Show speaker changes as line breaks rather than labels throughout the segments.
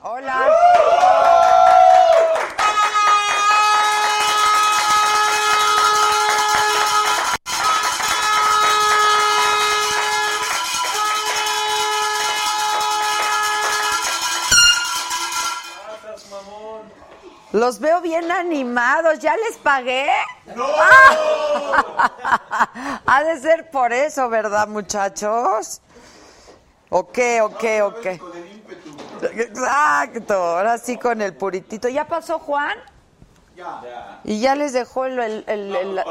Hola. Los veo bien animados. ¿Ya les pagué? ¡No! ha de ser por eso, ¿verdad, muchachos? Ok, ok, ok. Exacto. Ahora sí con el puritito. ¿Ya pasó, Juan? Ya. ¿Y ya les dejó el... el- el- el-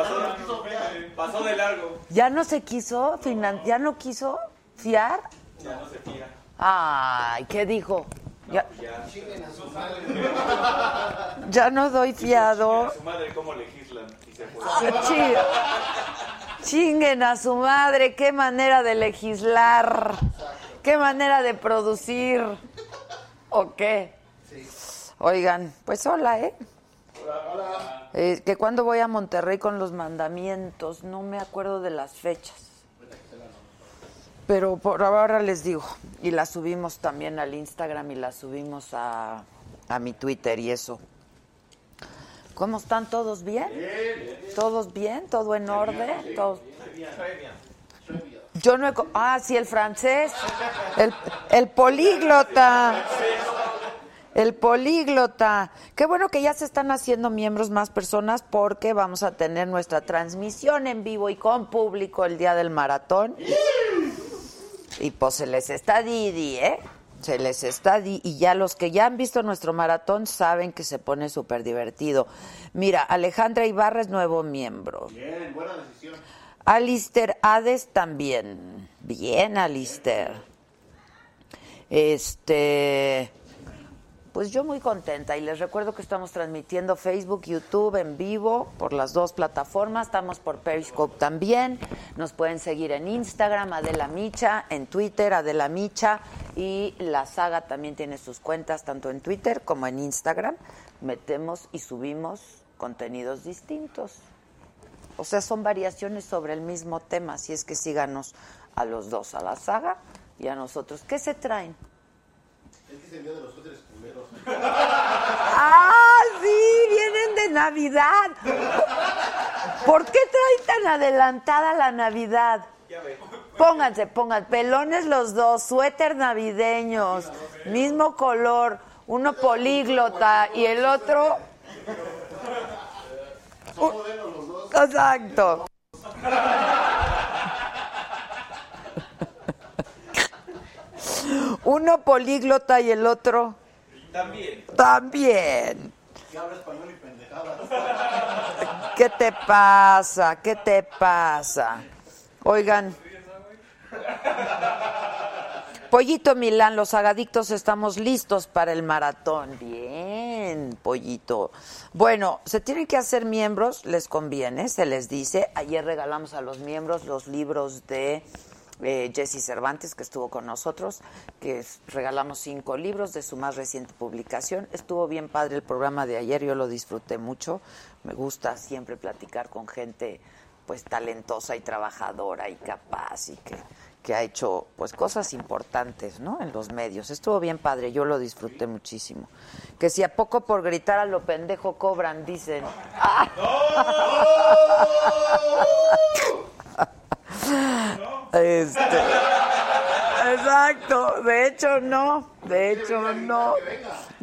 Pasó de largo.
¿Ya no se quiso finan- ¿Ya no quiso fiar?
Ya no se fía.
Ay, ¿qué dijo? Ya, ya no doy fiado.
Su madre cómo legislan. Y se fue.
Chi- Chinguen a su madre, qué manera de legislar, qué manera de producir, o qué. Oigan, pues hola, ¿eh? Eh, que cuando voy a Monterrey con los mandamientos, no me acuerdo de las fechas. Pero por ahora les digo, y la subimos también al Instagram y la subimos a, a mi Twitter y eso. ¿Cómo están todos bien? ¿Todos bien? ¿Todo en orden? ¿Todos? Yo no he... co- Ah, sí, el francés. El, el políglota. El políglota. Qué bueno que ya se están haciendo miembros más personas porque vamos a tener nuestra transmisión en vivo y con público el día del maratón. Y pues se les está Didi, ¿eh? Se les está Didi. Y ya los que ya han visto nuestro maratón saben que se pone súper divertido. Mira, Alejandra Ibarra es nuevo miembro. Bien, buena decisión. Alister Hades también. Bien, Alister. Este. Pues yo muy contenta y les recuerdo que estamos transmitiendo Facebook, YouTube en vivo por las dos plataformas, estamos por Periscope también, nos pueden seguir en Instagram, Adela Micha, en Twitter, Adela Micha y la saga también tiene sus cuentas tanto en Twitter como en Instagram, metemos y subimos contenidos distintos. O sea, son variaciones sobre el mismo tema, así es que síganos a los dos, a la saga y a nosotros. ¿Qué se traen? ¡Ah, sí! Vienen de Navidad. ¿Por qué traen tan adelantada la Navidad? Pónganse, pongan pelones los dos, suéter navideños, mismo color, uno políglota y el otro. Exacto. Uno políglota y el otro.
También.
También. ¿Qué te pasa? ¿Qué te pasa? Oigan. Pollito Milán, los agadictos estamos listos para el maratón. Bien, pollito. Bueno, se tienen que hacer miembros, les conviene, se les dice. Ayer regalamos a los miembros los libros de eh, Jesse Cervantes, que estuvo con nosotros, que es- regalamos cinco libros de su más reciente publicación. Estuvo bien padre el programa de ayer, yo lo disfruté mucho. Me gusta siempre platicar con gente pues talentosa y trabajadora y capaz y que, que ha hecho pues cosas importantes ¿no? en los medios. Estuvo bien padre, yo lo disfruté muchísimo. Que si a poco por gritar a lo pendejo cobran, dicen. ¡ah! Este, exacto, de hecho no, de hecho no.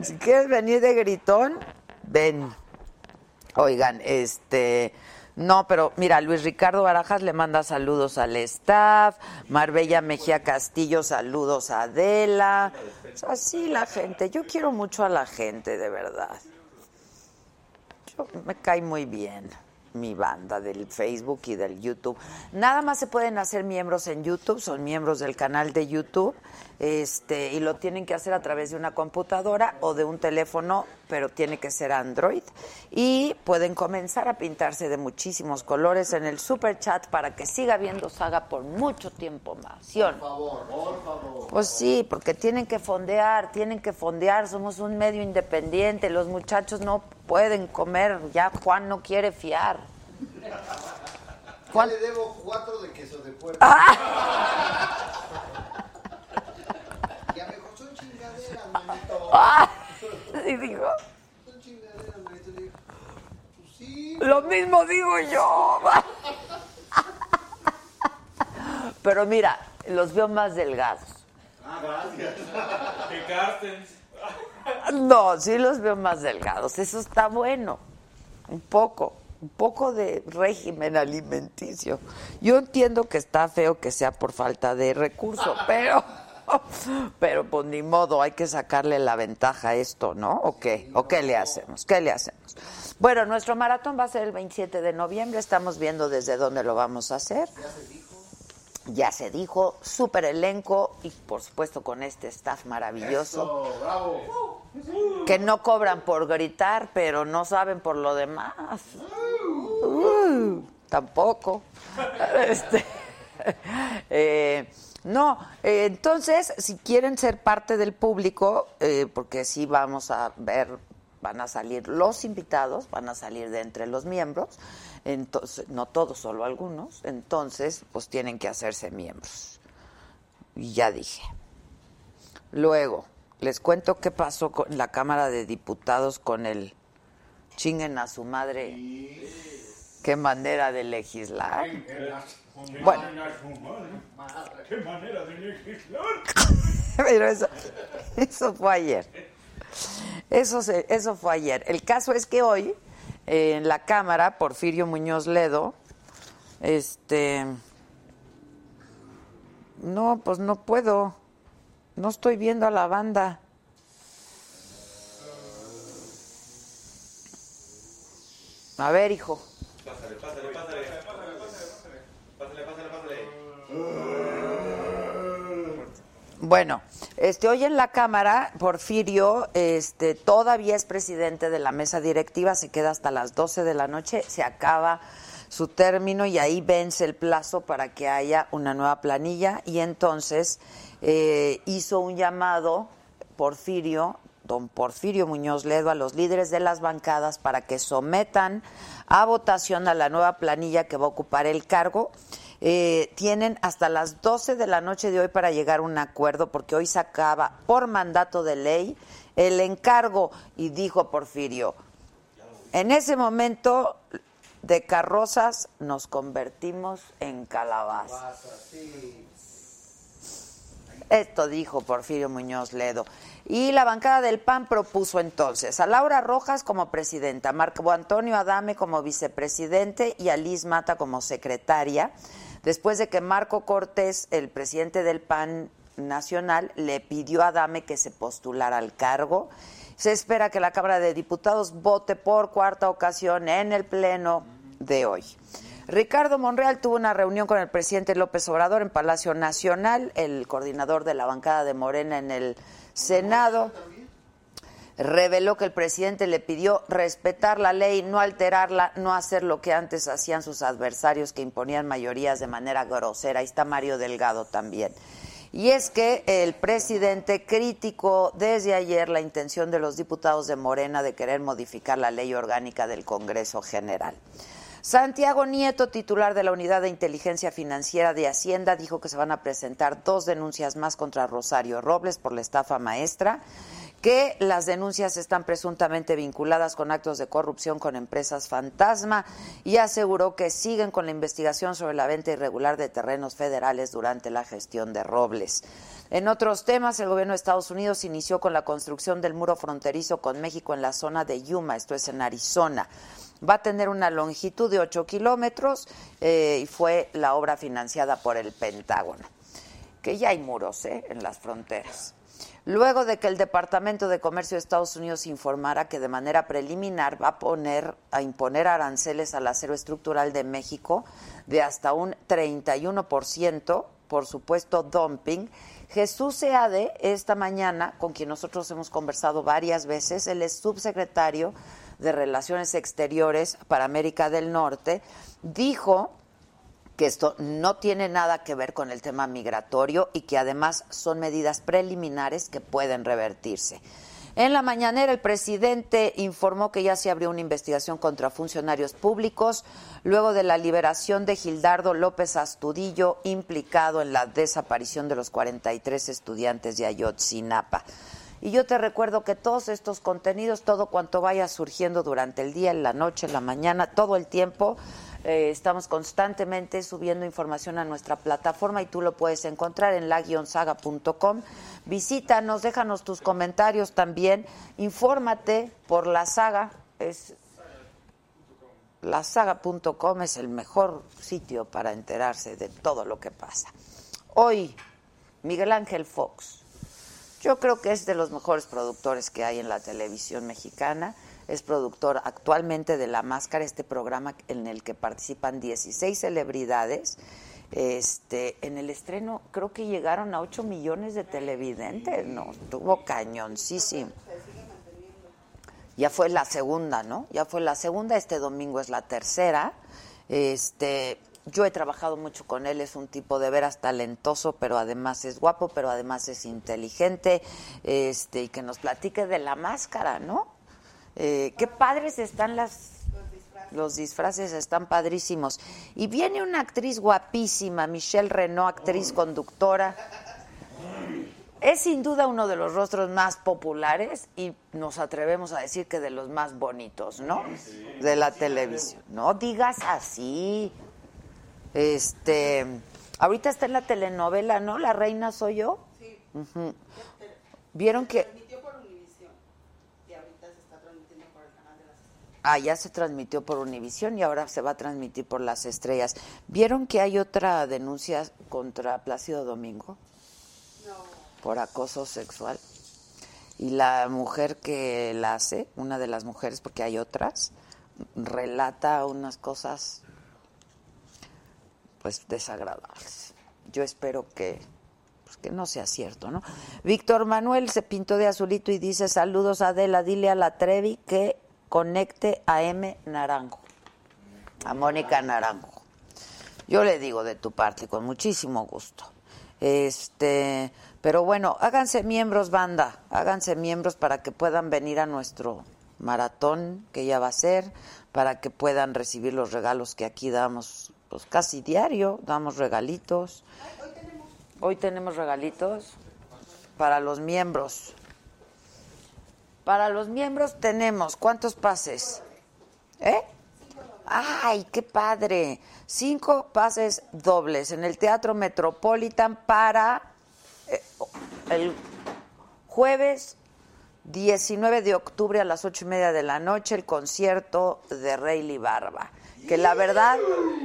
Si quieres venir de gritón, ven. Oigan, este, no, pero mira, Luis Ricardo Barajas le manda saludos al staff, Marbella Mejía Castillo, saludos a Adela. O sea, sí, la gente, yo quiero mucho a la gente, de verdad. Yo- me cae muy bien mi banda del Facebook y del YouTube. Nada más se pueden hacer miembros en YouTube, son miembros del canal de YouTube, este, y lo tienen que hacer a través de una computadora o de un teléfono, pero tiene que ser Android. Y pueden comenzar a pintarse de muchísimos colores en el super chat para que siga viendo saga por mucho tiempo más. ¿sí o no? Pues sí, porque tienen que fondear, tienen que fondear, somos un medio independiente, los muchachos no pueden comer, ya Juan no quiere fiar. Juan,
le debo cuatro de queso de puerco.
Ah.
Y a mejor son chingaderas, manito.
Ah. y digo,
Son chingaderas, manito. Le digo, pues sí.
lo mismo digo yo. Pero mira, los veo más delgados.
Que Carstens.
No, sí los veo más delgados, eso está bueno. Un poco, un poco de régimen alimenticio. Yo entiendo que está feo que sea por falta de recursos, pero pero pues ni modo, hay que sacarle la ventaja a esto, ¿no? ¿O qué? ¿O qué le hacemos? ¿Qué le hacemos? Bueno, nuestro maratón va a ser el 27 de noviembre, estamos viendo desde dónde lo vamos a hacer. Ya se dijo, súper elenco y por supuesto con este staff maravilloso
Eso, bravo.
que no cobran por gritar, pero no saben por lo demás. Uh, tampoco. Este, eh, no, eh, entonces, si quieren ser parte del público, eh, porque sí vamos a ver, van a salir los invitados, van a salir de entre los miembros, entonces, no todos, solo algunos, entonces, pues tienen que hacerse miembros. Y ya dije. Luego, les cuento qué pasó con la Cámara de Diputados con el chinguen a su madre. Qué manera de legislar. Bueno.
Qué manera de legislar.
Pero eso, eso fue ayer. Eso, se- eso fue ayer. El caso es que hoy, eh, en la Cámara, Porfirio Muñoz Ledo, este... No, pues no puedo. No estoy viendo a la banda. A ver, hijo.
Pásale, pásale, pásale. Pásale, pásale, pásale.
Bueno, este, hoy en la Cámara, Porfirio este, todavía es presidente de la mesa directiva, se queda hasta las 12 de la noche, se acaba su término y ahí vence el plazo para que haya una nueva planilla y entonces eh, hizo un llamado Porfirio, don Porfirio Muñoz Ledo, a los líderes de las bancadas para que sometan a votación a la nueva planilla que va a ocupar el cargo. Eh, tienen hasta las 12 de la noche de hoy para llegar a un acuerdo, porque hoy se acaba por mandato de ley el encargo y dijo Porfirio, en ese momento de carrozas nos convertimos en calabazas. Esto dijo Porfirio Muñoz Ledo. Y la bancada del PAN propuso entonces a Laura Rojas como presidenta, a Marco Antonio Adame como vicepresidente y a Liz Mata como secretaria, después de que Marco Cortés, el presidente del PAN nacional, le pidió a Adame que se postulara al cargo. Se espera que la Cámara de Diputados vote por cuarta ocasión en el Pleno de hoy. Ricardo Monreal tuvo una reunión con el presidente López Obrador en Palacio Nacional, el coordinador de la bancada de Morena en el Senado. reveló que el presidente le pidió respetar la ley, no alterarla, no hacer lo que antes hacían sus adversarios que imponían mayorías de manera grosera. Ahí está Mario Delgado también. Y es que el presidente criticó desde ayer la intención de los diputados de Morena de querer modificar la ley orgánica del Congreso General. Santiago Nieto, titular de la Unidad de Inteligencia Financiera de Hacienda, dijo que se van a presentar dos denuncias más contra Rosario Robles por la estafa maestra, que las denuncias están presuntamente vinculadas con actos de corrupción con empresas fantasma y aseguró que siguen con la investigación sobre la venta irregular de terrenos federales durante la gestión de Robles. En otros temas, el gobierno de Estados Unidos inició con la construcción del muro fronterizo con México en la zona de Yuma, esto es en Arizona va a tener una longitud de 8 kilómetros eh, y fue la obra financiada por el Pentágono. Que ya hay muros ¿eh? en las fronteras. Luego de que el Departamento de Comercio de Estados Unidos informara que de manera preliminar va a poner a imponer aranceles al acero estructural de México de hasta un 31%, por supuesto dumping, Jesús Seade esta mañana, con quien nosotros hemos conversado varias veces, él es subsecretario de Relaciones Exteriores para América del Norte, dijo que esto no tiene nada que ver con el tema migratorio y que además son medidas preliminares que pueden revertirse. En la mañanera el presidente informó que ya se abrió una investigación contra funcionarios públicos luego de la liberación de Gildardo López Astudillo implicado en la desaparición de los 43 estudiantes de Ayotzinapa. Y yo te recuerdo que todos estos contenidos, todo cuanto vaya surgiendo durante el día, en la noche, en la mañana, todo el tiempo, eh, estamos constantemente subiendo información a nuestra plataforma y tú lo puedes encontrar en la-saga.com. Visítanos, déjanos tus comentarios también, infórmate por la saga, es la saga.com es el mejor sitio para enterarse de todo lo que pasa. Hoy, Miguel Ángel Fox. Yo creo que es de los mejores productores que hay en la televisión mexicana. Es productor actualmente de La Máscara, este programa en el que participan 16 celebridades. Este, en el estreno creo que llegaron a 8 millones de televidentes, ¿no? Tuvo cañoncísimo. Ya fue la segunda, ¿no? Ya fue la segunda, este domingo es la tercera. Este, yo he trabajado mucho con él, es un tipo de veras talentoso, pero además es guapo, pero además es inteligente, este, y que nos platique de la máscara, ¿no? Eh, qué padres están las los disfraces. los disfraces están padrísimos. Y viene una actriz guapísima, Michelle Renault, actriz conductora. Es sin duda uno de los rostros más populares y nos atrevemos a decir que de los más bonitos, ¿no? De la televisión. No digas así. Este, ahorita está en la telenovela, ¿no? La reina soy yo.
Sí.
Ujú. Vieron
Se
que
transmitió por Univisión y ahorita se está transmitiendo por el canal de las estrellas.
ah, ya se transmitió por Univisión y ahora se va a transmitir por las estrellas. ¿Vieron que hay otra denuncia contra Plácido Domingo
No,
por acoso sexual? Y la mujer que la hace, una de las mujeres, porque hay otras, relata unas cosas pues desagradables. Yo espero que pues, que no sea cierto, ¿no? Víctor Manuel se pintó de azulito y dice, "Saludos Adela, dile a la Trevi que conecte a M Naranjo." A Mónica Naranjo. Yo le digo de tu parte con muchísimo gusto. Este, pero bueno, háganse miembros banda, háganse miembros para que puedan venir a nuestro maratón que ya va a ser, para que puedan recibir los regalos que aquí damos, pues casi diario, damos regalitos. Hoy tenemos regalitos para los miembros. Para los miembros tenemos, ¿cuántos pases? ¿Eh? ¡Ay, qué padre! Cinco pases dobles en el Teatro Metropolitan para eh, el jueves 19 de octubre a las ocho y media de la noche el concierto de Rayleigh Barba. Que la verdad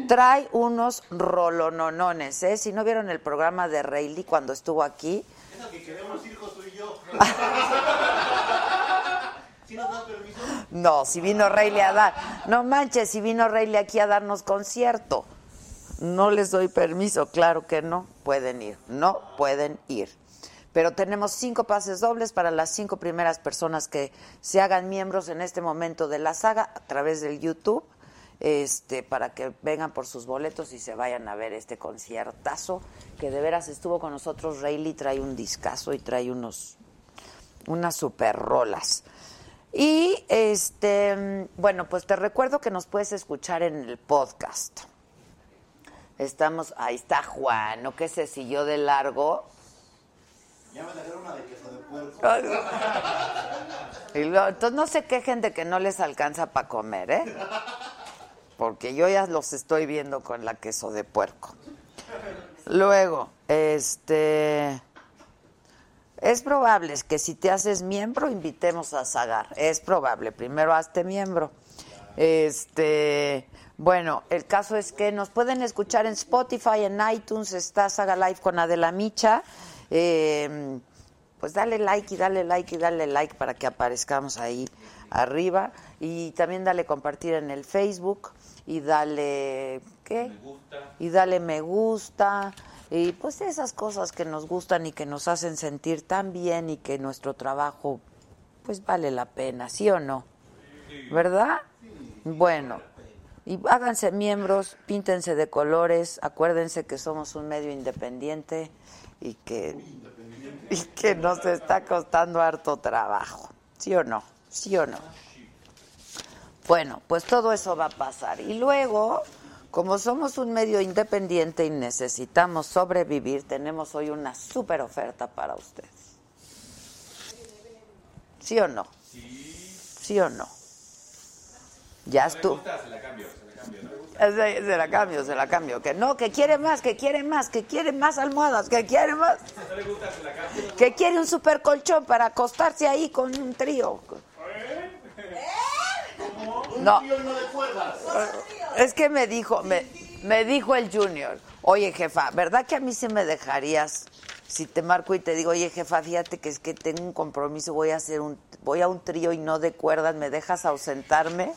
trae unos rolononones, ¿eh? Si no vieron el programa de Rayleigh cuando estuvo aquí, No, si vino Reyle a dar. No manches, si vino Reyle aquí a darnos concierto. No les doy permiso, claro que no. Pueden ir, no pueden ir. Pero tenemos cinco pases dobles para las cinco primeras personas que se hagan miembros en este momento de la saga a través del YouTube, este, para que vengan por sus boletos y se vayan a ver este conciertazo que de veras estuvo con nosotros. Rayleigh trae un discazo y trae unos unas super rolas. Y este, bueno, pues te recuerdo que nos puedes escuchar en el podcast. Estamos, ahí está Juan, ¿no? Que se siguió de largo.
Ya me trajeron una de queso de puerco.
Y luego, entonces no se quejen de que no les alcanza para comer, ¿eh? Porque yo ya los estoy viendo con la queso de puerco. Luego, este... Es probable que si te haces miembro, invitemos a Zagar. Es probable. Primero hazte miembro. Este, bueno, el caso es que nos pueden escuchar en Spotify, en iTunes, está Saga Live con Adela Micha. Eh, pues dale like y dale like y dale like para que aparezcamos ahí arriba. Y también dale compartir en el Facebook y dale, ¿qué?
Me gusta.
y dale me gusta y pues esas cosas que nos gustan y que nos hacen sentir tan bien y que nuestro trabajo pues vale la pena, ¿sí o no? ¿Verdad? Bueno, y háganse miembros, píntense de colores, acuérdense que somos un medio independiente y que y que nos está costando harto trabajo, ¿sí o no? ¿Sí o no? Bueno, pues todo eso va a pasar. Y luego, como somos un medio independiente y necesitamos sobrevivir, tenemos hoy una super oferta para ustedes. ¿Sí o no? Sí. o no? Ya estuvo.
Se la cambio, se la cambio, ¿no?
Se, se la cambio, se la cambio. Que no, que quiere más, que quiere más, que quiere más almohadas, que quiere más. Que quiere un super colchón para acostarse ahí con un trío. No, Eh,
Yo ¿Eh? no de cuerdas.
es que me dijo, me, me dijo el Junior, oye jefa, ¿verdad que a mí sí me dejarías si te marco y te digo, oye jefa, fíjate que es que tengo un compromiso, voy a hacer un, voy a un trío y no de cuerdas, ¿me dejas ausentarme?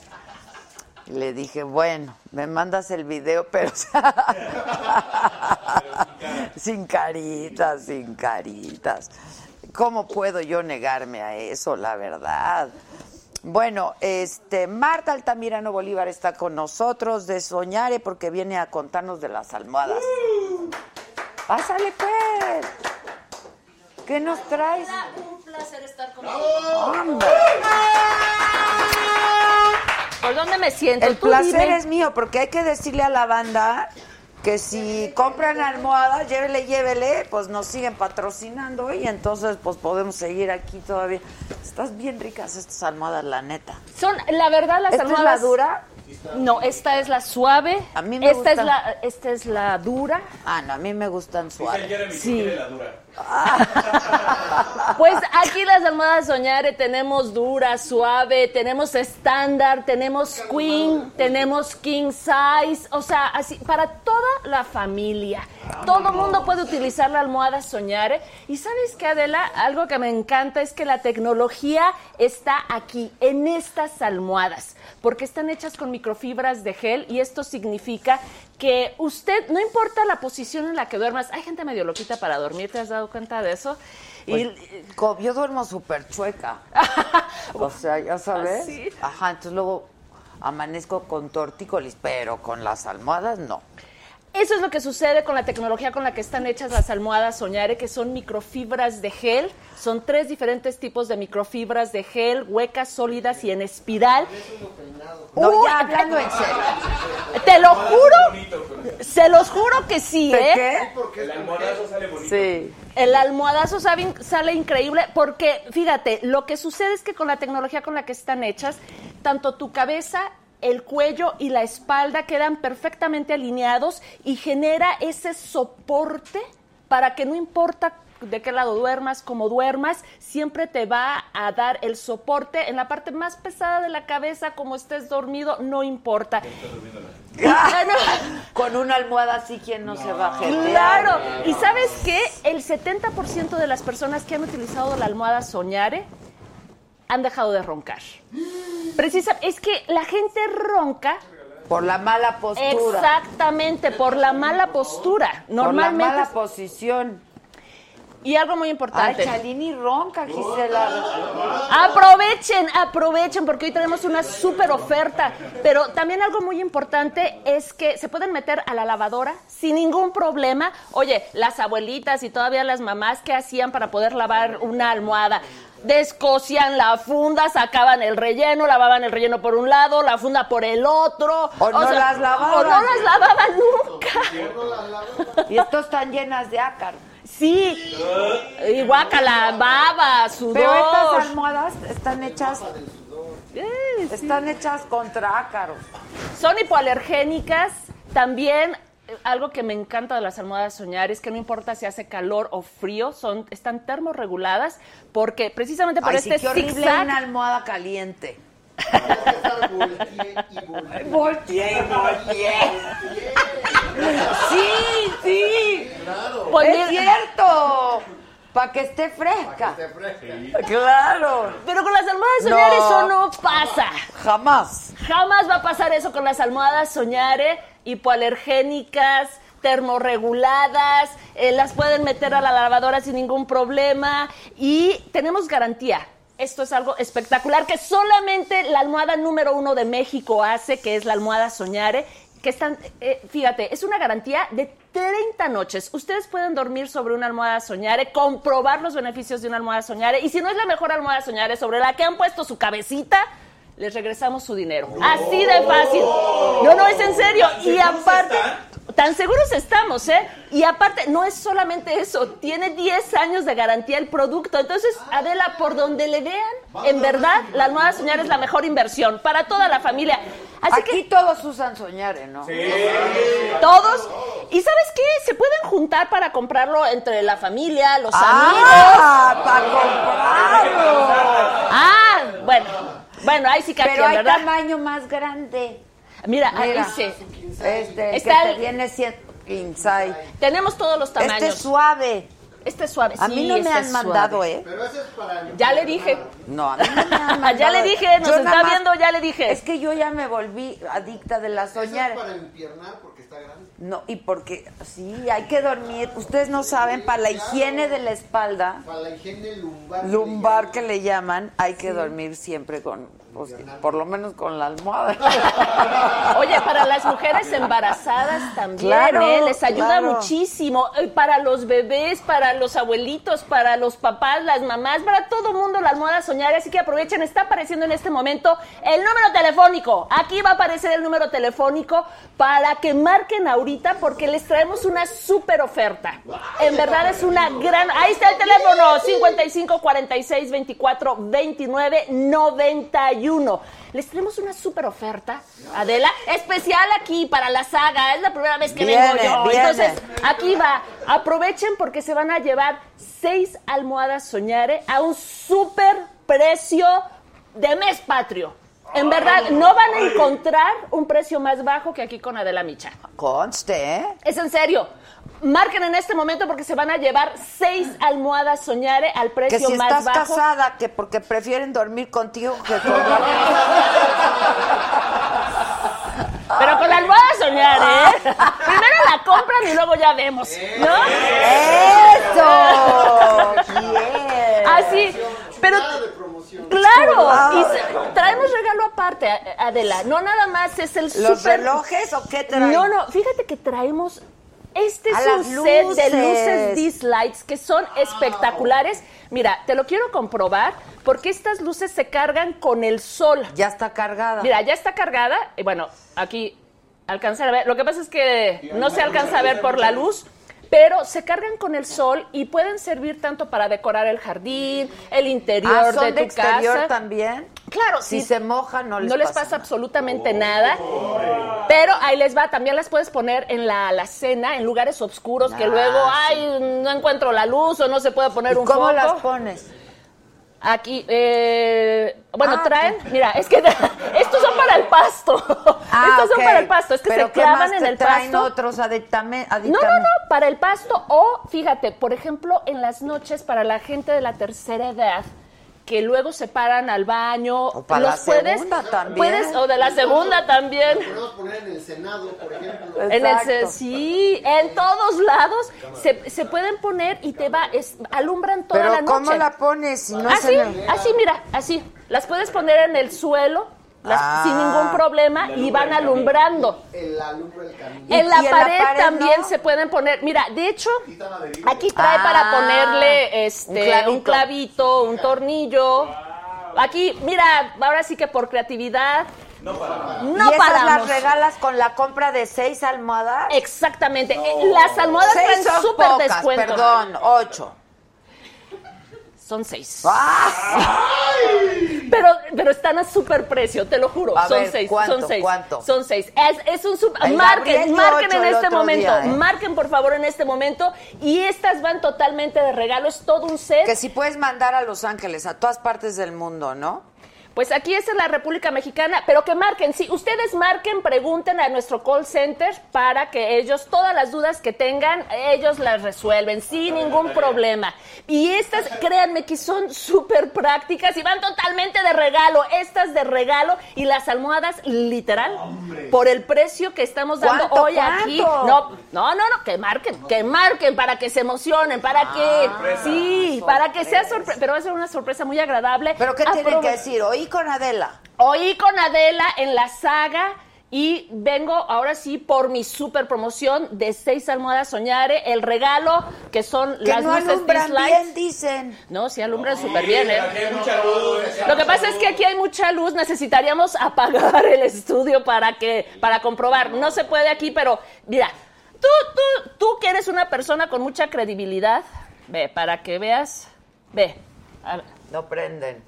Y le dije, bueno, me mandas el video, pero sin caritas, sin caritas. ¿Cómo puedo yo negarme a eso, la verdad? Bueno, este Marta Altamirano Bolívar está con nosotros de Soñare porque viene a contarnos de las almohadas. Pásale pues. ¿Qué nos traes?
Un placer estar con ustedes.
Hombre,
¿Por dónde me siento?
el
Tú
placer
dime.
es mío porque hay que decirle a la banda que si compran almohadas, llévele, llévele, pues nos siguen patrocinando y entonces pues podemos seguir aquí todavía. Estás bien ricas estas almohadas, la neta.
Son, la verdad, las
¿Esta es la
almohadas...
dura?
No, esta es la suave.
A mí me
esta
gusta.
Es la, esta es la dura.
Ah, no, a mí me gustan
Dice
suaves.
Jeremy que
Sí.
quiere la dura.
Pues aquí las almohadas Soñare tenemos dura, suave, tenemos estándar, tenemos queen, tenemos king size, o sea, así para toda la familia. Todo el mundo puede utilizar la almohada Soñare. Y sabes qué, Adela, algo que me encanta es que la tecnología está aquí, en estas almohadas, porque están hechas con microfibras de gel y esto significa que usted, no importa la posición en la que duermas, hay gente medio loquita para dormir, ¿te has dado cuenta de eso? Y,
Pues, co- yo duermo súper chueca. o sea, ya sabes.
¿sí?
Ajá, entonces luego amanezco con tortícolis, pero con las almohadas no.
Eso es lo que sucede con la tecnología con la que están hechas las almohadas Soñare, que son microfibras de gel. Son tres diferentes tipos de microfibras de gel, huecas, sólidas y en espiral.
No,
Uy,
ya hablando en serio.
Te lo juro, se los juro que sí,
¿De
¿eh?
qué?
El almohadazo sale bonito.
Sí.
El almohadazo sabe in- sale increíble porque, fíjate, lo que sucede es que con la tecnología con la que están hechas, tanto tu cabeza, el cuello y la espalda quedan perfectamente alineados y genera ese soporte para que no importa de qué lado duermas, cómo duermas, siempre te va a dar el soporte en la parte más pesada de la cabeza, como estés dormido, no importa. Ah, no.
Con una almohada así, ¿quién no, se va a jetear?
Claro, y sabes qué, el 70% de las personas que han utilizado la almohada Soñare han dejado de roncar. Precisa, es que la gente ronca
Por la mala postura.
exactamente por la mala postura.
Por la
Normalmente
mala posición.
Y algo muy
Ay,
importante.
Chalini ronca, Gisela.
Aprovechen, aprovechen, porque hoy tenemos una súper oferta. Pero también algo muy importante es que se pueden meter a la lavadora sin ningún problema. Oye, las abuelitas y todavía las mamás, ¿qué hacían para poder lavar una almohada? Descosían la funda, sacaban el relleno, lavaban el relleno por un lado, la funda por el otro.
O no las lavaban.
O no las lavaban nunca.
Y estos están llenas de ácaro.
Sí. Y guácala, baba, sudor.
Pero estas almohadas están hechas,
Eh,
están hechas contra ácaros.
Ah, Son hipoalergénicas. También eh, algo que me encanta de las almohadas soñar es que no importa si hace calor o frío, son están termorreguladas porque precisamente por
Ay, sí,
este
qué horrible
zigzag-
una almohada caliente.
Volteé y volteé.
Volteé y volteé. Sí, sí.
Pues
es
mira,
cierto. Para que esté fresca. Claro.
pero con las almohadas soñar
No.
eso no pasa.
Jamás.
Jamás va a pasar eso con las almohadas soñare, hipoalergénicas, termorreguladas, eh, las pueden meter a la lavadora sin ningún problema y tenemos garantía. Esto es algo espectacular que solamente la almohada número uno de México hace, que es la almohada soñare, que están, eh, fíjate, es una garantía de 30 noches. Ustedes pueden dormir sobre una almohada soñare, comprobar los beneficios de una almohada soñare y si no es la mejor almohada soñare sobre la que han puesto su cabecita, les regresamos su dinero. Así de fácil. No, no, es en serio. Y
¿Seguros
aparte,
están?
tan seguros estamos, ¿eh? Y aparte, no es solamente eso, tiene 10 años de garantía el producto. Entonces, Adela, por donde le vean, en verdad, la nueva soñar es la mejor inversión para toda la familia. Así
Aquí
que
todos usan soñare, ¿no?
todos... ¿Y sabes qué? Se pueden juntar para comprarlo entre la familia, los amigos.
Ah, para comprarlo.
Ah, bueno. Bueno, ahí sí que
Pero hay
¿verdad?
tamaño más grande.
Mira, ah, ahí
Mira,
sí.
Este,
Está
que
el-
te viene siendo inside.
Tenemos todos los tamaños.
Este es suave.
Este es suave.
A
sí,
mí no me
este
han
es
mandado,
suave.
¿eh?
Pero ese es para el
Ya le dije.
No, a mí no me han mandado.
Ya le dije, nos
Yo
está
nada más-
viendo, ya le dije.
Es que yo ya me volví adicta de la
ese es
soñar.
para empiernar porque está grande.
No, y porque sí, hay que dormir. Ustedes no saben, para la higiene de la espalda,
Para la higiene lumbar.
lumbar que le llaman, hay que dormir siempre con, pues, por lo menos con la almohada.
Oye, para las mujeres embarazadas también,
Claro,
¿eh? Les ayuda
claro.
muchísimo. Eh, Para los bebés, para los abuelitos, para los papás, las mamás, para todo mundo la almohada soñar. Así que aprovechen, está apareciendo en este momento el número telefónico. Aquí va a aparecer el número telefónico para que marquen ahorita porque les traemos una súper oferta. En verdad es una gran... Ahí está el teléfono, 55 46 24 29 91. Les traemos una súper oferta, Adela, especial aquí para la saga. Es la primera vez que vengo
Viene,
yo.
viene.
Entonces, aquí va. Aprovechen porque se van a llevar seis almohadas soñare a un súper precio de mes patrio. En verdad, no van a encontrar un precio más bajo que aquí con Adela Micha.
Conste, ¿eh?
Es en serio. Marquen en este momento porque se van a llevar seis almohadas soñare al
Que
precio
si
más
estás
bajo.
casada, que porque prefieren dormir contigo que con la...
Pero con la almohada soñar, ¿eh?
Ah.
Primero la compran y luego ya vemos, ¿no?
¡Eso! Bien.
Así. Ah, Pero
Nada de promoción.
claro, y se- traemos regalo aparte, A- Adela. No nada más es el
¿Los
super-
relojes o qué traen?
No, no, fíjate que traemos este es
A
un
las
set de luces
luces.
dislights que son espectaculares. Mira, te lo quiero comprobar porque estas luces se cargan con el sol.
Ya está cargada.
Mira, ya está cargada. Y bueno, aquí alcanzar a ver. Lo que pasa es que no se alcanza a ver por la luz. Pero se cargan con el sol y pueden servir tanto para decorar el jardín, el interior
ah, son
de
de,
tu
exterior
casa.
también.
Claro,
Si
sí.
se mojan, no les
no les pasa, absolutamente nada. Pero ahí les va, también las puedes poner en la alacena, en lugares oscuros que
Ah,
luego,
sí.
ay, no encuentro la luz o no se puede poner
¿Y
un
¿Cómo
foco.
las pones?
Aquí, eh, bueno,
Ah,
traen, mira, es que estos son para el pasto.
Ah,
estos son
ok.
para el pasto, es que
¿Pero
se
qué
clavan
más
en
te
el
traen
pasto.
otros aditame-
No,
aditamentos?
no, no, para el pasto o, fíjate, por ejemplo, en las noches para la gente de la tercera edad que luego se paran al baño.
O para la
los puedes,
segunda también.
puedes- o de la segunda también.
Podemos poner en el Senado, por ejemplo.
En el,
Exacto.
ce- sí, en todos lados se, se pueden poner y te va, es- alumbran toda
Pero
la noche. Ah,
¿cómo la pones si no
así,
se le-
así, mira, así. Las puedes poner en el suelo las-
Ah.
sin ningún problema y van alumbrando.
El alumbra el camino.
¿Y-
En la,
y en la
pared
pared
también
no?
se pueden poner. Mira, de hecho, aquí trae
Ah,
para ponerle
un
este
clavito.
un clavito, un, tornillo. Aquí, mira, ahora sí que por creatividad. No
¿Y esas
paramos.
las regalas con la compra de seis almohadas?
Exactamente. Eh, Las almohadas
seis
traen
son
súper
pocas,
descuento.
perdón, ocho.
Son seis.
¡Ah!
Pero, pero están a súper precio, te lo juro.
A
son
ver,
seis.
¿cuánto,
son seis.
cuánto?
Son seis. Es, es un súper.
El Gabriel
Marquen,
dio
marquen
ocho
en
el
este
otro
momento.
día, ¿eh?
Marquen, por favor, en este momento. Y estas van totalmente de regalo. Es todo un set.
Que si puedes mandar a Los Ángeles, a todas partes del mundo, ¿no?
Pues aquí es en la República Mexicana, pero que marquen, sí, ustedes marquen, pregunten a nuestro call center para que ellos, todas las dudas que tengan, ellos las resuelven sin ningún problema. Y estas, créanme que son súper prácticas y van totalmente de regalo, estas de regalo y las almohadas literal, por el precio que estamos dando
¿Cuánto,
hoy aquí.
cuánto?
No, no, no, no, que marquen, que marquen para que se emocionen, para que, sí, para que sea sorpresa, pero va a ser una sorpresa muy agradable. Ah,
¿Pero qué tienen que
Aprove-
decir? Oí con Adela.
Oí con Adela en la saga y vengo ahora sí por mi super promoción de seis almohadas soñare, el regalo que son
Que
las
no
luces
alumbran
Dislights.
bien, dicen.
No, sí alumbran súper bien, ¿eh?
Aquí hay mucha luz.
Lo que pasa es que aquí hay mucha luz, necesitaríamos apagar el estudio para que para comprobar. No se puede aquí, pero mira, tú tú tú que eres una persona con mucha credibilidad, ve para que veas, ve. A ver.
No prenden.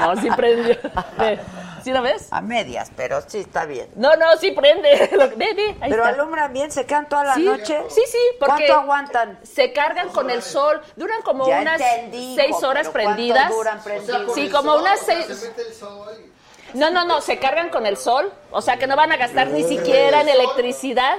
No, sí prendió. Ve. ¿Sí la ves?
A medias, pero sí está bien.
No, no, sí prende. Lo- Ve, ve, ahí
Pero
está.
alumbran bien, se quedan toda la
Sí,
noche.
sí, sí, porque
¿Cuánto aguantan?
se cargan con el sol, duran como
Ya
unas
entendí, hijo,
seis horas
pero ¿cuánto
prendidas.
duran prendidas?
con
Sí,
el
como
sol,
unas
o sea,
seis-
Se mete el sol.
No, no, no, se cargan con el sol, o sea que no van a gastar ni siquiera en electricidad.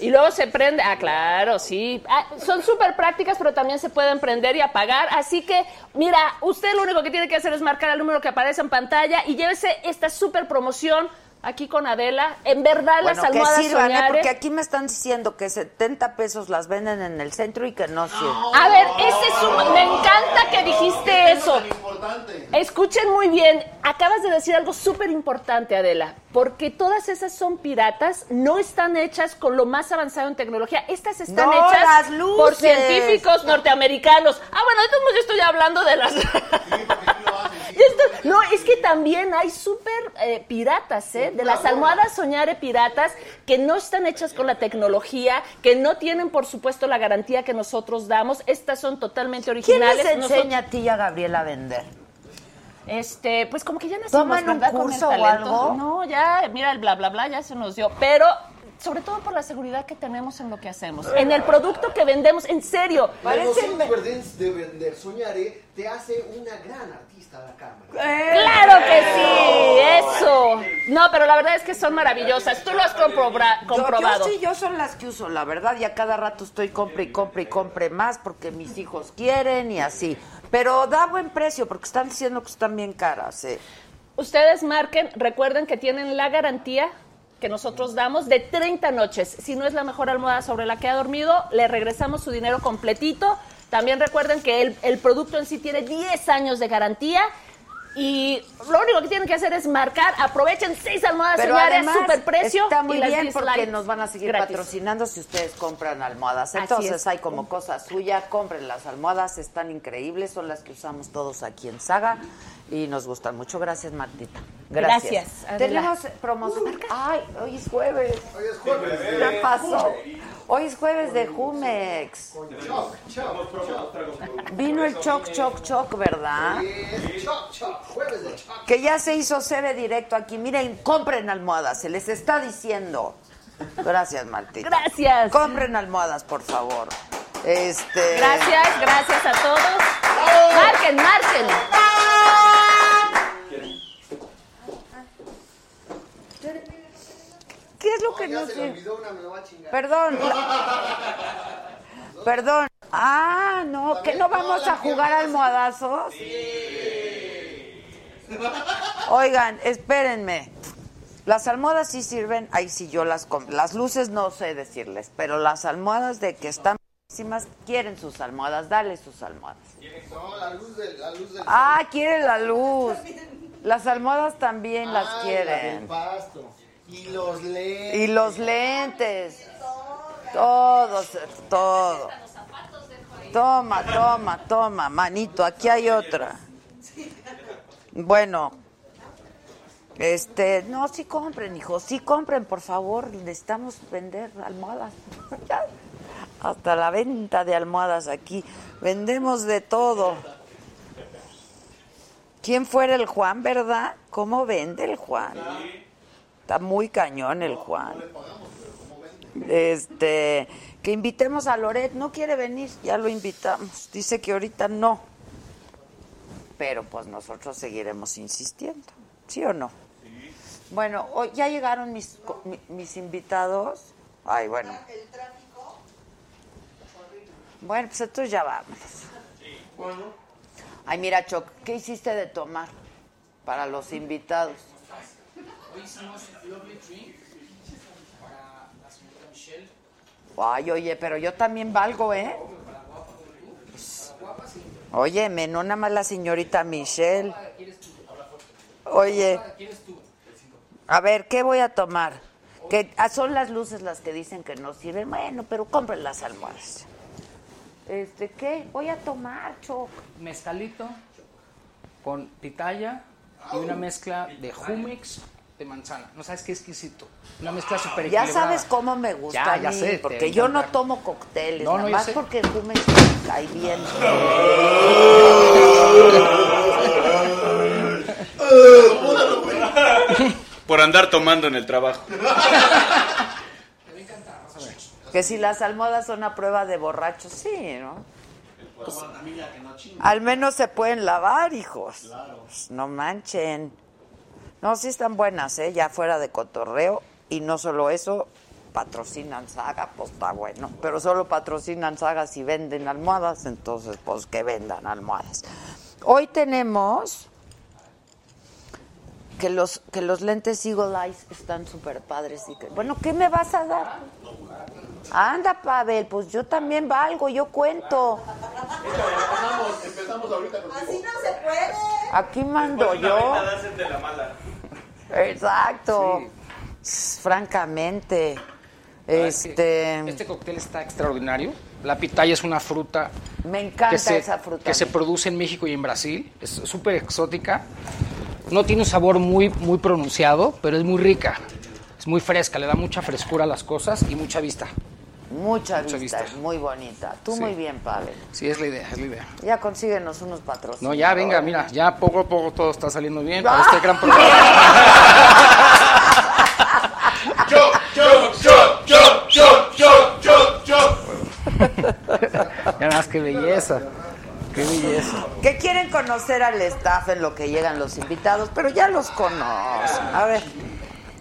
Y luego se prende, ah, claro, sí. Ah, son súper prácticas, pero también se pueden prender y apagar. Así que, mira, usted lo único que tiene que hacer es marcar el número que aparece en pantalla y llévese esta súper promoción aquí con Adela. En verdad, las
Bueno, que
almohadas
sirvan, ¿eh?
Soñare-
porque aquí me están diciendo que 70 pesos las venden en el centro y que no sirven.
A ver, ese es un... Me encanta que dijiste eso. Escuchen muy bien, acabas de decir algo súper importante, Adela, porque todas esas son piratas, no están hechas con lo más avanzado en tecnología, estas están
No,
hechas
las
por
luces.
científicos norteamericanos. Ah, bueno, entonces yo estoy hablando de las... Ya estoy- no, es que también hay súper eh, piratas, ¿eh? De las almohadas soñare piratas que no están hechas con la tecnología, que no tienen, por supuesto, la garantía que nosotros damos. Estas son totalmente
¿Quién
originales.
les
no son-
enseña a ti y a Gabriela a vender?
este, pues como que ya nacimos,
¿Toman un
¿verdad? Con el
curso o
talento.
algo?
No, ya, mira, el bla, bla, bla ya se nos dio. Pero sobre todo por la seguridad que tenemos en lo que hacemos, en el producto que vendemos, en serio.
Parece de vender soñaré te hace una gran artista a la cámara.
¡Claro que sí! ¡Eso! No, pero la verdad es que son maravillosas. Tú lo has compobra-
Yo-
comprobado.
Yo, sí, yo son las que uso, la verdad, y a cada rato estoy compre y compre y compre más porque mis hijos quieren y así. Pero da buen precio porque están diciendo que están bien caras. ¿eh?
Ustedes marquen, recuerden que tienen la garantía que nosotros damos de 30 noches. Si no es la mejor almohada sobre la que ha dormido, le regresamos su dinero completito. También recuerden que el, el producto en sí tiene 10 años de garantía. Y lo único que tienen que hacer es marcar, aprovechen seis almohadas,
Pero
señores,
además
super precio.
está muy
y las
bien
10
porque
likes
nos van a seguir
gratis.
patrocinando si ustedes compran almohadas.
Así
Entonces
es.
hay como cosa suya, compren las almohadas, están increíbles, son las que usamos todos aquí en Saga y nos gustan mucho. Gracias, Martita. Gracias.
Gracias, Adela. Uh,
Tenemos promoción. Ay, hoy es jueves.
Hoy es jueves.
¿Qué pasó? Hoy es jueves de Jumex. Vino el choc, choc, choc, ¿verdad?
Es choc, choc, jueves de choc.
Que ya se hizo sede directo aquí. Miren, compren almohadas, se les está diciendo. Gracias, Martita.
Gracias.
Compren almohadas, por favor. Este.
Gracias, gracias a todos. Marquen, marquen.
¿Qué es lo que
Ya
no
se le
sé?
olvidó una nueva chingada.
Perdón. Perdón. Ah, no, que no vamos a jugar almohadazos. Oigan, espérenme. Las almohadas sí sirven, ahí sí yo las compro. Las luces no sé decirles, pero las almohadas de que están buenísimas, quieren sus almohadas, dale sus almohadas.
No, la luz del, la luz del
Ah, quiere la luz. Las almohadas también las
Ay, la del
quieren.
pasto. Y los lentes.
Y los lentes. Todos, eh, todo. Toma, toma, toma, manito, aquí hay otra. Bueno, este, no, sí compren, hijo, sí compren, por favor, necesitamos vender almohadas. Ya, Hasta la venta de almohadas aquí, vendemos de todo. ¿Quién fuera el Juan, verdad? ¿Cómo vende el Juan? Está muy cañón el Juan. Este, que invitemos a Loret, no quiere venir, ya lo invitamos. Dice que ahorita no. Pero pues nosotros seguiremos insistiendo, ¿sí o no? Bueno, hoy ya llegaron mis, co- mi- mis invitados. Ay, bueno. Bueno, pues entonces ya vamos. Ay, mira, Choc, ¿qué hiciste de tomar para los invitados? Ay, oye, pero yo también valgo, ¿eh? Óyeme, no nada más la señorita Michelle. Oye. A ver, ¿qué voy a tomar? Que ah, son las luces las que dicen que no sirven. Bueno, pero compren las almohadas. Este, ¿qué? Voy a tomar, Choc.
mezcalito con pitaya y una mezcla de humix de manzana. No sabes qué exquisito. Una mezcla súper
Ya sabes cómo me gusta
Ya,
a
ya
mí,
sé, te va
porque
a
yo no
encantar.
tomo cócteles,
No,
nada
no, yo
más
sé.
porque tú me cae bien.
Por andar tomando en el trabajo.
Que si las almohadas son a prueba de borrachos, sí, ¿no? Pues, al menos se pueden lavar, hijos. Pues, No manchen. No, sí están buenas, ¿eh? Ya fuera de cotorreo. Y no solo eso, patrocinan saga, pues está bueno. Pero solo patrocinan sagas si venden almohadas, entonces pues que vendan almohadas. Hoy tenemos que los, que los lentes Eagle Eyes están súper padres. Y que, bueno, ¿qué me vas a dar? Anda, Pavel, pues yo también valgo, yo cuento.
Así no se puede.
Aquí mando yo.
de la mala.
Exacto. Francamente. Este,
Este cóctel está extraordinario. La pitaya es una fruta
me encanta
que, se,
esa fruta.
que se
a mí.
produce en México y en Brasil. Es súper exótica. No tiene un sabor muy, muy pronunciado, pero es muy rica. Es muy fresca, le da mucha frescura a las cosas y mucha vista.
Mucha,
mucha
vista,
vista.
muy bonita. Tú
Sí.
muy bien, Pavel.
Sí, es la idea, es la idea.
Ya consíguenos unos patrocinios.
No, ya, venga, mira, ya poco a poco todo está saliendo bien
Ah.
para este gran programa. Ya nada más, qué belleza. Qué belleza.
Que quieren conocer al staff en lo que llegan los invitados, pero ya los conocen. A ver,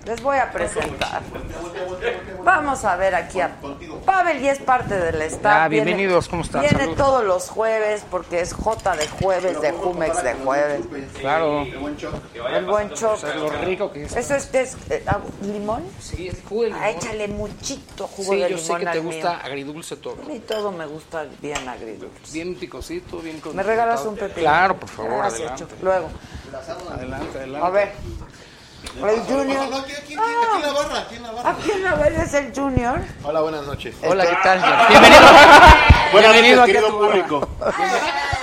les voy a presentar. Vamos a ver aquí a Pavel y es parte del staff.
Ah,
Viene-
bienvenidos, ¿cómo están?
Viene
Salud.
todos los jueves porque es J de jueves, de Jumex de jueves.
Claro.
El buen choque.
Lo rico que es.
¿Eso este es eh, ah, limón?
Sí, es jugo de limón.
Ah, échale muchito jugo
Sí,
de
yo
limón.
sé que te
al mío.
gusta agridulce todo.
A mí todo me gusta bien agridulce.
Bien picosito, bien con.
¿Me regalas un pepino?
Claro, por favor,
Gracias,
adelante.
Choc. Luego.
Adelante, adelante.
A ver. El Junior.
No, ¿quién, quién, quién- aquí en la barra? aquí en la barra?
¿A quién la ves es el Junior?
Hola, buenas noches.
Hola, ¿qué tal? Bienvenido. Bienvenido aquí a tu barra.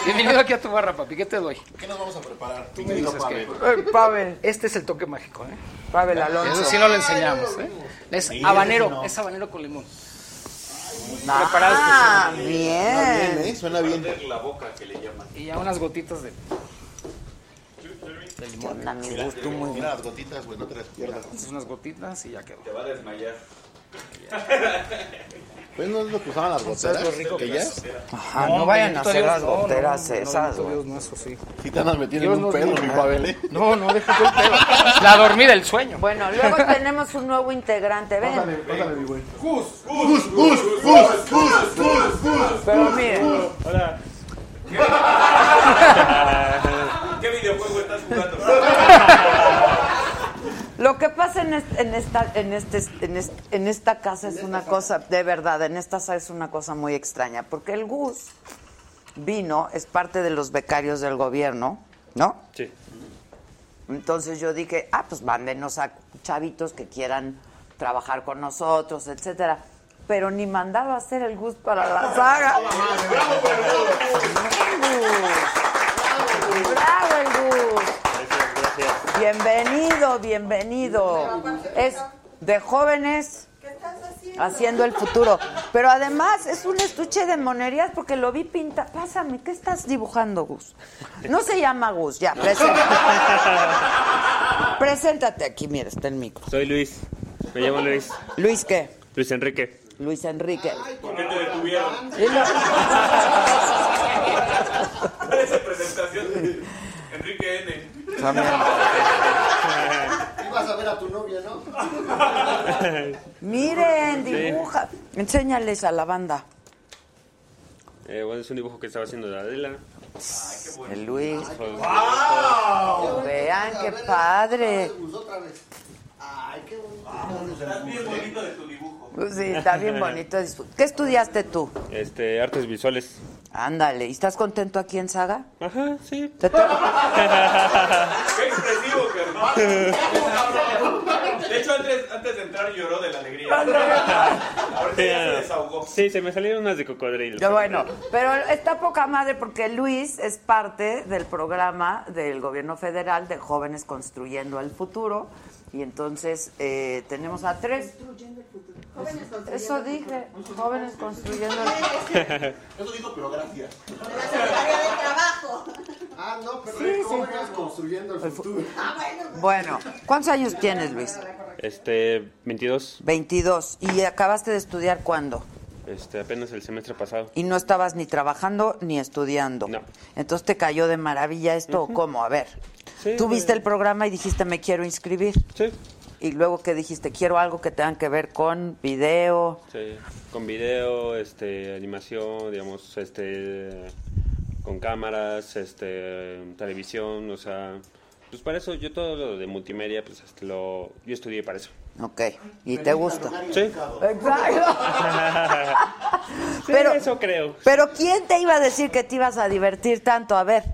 Bienvenido aquí a tu barra, papi. ¿Qué te doy?
¿Qué nos vamos a preparar? Tú
me dices que-
El Pavel.
Este es el toque mágico, ¿eh?
Pavel
Eso
Alonso.
sí no lo enseñamos, ¿eh? Es habanero, es habanero con limón.
Ah, bien.
Bien, ¿eh? Suena bien.
Y ya unas gotitas de.
Qué onda, mi gusto.
Mira las gotitas, güey, no te las pierdas.
unas gotitas y ya quedó.
Te va a desmayar.
Pues no es lo que usaban las goteras, que ya es.
Ah, no, vayan a hacer las goteras esas, güey.
Dios, no, eso sí.
Si te andas metiendo
Dios
en un
nos
pedo,
libre.
mi Pavel, ¿eh?
No, no, deja tú el pedo. La dormida, el sueño.
Bueno, luego tenemos un nuevo integrante, ven.
Pásale, mi güey.
Gus, gus, gus, gus, gus, gus.
Pero miren,
Hola. ¿Qué videojuego estás jugando?
lo que pasa en, est- en esta, en, este, en, est- en esta casa es una cosa, de verdad, en esta casa es una cosa muy extraña, porque el Gus vino, es parte de los becarios del gobierno, ¿no?
Sí.
Entonces yo dije, ah, pues mándenos a chavitos que quieran trabajar con nosotros, etcétera. Pero ni mandado a hacer el Gus para la saga. ¡Bravo el Gus! Bienvenido, bienvenido. Es de jóvenes
¿Qué estás haciendo?
haciendo el futuro. Pero además es un estuche de monerías porque lo vi pinta. Pásame, ¿qué estás dibujando, Gus? No se llama Gus, ya, preséntate. preséntate aquí, mira, está el micro.
Soy Luis. Me llamo Luis.
Luis, ¿qué?
Luis Enrique.
Luis Enrique.
¿Por qué te detuvieron?
Y lo-
¿Cuál es la presentación? Enrique N.
Ibas a ver a tu novia, ¿no?
Miren, dibuja. Enséñales a la banda.
Eh, bueno, es un dibujo que estaba haciendo de Adela.
El Luis.
Fue-
Vean qué padre.
Gus, otra vez. Ay, qué bonito.
Estás bien bonito de tu dibujo.
Sí, está bien bonito. ¿Qué estudiaste tú?
Este, artes visuales.
Ándale, ¿y estás contento aquí en Saga?
Ajá, sí.
Te to-
¡Qué expresivo, Germán! De hecho, antes, antes de entrar lloró de la alegría. Ahorita ya se desahogó.
Sí, se me salieron unas de cocodrilo.
Yo, bueno, pero está poca madre porque Luis es parte del programa del gobierno federal de Jóvenes Construyendo el Futuro. Y entonces eh, tenemos a tres.
Jóvenes construyendo
Eso
el futuro.
dije, Jóvenes Construyendo el Futuro.
Eso digo, pero gracias.
De la Secretaría de Trabajo.
Ah, no, pero
Sí, sí.
¿cómo vas construyendo el futuro?
Ah, bueno.
Bueno, ¿cuántos años tienes, Luis?
Este, 22.
22. ¿Y acabaste de estudiar cuándo?
Este, apenas el semestre pasado.
Y no estabas ni trabajando ni estudiando.
No.
Entonces te cayó de maravilla esto, ¿o ¿cómo? A ver.
Sí,
Tú
muy
viste
bien.
el programa y dijiste, me quiero inscribir.
Sí.
Y luego que dijiste, quiero algo que tenga que ver con video.
Sí. Eh, Con video, este, animación, digamos, este, con cámaras, este, televisión, o sea, pues para eso yo todo lo de multimedia, pues este, lo, yo estudié para eso.
Ok. ¿Y te gusta?
Sí.
Exacto. pero,
eso creo.
pero ¿quién te iba a decir que te ibas a divertir tanto? A ver,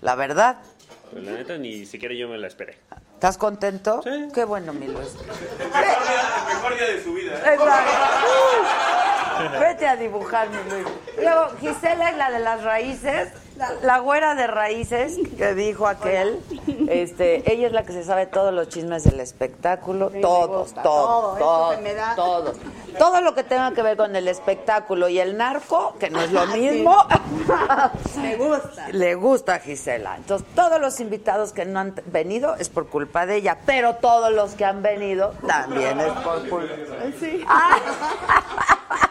la verdad.
Pues, la neta ni siquiera yo me la esperé.
¿Estás contento?
Sí.
Qué bueno, mi Luis.
El mejor día, el mejor día de su vida. ¿eh?
Exacto. Uh, Vete a dibujar, mi Luis. Luego, Gisela es la de las raíces, la, la güera de raíces que dijo aquel. Este, ella es la que se sabe todos los chismes del espectáculo, todos,
gusta, todo,
todos,
eso
todos,
se me da.
todos. Todo lo que tenga que ver con el espectáculo y el narco, que no es lo mismo.
Me gusta.
Le gusta a Gisela. Entonces, todos los invitados que no han t- venido es por culpa de ella, pero todos los que han venido también es por culpa. Ah.
Sí.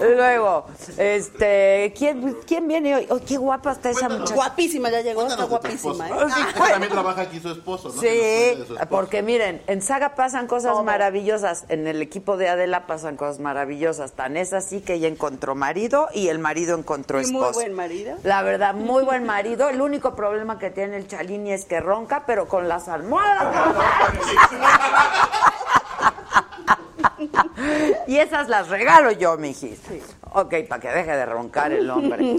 Luego, este, ¿quién, quién viene hoy? Oh, qué guapa está esa muchacha.
Guapísima, ya llegó. Está
Cuéntanos de tu
guapísima,
esposo. Ah,
¿eh?
Sí,
Que también trabaja aquí su esposo, ¿no? Que nos
Sí,
cuente de su esposo.
porque miren, en Saga pasan cosas maravillosas. En el equipo de Adela pasan cosas maravillosas. Tan es así que ella encontró marido y el marido encontró
Y muy
esposo.
buen marido.
La verdad, muy buen marido. El único problema que tiene el Chalini es que ronca, pero con las almohadas. Y esas las regalo yo, mijis. Ok, para que deje de roncar el hombre.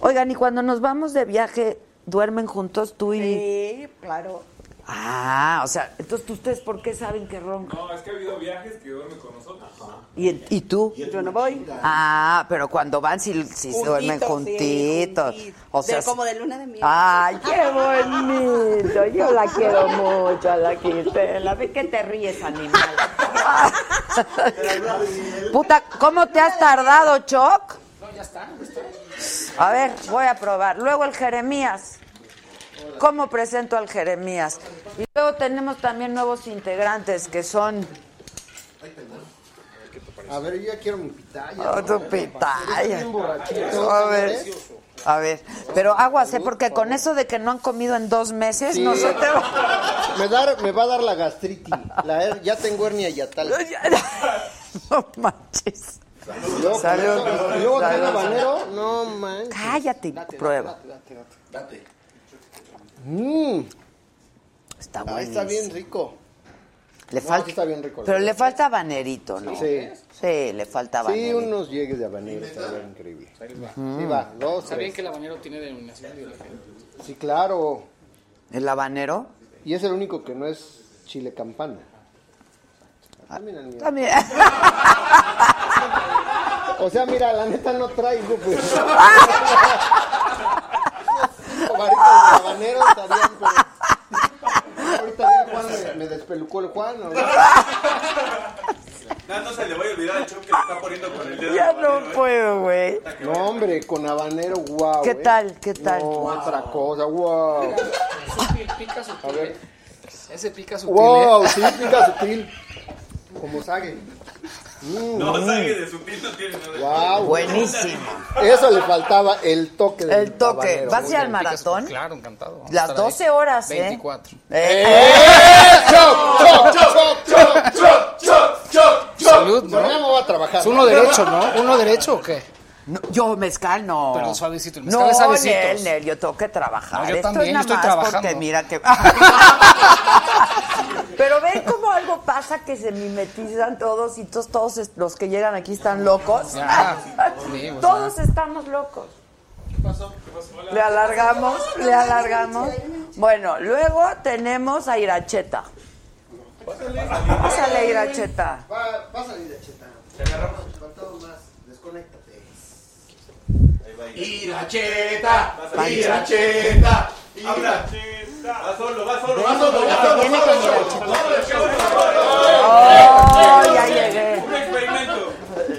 Oigan, y cuando nos vamos de viaje, ¿duermen juntos tú y...?
Sí, claro.
Ah, o sea, entonces ustedes por qué saben que ronca.
No, es que ha habido viajes que duerme con nosotros.
¿Y, y tú?
Yo no voy.
Ah, pero cuando van si, si se duermen
Juntitos, sí,
juntitos.
juntitos.
O sea,
De- como de luna de miel.
Ay, qué bonito. Yo la quiero mucho a la Quintela. Ve que te ríes, animal. Puta, ¿cómo te has tardado, Choc? A ver, voy a probar. Luego el Jeremías. ¿Cómo presento al Jeremías? Y luego tenemos también nuevos integrantes que son
¿Qué te parece?
A ver, yo ya quiero mi pitaya.
Oh, tu pitaya.
Eres bien borrachito.
A ver, a ver. Pero aguase, porque con eso de que no han comido en dos meses,
Sí.
no se te va.
Me, dar- me va a dar la gastritis. La her- ya tengo hernia y tal.
No manches.
Luego,
Salud.
y luego tiene
Salud.
habanero. No manches.
Cállate y
Date,
prueba.
Date, date, date. date. Mm,
Está
ah,
buenísimo.
está bien rico.
Le
No,
falta,
sí está bien rico.
Pero le falta habanerito, ¿no?
Sí.
Sí, le falta
Sí,
habanerito.
unos llegues de habanero. Está increíble. Sí, va. Dos,
Está bien
tres.
que el habanero tiene denominación de origen.
Sí, claro.
¿El habanero?
Y es el único que no es chile campana. Ah, mira, el mío.
También.
O sea, mira, la neta no traigo, pues. Varitas de habanero estarían, pero- Ahorita ya Juan me, me despelucó el Juan. ahorita-
Nada, no se le voy a olvidar al Chuck que le está poniendo con el dedo.
Ya
en la
no
manera, ¿eh?
puedo, güey.
No, hombre, con habanero, guau.
¿Qué
eh.
tal? ¿Qué tal?
No, otra cosa, guau.
Ese pica sutil. eh. Ese pica sutil. eh.
Wow, sí, pica sutil. Como sague.
No, saque de su pito tiene nada.
Wow.
Buenísimo.
Eso le faltaba, el toque del
El toque.
habanero.
¿Vas a ir al
Pica
maratón?
sutil, Claro, encantado. Vamos a
Las
estar ahí.
12 horas, ¿eh?
24.
Eh,
¡Choc, choc, choc, choc!
Choc, choc, choc, choc.
Salud, ¿no?
Soñamos va a trabajar.
Es uno derecho, ¿no? ¿Uno derecho o qué?
no, yo mezcal no.
Pero suavecito, el mezcal
no,
es suavecito.
Nel, Nel, yo tengo que trabajar.
No, yo
Esto
también, yo
es nada
estoy
más
trabajando.
porque mira que... Pero ven cómo algo pasa que se mimetizan todos y todos, todos es- los que llegan aquí están locos.
Ya, sí, o
todos estamos locos. Le alargamos, le alargamos. Bueno, luego tenemos a Iracheta. Pásale, Iracheta.
Va, va a salir de cheta. Te agarramos. Faltado más. Desconéctate.
Iracheta, iracheta,
Habla. Va solo, va solo.
Va solo, va solo,
Viene
va
con
solo.
¡Oh, ya llegué!
Un experimento.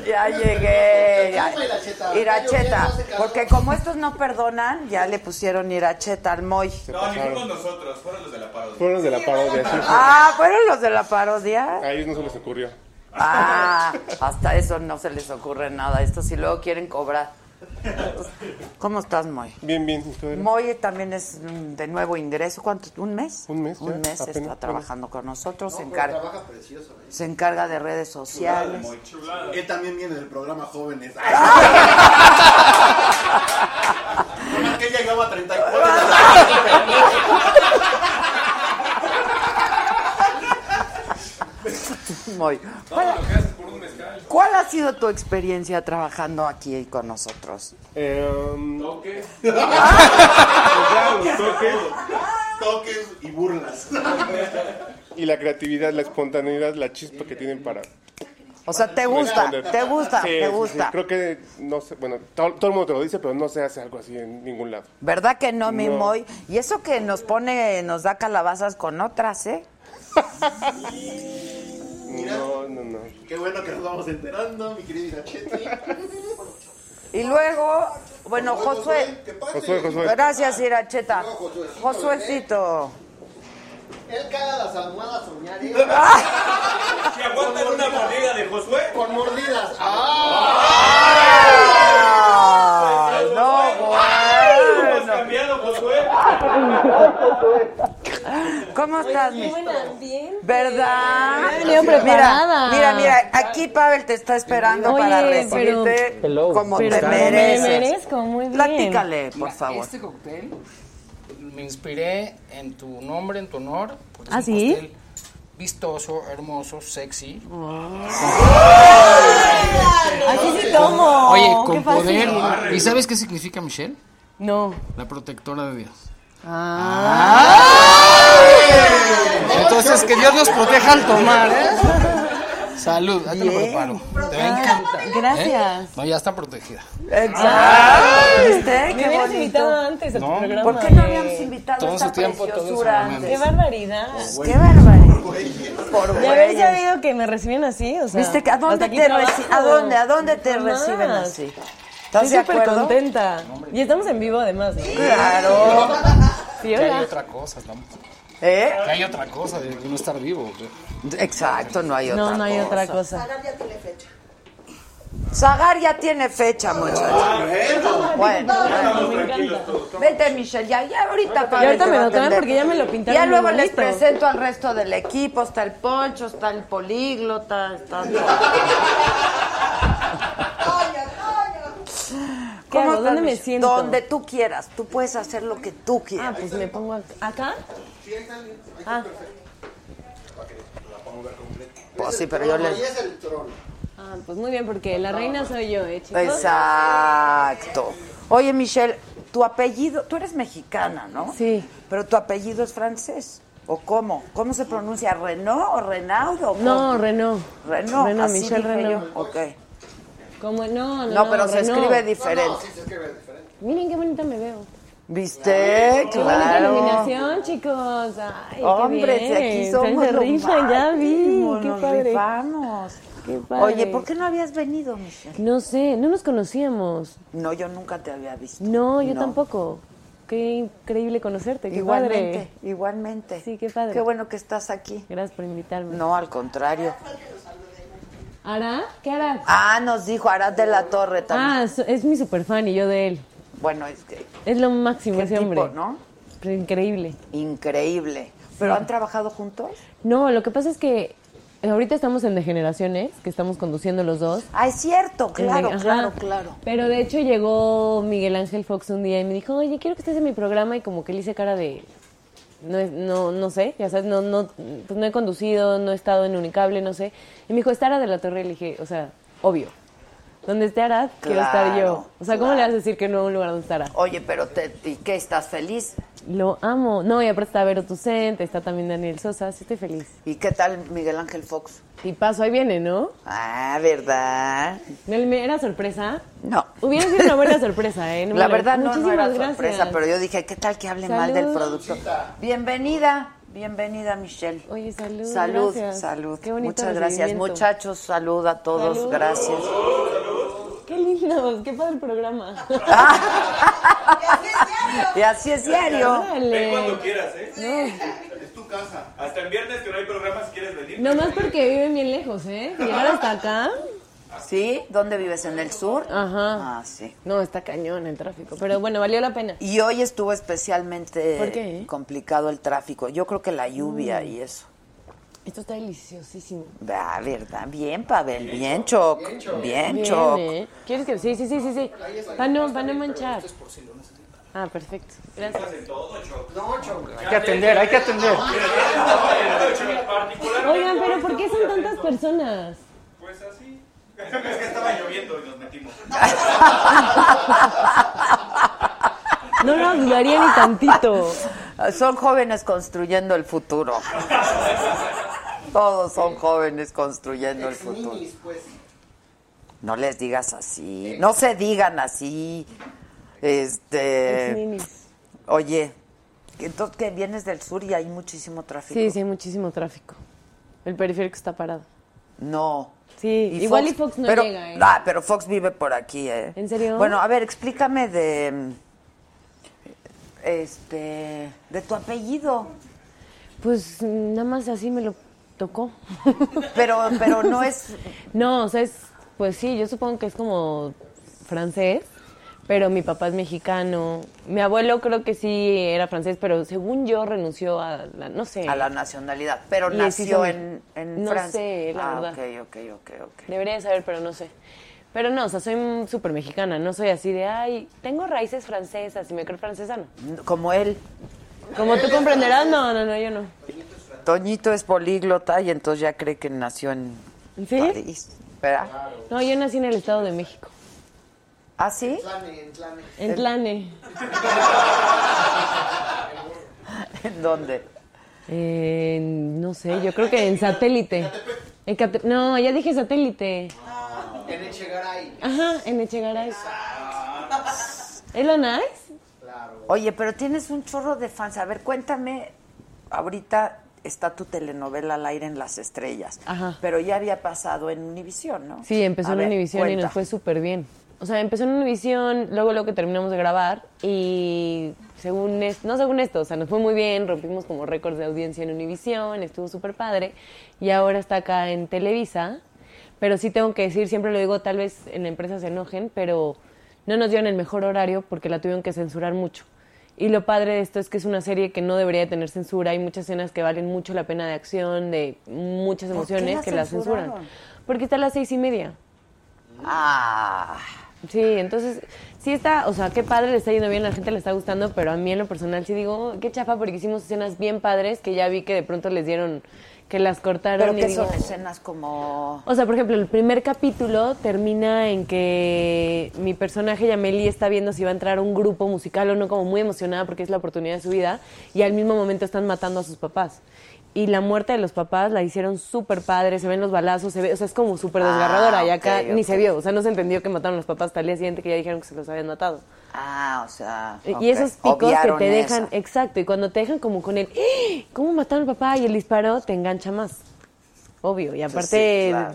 Ya llegué. ya. Iracheta.
No se casó.
Porque como estos no perdonan, ya le pusieron Iracheta al Moy.
No, ni fuimos nosotros, fueron los de la parodia.
Fueron de la parodia, sí, sí.
Ah, ¿fueron los de la parodia?
A ellos no se les ocurrió.
Ah, hasta eso no se les ocurre nada. Esto si luego quieren cobrar. ¿Cómo estás, Moy?
Bien, bien. ¿ustedes?
Moy también es mm, de nuevo ingreso. ¿Cuánto? ¿Un mes?
Un mes, ya,
Un mes
apenas,
está
apenas.
trabajando con nosotros. se,
Pero
encarga,
trabaja precioso, ¿eh?
se encarga de redes sociales.
Él también viene del programa Jóvenes. Nomás que llegaba a 34.
Moy.
Todo lo que haces por un mezcal.
¿Cuál ha sido tu experiencia trabajando aquí con nosotros?
Eh,
Toque.
toques,
Toques
y burlas. Y la creatividad, la espontaneidad, la chispa que tienen para
O sea, ¿te gusta?
responder.
¿Te gusta?
Sí,
¿Te
sí, sí.
gusta?
Creo que, no sé, bueno, to- todo el mundo te lo dice, pero no se hace algo así en ningún lado.
¿Verdad que no, mi
No.
Moy? Y eso que nos pone, nos da calabazas con otras, ¿eh?
No, no, no.
Qué bueno que nos vamos enterando, mi querida Iracheta.
Y luego, bueno, Josué.
Que pase.
Josué, Josué.
Gracias, Iracheta.
No, Josuecito,
Josuecito.
Él caga las almohadas soñar, ¿eh?
Si aguantan una mordida de Josué,
Con mordidas. ¡Ah!
¡Ah! No,
hemos
bueno.
cambiado Josué.
¿Cómo estás, mi?
bien.
¿Verdad?
venía preparada.
Mira, mira, mira, aquí Pavel te está esperando
Oye,
para recibirte como te mereces.
muy bien.
Platícale, por
Mira,
favor.
Este cóctel me inspiré en tu nombre, en tu honor. Porque
¿Ah,
es un
sí?
cóctel vistoso, hermoso, sexy.
Así sí tomo.
Oye, con
Qué fácil.
poder. ¿Y sabes qué significa Michelle?
No. Ah.
La protectora de Dios. ¡Ay! Entonces, que Dios nos proteja al tomar, ¿eh? Salud, ahí te lo preparo. Te va a encantar. ¿eh?
Gracias.
No, ya está protegida.
Exacto. ¿Viste?
Me
Qué
hubieras invitado
bonito.
antes al
No.
programa.
¿Por qué no habíamos invitado
Todo
a esta
su tiempo, todo su
preciosura
momento.
¡Qué
antes?
barbaridad!
¡Qué barbaridad! Por
De haber
güeyes.
sabido que me reciben así, o sea.
¿Viste que a
hasta
dónde
aquí
te
trabajo.
reciben? ¿A dónde? ¿A dónde te
Jamás.
reciben así? ¿Estás de
Estoy súper
acuerdo?
contenta. Y estamos en vivo además, ¿no?
Claro.
Sí,
Ya hay
hola.
otra cosa, estamos.
¿Eh?
Que hay otra cosa de no estar vivo.
Exacto, no hay
No,
otra
no hay otra
cosa.
Sagar ya tiene fecha.
Zagar ya tiene fecha, muchachos. Bueno, vete, Michelle, ya, ya ahorita.
Y ahorita me lo traen
atender.
porque ya me lo pintaron
Ya
muy
luego les
bonito.
presento al resto del equipo, está el Poncho, está el políglota, está...
¿Qué hago?
estás,
¿Dónde me
Michelle?
siento?
Donde tú quieras, tú puedes hacer lo que tú quieras.
Ah, pues me pongo ac- acá. Ah,
Pues sí, pero yo les...
Ahí es el trono.
ah, pues muy bien, porque la reina soy yo, ¿eh, chicos?
Exacto. Oye, Michelle, tu apellido, tú eres mexicana, ¿no? Sí. Pero tu apellido es francés. ¿O cómo? ¿Cómo se pronuncia? ¿Renaud o Renaudo?
No, Renaud.
Renaud.
Renaud,
así
Michelle
dije
Renaud.
yo. Ok.
Como, no, no,
No, pero se
Renaud.
escribe diferente.
Miren qué bonita me veo.
¿Viste?
Qué bonita
Claro.
iluminación, chicos. Ay,
Hombre,
qué
si
bien.
aquí somos
Se
lo
rifan, ya vi.
máximo,
Qué
nos
padre.
rifamos.
Qué padre.
Oye, ¿por qué no habías venido, Michelle?
No sé, no nos conocíamos.
No, yo nunca te había visto.
No, yo tampoco. Qué increíble conocerte, qué
Igualmente,
padre.
igualmente.
Sí, qué padre.
Qué bueno que estás aquí.
Gracias por invitarme.
No, al contrario.
¿Ara? ¿Qué hará?
Ah, nos dijo Arad de la Torre también.
Ah, so- es mi superfan y yo de él.
Bueno, es que
Es lo máximo
qué
ese
tipo,
hombre.
¿no?
Pero increíble.
Increíble. ¿Pero han trabajado juntos?
No, lo que pasa es que ahorita estamos en Degeneraciones, que estamos conduciendo los dos.
Ah, es cierto, claro,
Ajá.
claro, claro.
Pero de hecho llegó Miguel Ángel Fox un día y me dijo, oye, quiero que estés en mi programa y como que le hice cara de... No, es- no, no sé, ya sabes, no, no, pues no he conducido, no he estado en Unicable, no sé. Y me dijo, está Arad de la Torre. Y le dije, o sea, obvio. Donde esté Arad, quiero estar
Ah, Claro,
yo. O sea, ¿cómo le vas a decir que no a un lugar donde estará?
Oye, pero te, ¿y qué? ¿Estás feliz?
Lo amo. No, y aparte está Vero Tucente, está también Daniel Sosa, sí estoy feliz.
¿Y qué tal Miguel Ángel Fox?
Y paso, ahí viene, ¿no?
Ah, ¿verdad?
¿Me- me- ¿Era sorpresa?
No.
Hubiera sido una buena sorpresa, ¿eh? No me
La verdad no, no
Muchísimas
era
gracias.
sorpresa, pero yo dije, ¿qué tal que hable mal del
Salud.
producto? Bienvenida, bienvenida Michelle.
Oye, salud.
Salud,
gracias.
salud.
Qué bonito
Muchas gracias.
recibimiento.
Muchachos, salud a todos.
Salud.
Gracias.
Qué lindos, qué padre el programa.
Y así es diario.
Ven cuando
Órale.
quieras, ¿eh?
Es tu casa.
Hasta el viernes que no hay programa si quieres venir.
No más porque viven bien lejos, ¿eh? Llegar hasta acá.
¿Sí? ¿Dónde vives? ¿En el sur?
Ajá.
Ah, sí.
No, está cañón el tráfico. Pero bueno, valió la pena.
Y hoy estuvo especialmente
¿Por qué? Mm.
complicado el tráfico. Yo creo que la lluvia y eso.
Esto está deliciosísimo.
Ah, ¿verdad? Bien, Pavel. Bien, Choc. Bien,
Bien,
Choc.
¿eh? ¿Quieres que.? Sí, sí, sí, sí. sí. Para no, pa' no manchar. Ah, perfecto. Gracias.
pues
Hay que atender, hay que atender.
Oigan, pero ¿por qué son tantas personas?
Pues así. Es que estaba lloviendo y nos metimos.
No lo dudaría ni tantito.
Son jóvenes construyendo el futuro. Todos son jóvenes construyendo el futuro.
Minis, pues.
No les digas así. No se digan así. Este.
Exninis.
Oye, entonces que vienes del sur y hay muchísimo tráfico.
Sí, sí, hay muchísimo tráfico. El periférico está parado.
No.
Sí, igual y Fox no
pero,
llega, ¿eh?
Ah, pero Fox vive por aquí, ¿eh?
¿En serio?
Bueno, a ver, explícame de. mm, Este. De tu apellido.
Pues mm, nada más así me lo tocó.
Pero, pero no es.
No, o sea, es, pues sí, yo supongo que es como francés, pero mi papá es mexicano. Mi abuelo creo que sí era francés, pero según yo renunció a la, no sé.
a la nacionalidad, pero
Y es
nació
hijo-
en, en
no
Francia.
sé, la
ah,
verdad.
Ok, ok, ok, ok.
Debería de saber, pero no sé. Pero no, o sea, soy mm, súper mexicana, no soy así de, ay, tengo raíces francesas y me creo francesa, no.
Como él,
Como tú comprenderás, no, no, no, yo no.
Toñito es políglota y entonces ya cree que nació en
¿Sí?
París. ¿Verdad?
No, yo nací en el Estado de México,
¿Ah, sí?
Tlane, en Tlane.
en Tlane.
¿En dónde?
Eh, no sé, yo creo que en satélite. En Cate- no, ya dije satélite.
En Echegaray.
Ajá, en Echegaray. ¿Es lo nice?
Oye, pero tienes un chorro de fans. A ver, cuéntame, ahorita está tu telenovela al aire en las estrellas.
Ajá.
Pero ya había pasado en Univisión, ¿no?
Sí, empezó
A
en
ver,
Univisión y
cuenta.
nos fue súper bien.
O sea, empezó en Univisión, luego lo que terminamos de grabar y según es- no según esto, o sea, nos fue muy bien, rompimos como récords de audiencia en Univisión, estuvo súper padre y ahora está acá en Televisa, pero sí tengo que decir, siempre lo digo, tal vez en la empresa se enojen, pero no nos dieron el mejor horario porque la tuvieron que censurar mucho. Y lo padre de esto es que es una serie que no debería de tener censura, hay muchas escenas que valen mucho la pena de acción, de muchas
¿Por qué
emociones
la
que la censuran.
censuraron?
Porque está a las seis y media.
Ah.
Sí, entonces, sí está, o sea, qué padre le está yendo bien, la gente le está gustando, pero a mí en lo personal sí digo, "Oh, qué chafa, porque hicimos escenas bien padres que ya vi que de pronto les dieron, que las cortaron.
Pero
y
que
digo,
son escenas como...
o sea, por ejemplo, el primer capítulo termina en que mi personaje Yameli está viendo si va a entrar a un grupo musical o no, como muy emocionada porque es la oportunidad de su vida, y al mismo momento están matando a sus papás. Y la muerte de los papás la hicieron súper padre, se ven los balazos, se ve, o sea, es como súper desgarradora,
Ah,
y acá
ok,
ni
ok.
se vio, o sea, no se entendió que mataron a los papás hasta el día siguiente que ya dijeron que se los habían matado.
Ah, o sea...
Y-
ok.
Y esos picos
Obviaron
que te dejan,
esa.
exacto, y cuando te dejan como con el, "¡Ah! ¿cómo mataron al papá? Y el disparo te engancha más. Obvio, y aparte
Sí, claro.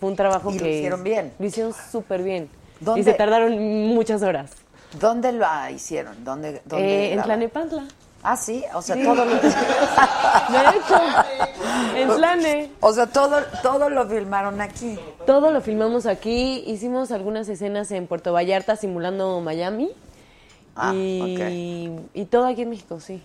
fue un trabajo
Y
que...
lo hicieron bien.
Lo hicieron súper bien.
¿Dónde-
Y se tardaron muchas horas.
¿Dónde la hicieron? ¿Dónde, dónde
Eh, en
la-
Tlanepantla.
Ah, sí, o sea,
Sí.
todo lo...
De hecho, en Tlane.
O sea, todo, todo lo filmaron aquí.
Todo lo filmamos aquí, hicimos algunas escenas en Puerto Vallarta simulando Miami.
Ah,
y, y todo aquí en México, sí.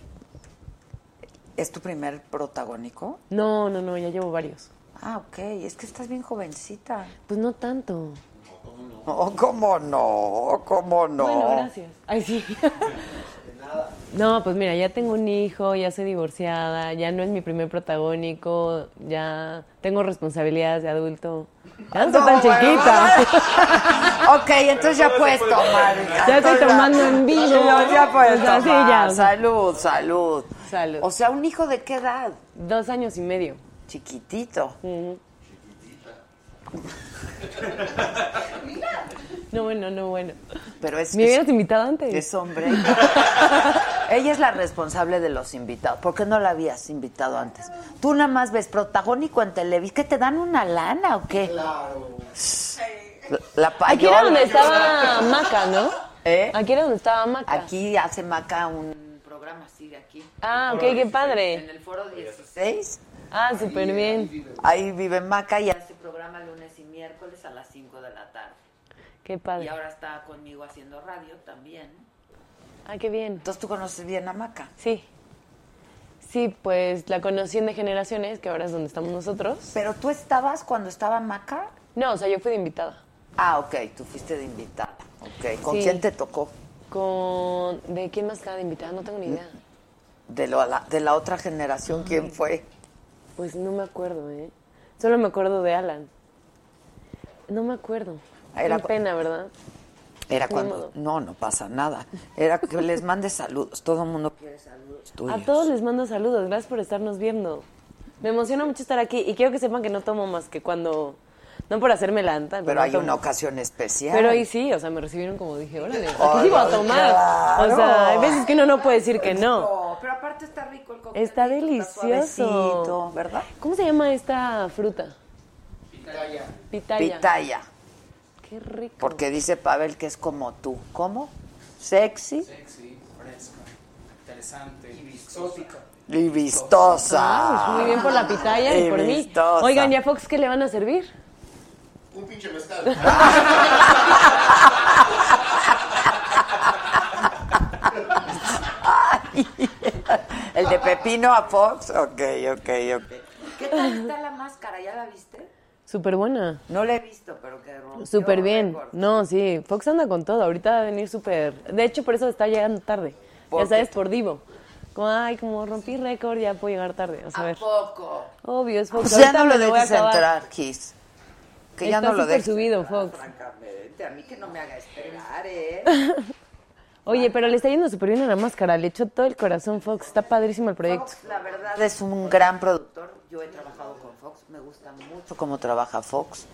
¿Es tu primer protagónico?
No, no, no, ya llevo varios.
Ah, ok, es que estás bien jovencita.
Pues no tanto.
Oh, ¿cómo no? ¿Cómo no?
Bueno, gracias. Ay, sí. No, pues mira, ya tengo un hijo, ya soy divorciada, ya no es mi primer protagónico, ya tengo responsabilidades de adulto. Ya no soy
No,
tan
bueno,
chiquita.
Ok, entonces ya puedes tomar.
Ya estoy tomando en vivo.
No, ya puedes
O sea,
tomar.
sí, ya.
Salud, salud.
Salud.
O sea, ¿un hijo de qué edad?
Dos años y medio.
Chiquitito.
No, bueno, no, bueno.
Pero es,
Me
es-
hubieras invitado antes.
es hombre. Ella es la responsable de los invitados. ¿Por qué no la habías invitado antes? Tú nada más ves protagónico en Televisa. ¿Qué te dan una lana o qué? Claro. La, la
Aquí era
payola.
donde estaba Maca, ¿no?
¿Eh?
Aquí era donde estaba Maca.
Aquí hace Maca un programa, sigue aquí.
Ah, ok, qué padre.
el foro 16.
Ah, súper bien.
Ahí vive Maca y hace programa lunes y miércoles a las 5 de la tarde.
Qué
Y
padre.
ahora está conmigo haciendo radio también.
Ah, qué bien.
Entonces tú conoces bien a Maca.
Sí. Sí, pues la conocí en De Generaciones, que ahora es donde estamos nosotros.
Pero tú estabas cuando estaba Maca.
No, o sea, yo fui de invitada.
Ah, ok, tú fuiste de invitada. Ok, ¿con
Sí.
quién te tocó?
Con... ¿De quién más estaba de invitada? No tengo ni idea.
De, lo- la, de la otra generación, ¿quién fue?
Pues no me acuerdo, ¿eh? Solo me acuerdo de Alan. No me acuerdo.
Ah, era
Qué
cu-
pena, ¿verdad?
Era
Ni
cuando...
modo.
No, no pasa nada. Era que les mande saludos. Todo el mundo quiere saludos tuyos.
A todos les mando saludos. Gracias por estarnos viendo. Me emociona mucho estar aquí y quiero que sepan que no tomo más que cuando... No por hacerme la anta,
Pero
no
hay
tomo.
una ocasión especial.
Pero ahí sí, o sea, me recibieron como dije, órale,
Ay,
aquí sí voy a tomar.
claro.
O sea, hay veces que uno no puede decir que no.
pero aparte está rico el coquete.
Está delicioso.
¿verdad?
¿Cómo se llama esta fruta? Pitaya.
Pitaya.
Qué rico.
Porque dice Pavel que es como tú. ¿Cómo? Sexy
Sexy, fresca, interesante, exótica.
y vistosa.
Ah, pues muy bien por la pitaya y, por mí.
vistosa.
Oigan, ¿y a Fox qué le van a servir?
Un pinche mezcal.
El de Pepino a Fox. Ok, ok, ok. ¿Qué tal está la máscara? ¿Ya la viste?
Súper buena.
No la he visto, pero que rompió
Súper bien.
récord.
No, sí, Fox anda con todo. Ahorita va a venir súper. De hecho, por eso está llegando tarde.
¿Por
Ya
qué?
sabes, por Divo. Como, ay, como rompí récord, ya puedo llegar tarde. O sea, a
¿A
ver.
poco?
Obvio, es Fox.
Pues ya
Ahorita
no lo
me voy a
dejes
acabar.
entrar, Kiss. Que ya
Está
no lo
súper
dejes.
subido, Fox.
Francamente, a mí que no me haga esperar, ¿eh?
Oye, pero le está yendo súper bien a la máscara. Le echó todo el corazón, Fox. Está padrísimo el proyecto.
Fox, la verdad, es un gran productor. Yo he trabajado con Fox, me gusta mucho cómo trabaja Fox.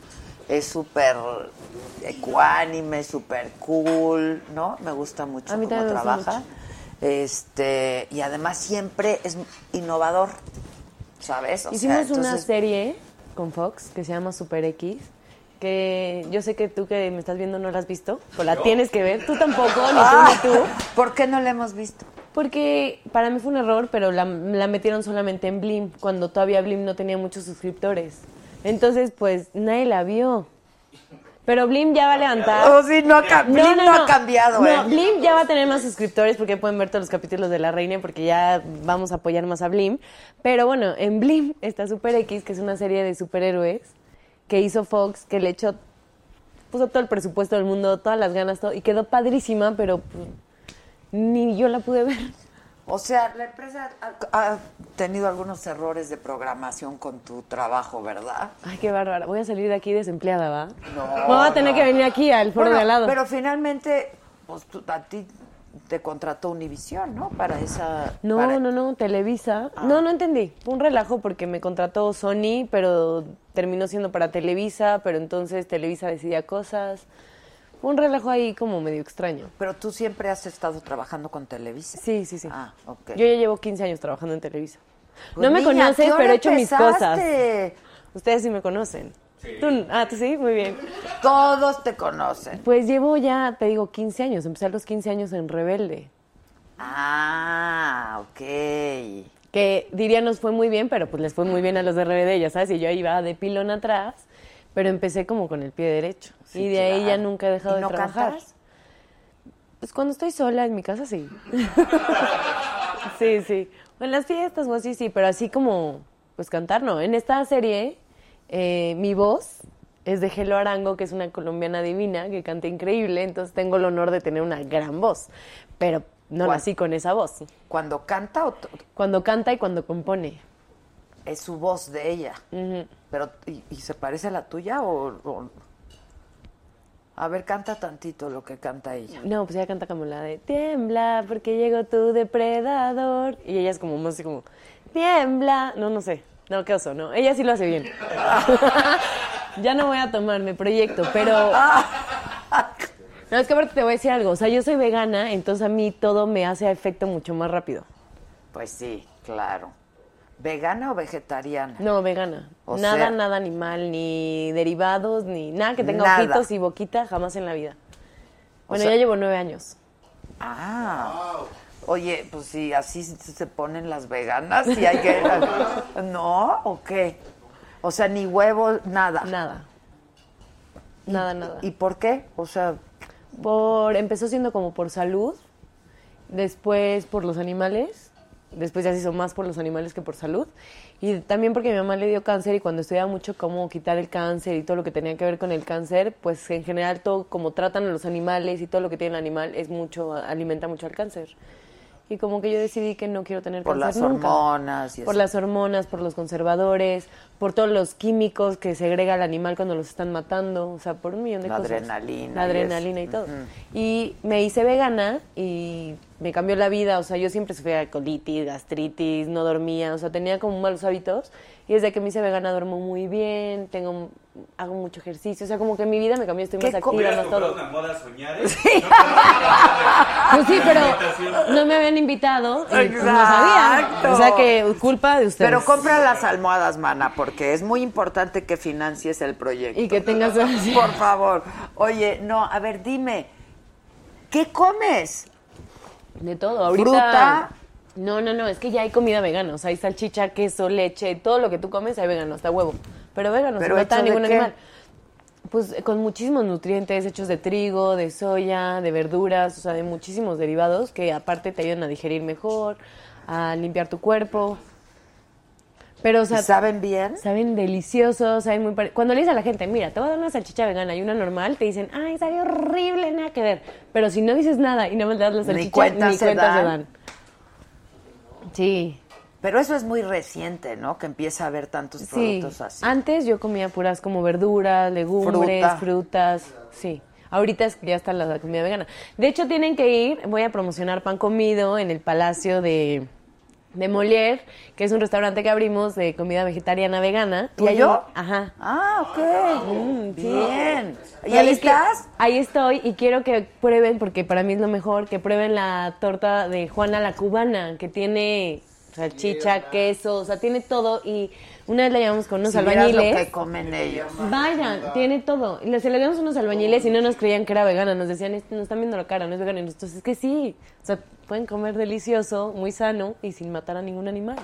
Es súper ecuánime, súper cool, ¿no? Me gusta mucho
A mí
cómo
también me gusta
trabaja. Este, y además siempre es innovador, ¿sabes? O sea,
Hicimos una
entonces-
serie con Fox que se llama Super X, porque yo sé que tú que me estás viendo no la has visto, pues la
¿Yo?
tienes que ver, tú tampoco, ni
Ah,
tú ni tú.
¿Por qué no la hemos visto?
Porque para mí fue un error, pero la, la metieron solamente en Blim, cuando todavía Blim no tenía muchos suscriptores. Entonces, pues nadie la vio. Pero Blim ya va a levantar.
Oh, sí, no ha ca- Blim no ha cambiado,
Ah. No,
¿eh?
Blim ya va a tener más suscriptores porque pueden ver todos los capítulos de La Reina porque ya vamos a apoyar más a Blim. Pero bueno, en Blim está Super X, que es una serie de superhéroes que hizo Fox, que le echó, puso todo el presupuesto del mundo, todas las ganas, todo, y quedó padrísima, pero pues, ni yo la pude ver.
O sea, la empresa ha, ha tenido algunos errores de programación con tu trabajo, ¿verdad?
Ay, qué bárbara. Voy a salir de aquí desempleada, ¿va?
No.
Me voy a tener que venir aquí al foro
Bueno,
de al lado.
Pero finalmente, pues tú- a ti te contrató Univisión, ¿no? Para esa.
No,
para- Ah.
no, no, Televisa. No, no entendí. Fue un relajo porque me contrató Sony, pero terminó siendo para Televisa, pero entonces Televisa decidía cosas. Fue un relajo ahí como medio extraño.
Pero tú siempre has estado trabajando con Televisa.
Sí, sí, sí.
Ah, ok.
Yo ya llevo 15 años trabajando en Televisa.
Pues,
no me
niña, ¿qué
conoces,
hora
pero he hecho mis cosas.
empezaste?
Ustedes sí me conocen. Tú- ah, tú sí, muy bien.
Todos te conocen.
Pues llevo ya, te digo, 15 años. Empecé a los 15 años en Rebelde.
Ah, ok.
que diría nos fue muy bien, pero pues les fue muy bien a los de RBD, ya sabes, y yo iba de pilón atrás, pero empecé como con el pie derecho.
Sí,
y de ahí ya
claro.
nunca he dejado
¿Y no
de trabajar.
cantas?
Pues cuando estoy sola en mi casa sí. sí, sí. O en las fiestas o así sí, pero así como pues cantar no. En esta serie eh, mi voz es de Gelo Arango, que es una colombiana divina que canta increíble, entonces tengo el honor de tener una gran voz, pero no
¿Cuál?
nací con esa voz.
¿Cuando canta o t-
Cuando canta y cuando compone.
es su voz de ella? Pero, ¿y, y se parece a la tuya o, o- A ver, canta tantito lo que canta ella.
No, pues ella canta como la de Tiembla porque llegó tu depredador. Y ella es como más así como Tiembla. No, no sé. No, qué oso, no. Ella sí lo hace bien. ya no voy a tomarme proyecto, pero. No, es que aparte te voy a decir algo. O sea, yo soy vegana, entonces a mí todo me hace efecto mucho más rápido.
Pues sí, claro. ¿Vegana o vegetariana?
No, vegana.
O
nada,
sea-
nada animal, ni derivados, ni nada que tenga
Nada.
ojitos y boquita, jamás en la vida.
O
Bueno,
sea-
ya llevo nueve años.
Ah. Oye, pues si así se se ponen las veganas y hay que... ¿No? ¿O qué? O sea, ni huevo, nada.
Nada.
Ah.
Nada, nada.
¿Y por qué? O sea,
Por, empezó siendo como por salud, después por los animales, después ya se hizo más por los animales que por salud, y también porque mi mamá le dio cáncer y cuando estudiaba mucho cómo quitar el cáncer y todo lo que tenía que ver con el cáncer, pues en general todo como tratan a los animales y todo lo que tiene el animal es mucho, alimenta mucho al cáncer. Y como que yo decidí que no quiero tener
por las
cáncer nunca.
hormonas y
Por
eso.
las hormonas, por los conservadores, por todos los químicos que segrega el animal cuando los están matando, o sea, por un millón de
La
cosas.
adrenalina
La
y
adrenalina y,
eso.
todo.
Ujú.
Y me hice vegana y me cambió la vida, o sea, yo siempre sufría de colitis, gastritis, no dormía, o sea, tenía como malos hábitos y desde que me hice vegana duermo muy bien, tengo hago mucho ejercicio, o sea, como que mi vida me cambió, estoy más activa,
Hubieras
más
comprado
todo.
una moda soñares.
Pues sí, pero
invitación.
no me habían invitado y pues, no
Exacto.
sabía. O sea que culpa de ustedes.
Pero compra las almohadas, mana, porque es muy importante que financies el proyecto.
Y que tengas...
Por favor. Oye, no, a ver, dime, ¿qué comes?
De todo, ahorita.
Fruta.
No, no, no, es que ya hay comida vegana. O sea, hay salchicha, queso, leche, todo lo que tú comes hay vegano, hasta huevo. Pero vegano,
¿Pero
no está
hecho de
ningún
qué?
animal. Pues eh, con muchísimos nutrientes hechos de trigo, de soya, de verduras, o sea, de muchísimos derivados que aparte te ayudan a digerir mejor, a limpiar tu cuerpo. Pero, o sea,
¿Y ¿Saben bien?
saben deliciosos, saben muy pare- Cuando le dices a la gente, mira, te voy a dar una salchicha vegana y una normal, te dicen, ay, sabe horrible, nada que ver. Pero si no dices nada y no me das la
Ni
salchicha, ni
cuenta
cuenta,
se
se
dan.
dan. Sí,
Pero eso es muy reciente, ¿no? Que empieza a haber tantos
sí.
productos así.
Antes yo comía puras como verduras, legumbres,
Fruta.
frutas, sí. Ahorita es que ya está la comida vegana. De hecho, tienen que ir, voy a promocionar pan comido en el Palacio de, de Molière, que es un restaurante que abrimos de comida vegetariana vegana.
¿Tú y
ahí-
yo?
Ajá.
Ah, ok.
Mm, sí.
Bien. ¿Y
No,
ahí
es que
estás?
Ahí estoy y quiero que prueben, porque para mí es lo mejor, que prueben la torta de Juana la cubana, que tiene salchicha, queso, o sea, tiene todo. Y una vez la llevamos con unos
Si vieras
albañiles.
lo que comen ellos.
Vayan, tiene todo. Y le- Se le dieron unos albañiles y no nos creían que era vegana. Nos decían, "Este, nos están viendo la cara, no es vegana. Y nosotros, es que sí. O sea, pueden comer delicioso, muy sano y sin matar a ningún animal.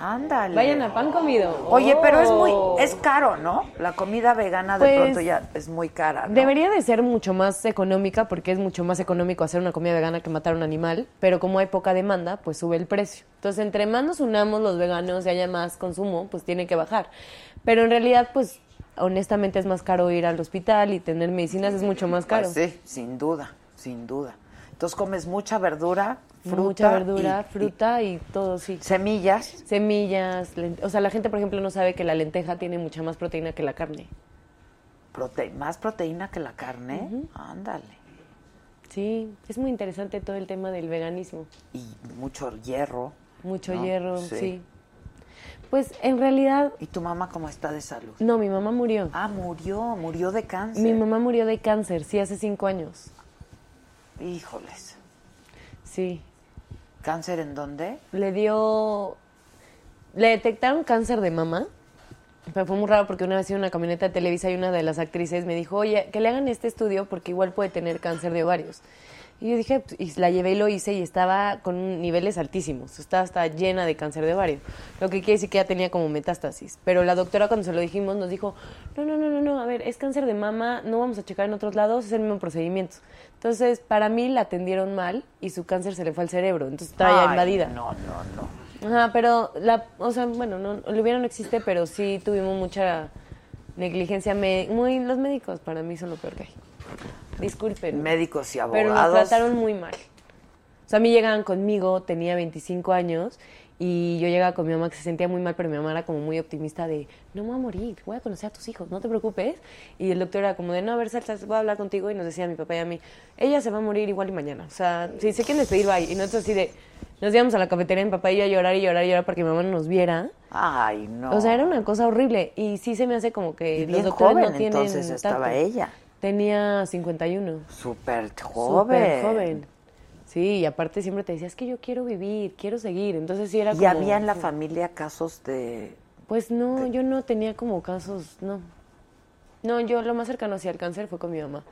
Ándale.
Vayan a pan comido.
Oye, pero es muy,
Oh.
es caro, ¿no? La comida vegana de
Pues,
pronto ya es muy cara. ¿no?
Debería de ser mucho más económica porque es mucho más económico hacer una comida vegana que matar a un animal, pero como hay poca demanda, pues sube el precio. Entonces, entre más nos unamos los veganos y haya más consumo, pues tiene que bajar. Pero en realidad, pues honestamente es más caro ir al hospital y tener medicinas es mucho más caro.
Pues sí, sin duda, sin duda. Entonces comes mucha verdura, fruta.
Mucha verdura,
y-
fruta y todo, sí.
Semillas.
Semillas, lente- o sea, la gente, por ejemplo, no sabe que la lenteja tiene mucha más proteína que la carne.
y prote- más proteína que la carne. Ándale.
Sí, es muy interesante todo el tema del veganismo.
Y mucho hierro.
Mucho
¿no?
hierro, sí. Pues en realidad
¿Y tu mamá cómo está de salud?
No, mi mamá murió.
Ah, murió, murió de cáncer.
Mi mamá murió de cáncer, sí, hace cinco años.
Híjoles.
Sí.
¿Cáncer en dónde?
Le dio. Le detectaron cáncer de mamá. Pero fue muy raro porque una vez en una camioneta de Televisa y una de las actrices me dijo, oye, que le hagan este estudio porque igual puede tener cáncer de ovarios. Y yo dije, "Pues", y la llevé y lo hice y estaba con niveles altísimos. Estaba hasta llena de cáncer de ovario. Lo que quiere decir que ya tenía como metástasis. Pero la doctora cuando se lo dijimos nos dijo, no, no, no, no, no, a ver, es cáncer de mama, no vamos a checar en otros lados, es el mismo procedimiento. Entonces, para mí la atendieron mal y su cáncer se le fue al cerebro. Entonces estaba ya
Ay,
invadida.
No, no, no.
Ajá, pero la, o sea, bueno, no, lo hubiera no existe, pero sí tuvimos mucha negligencia. me- muy, los médicos para mí son lo peor que hay. Disculpen.
Médicos y
Pero nos
abogados.
trataron muy mal. O sea, a mí llegaban conmigo, tenía 25 años, y yo llegaba con mi mamá que se sentía muy mal, pero mi mamá era como muy optimista de, no me voy a morir, voy a conocer a tus hijos, no te preocupes. Y el doctor era como de, no, a ver, Salsas, voy a hablar contigo. Y nos decía a mi papá y a mí, ella se va a morir igual y mañana. O sea, si se quieren despedir, bye. Y nosotros así de, nos íbamos a la cafetería, mi papá y yo a llorar y llorar y llorar para que mi mamá no nos viera.
Ay, no.
O sea, era una cosa horrible. Y sí se me hace como que
Y
los
bien
doctores
joven
no tienen
entonces estaba
tacto.
ella.
Tenía 51.
Súper joven.
Súper joven. Sí, y aparte siempre te decías que yo quiero vivir, quiero seguir. Entonces sí era
¿Y
como.
había en la familia casos de
Pues no, yo no tenía como casos, no. No, yo lo más cercano hacia el cáncer fue con mi mamá.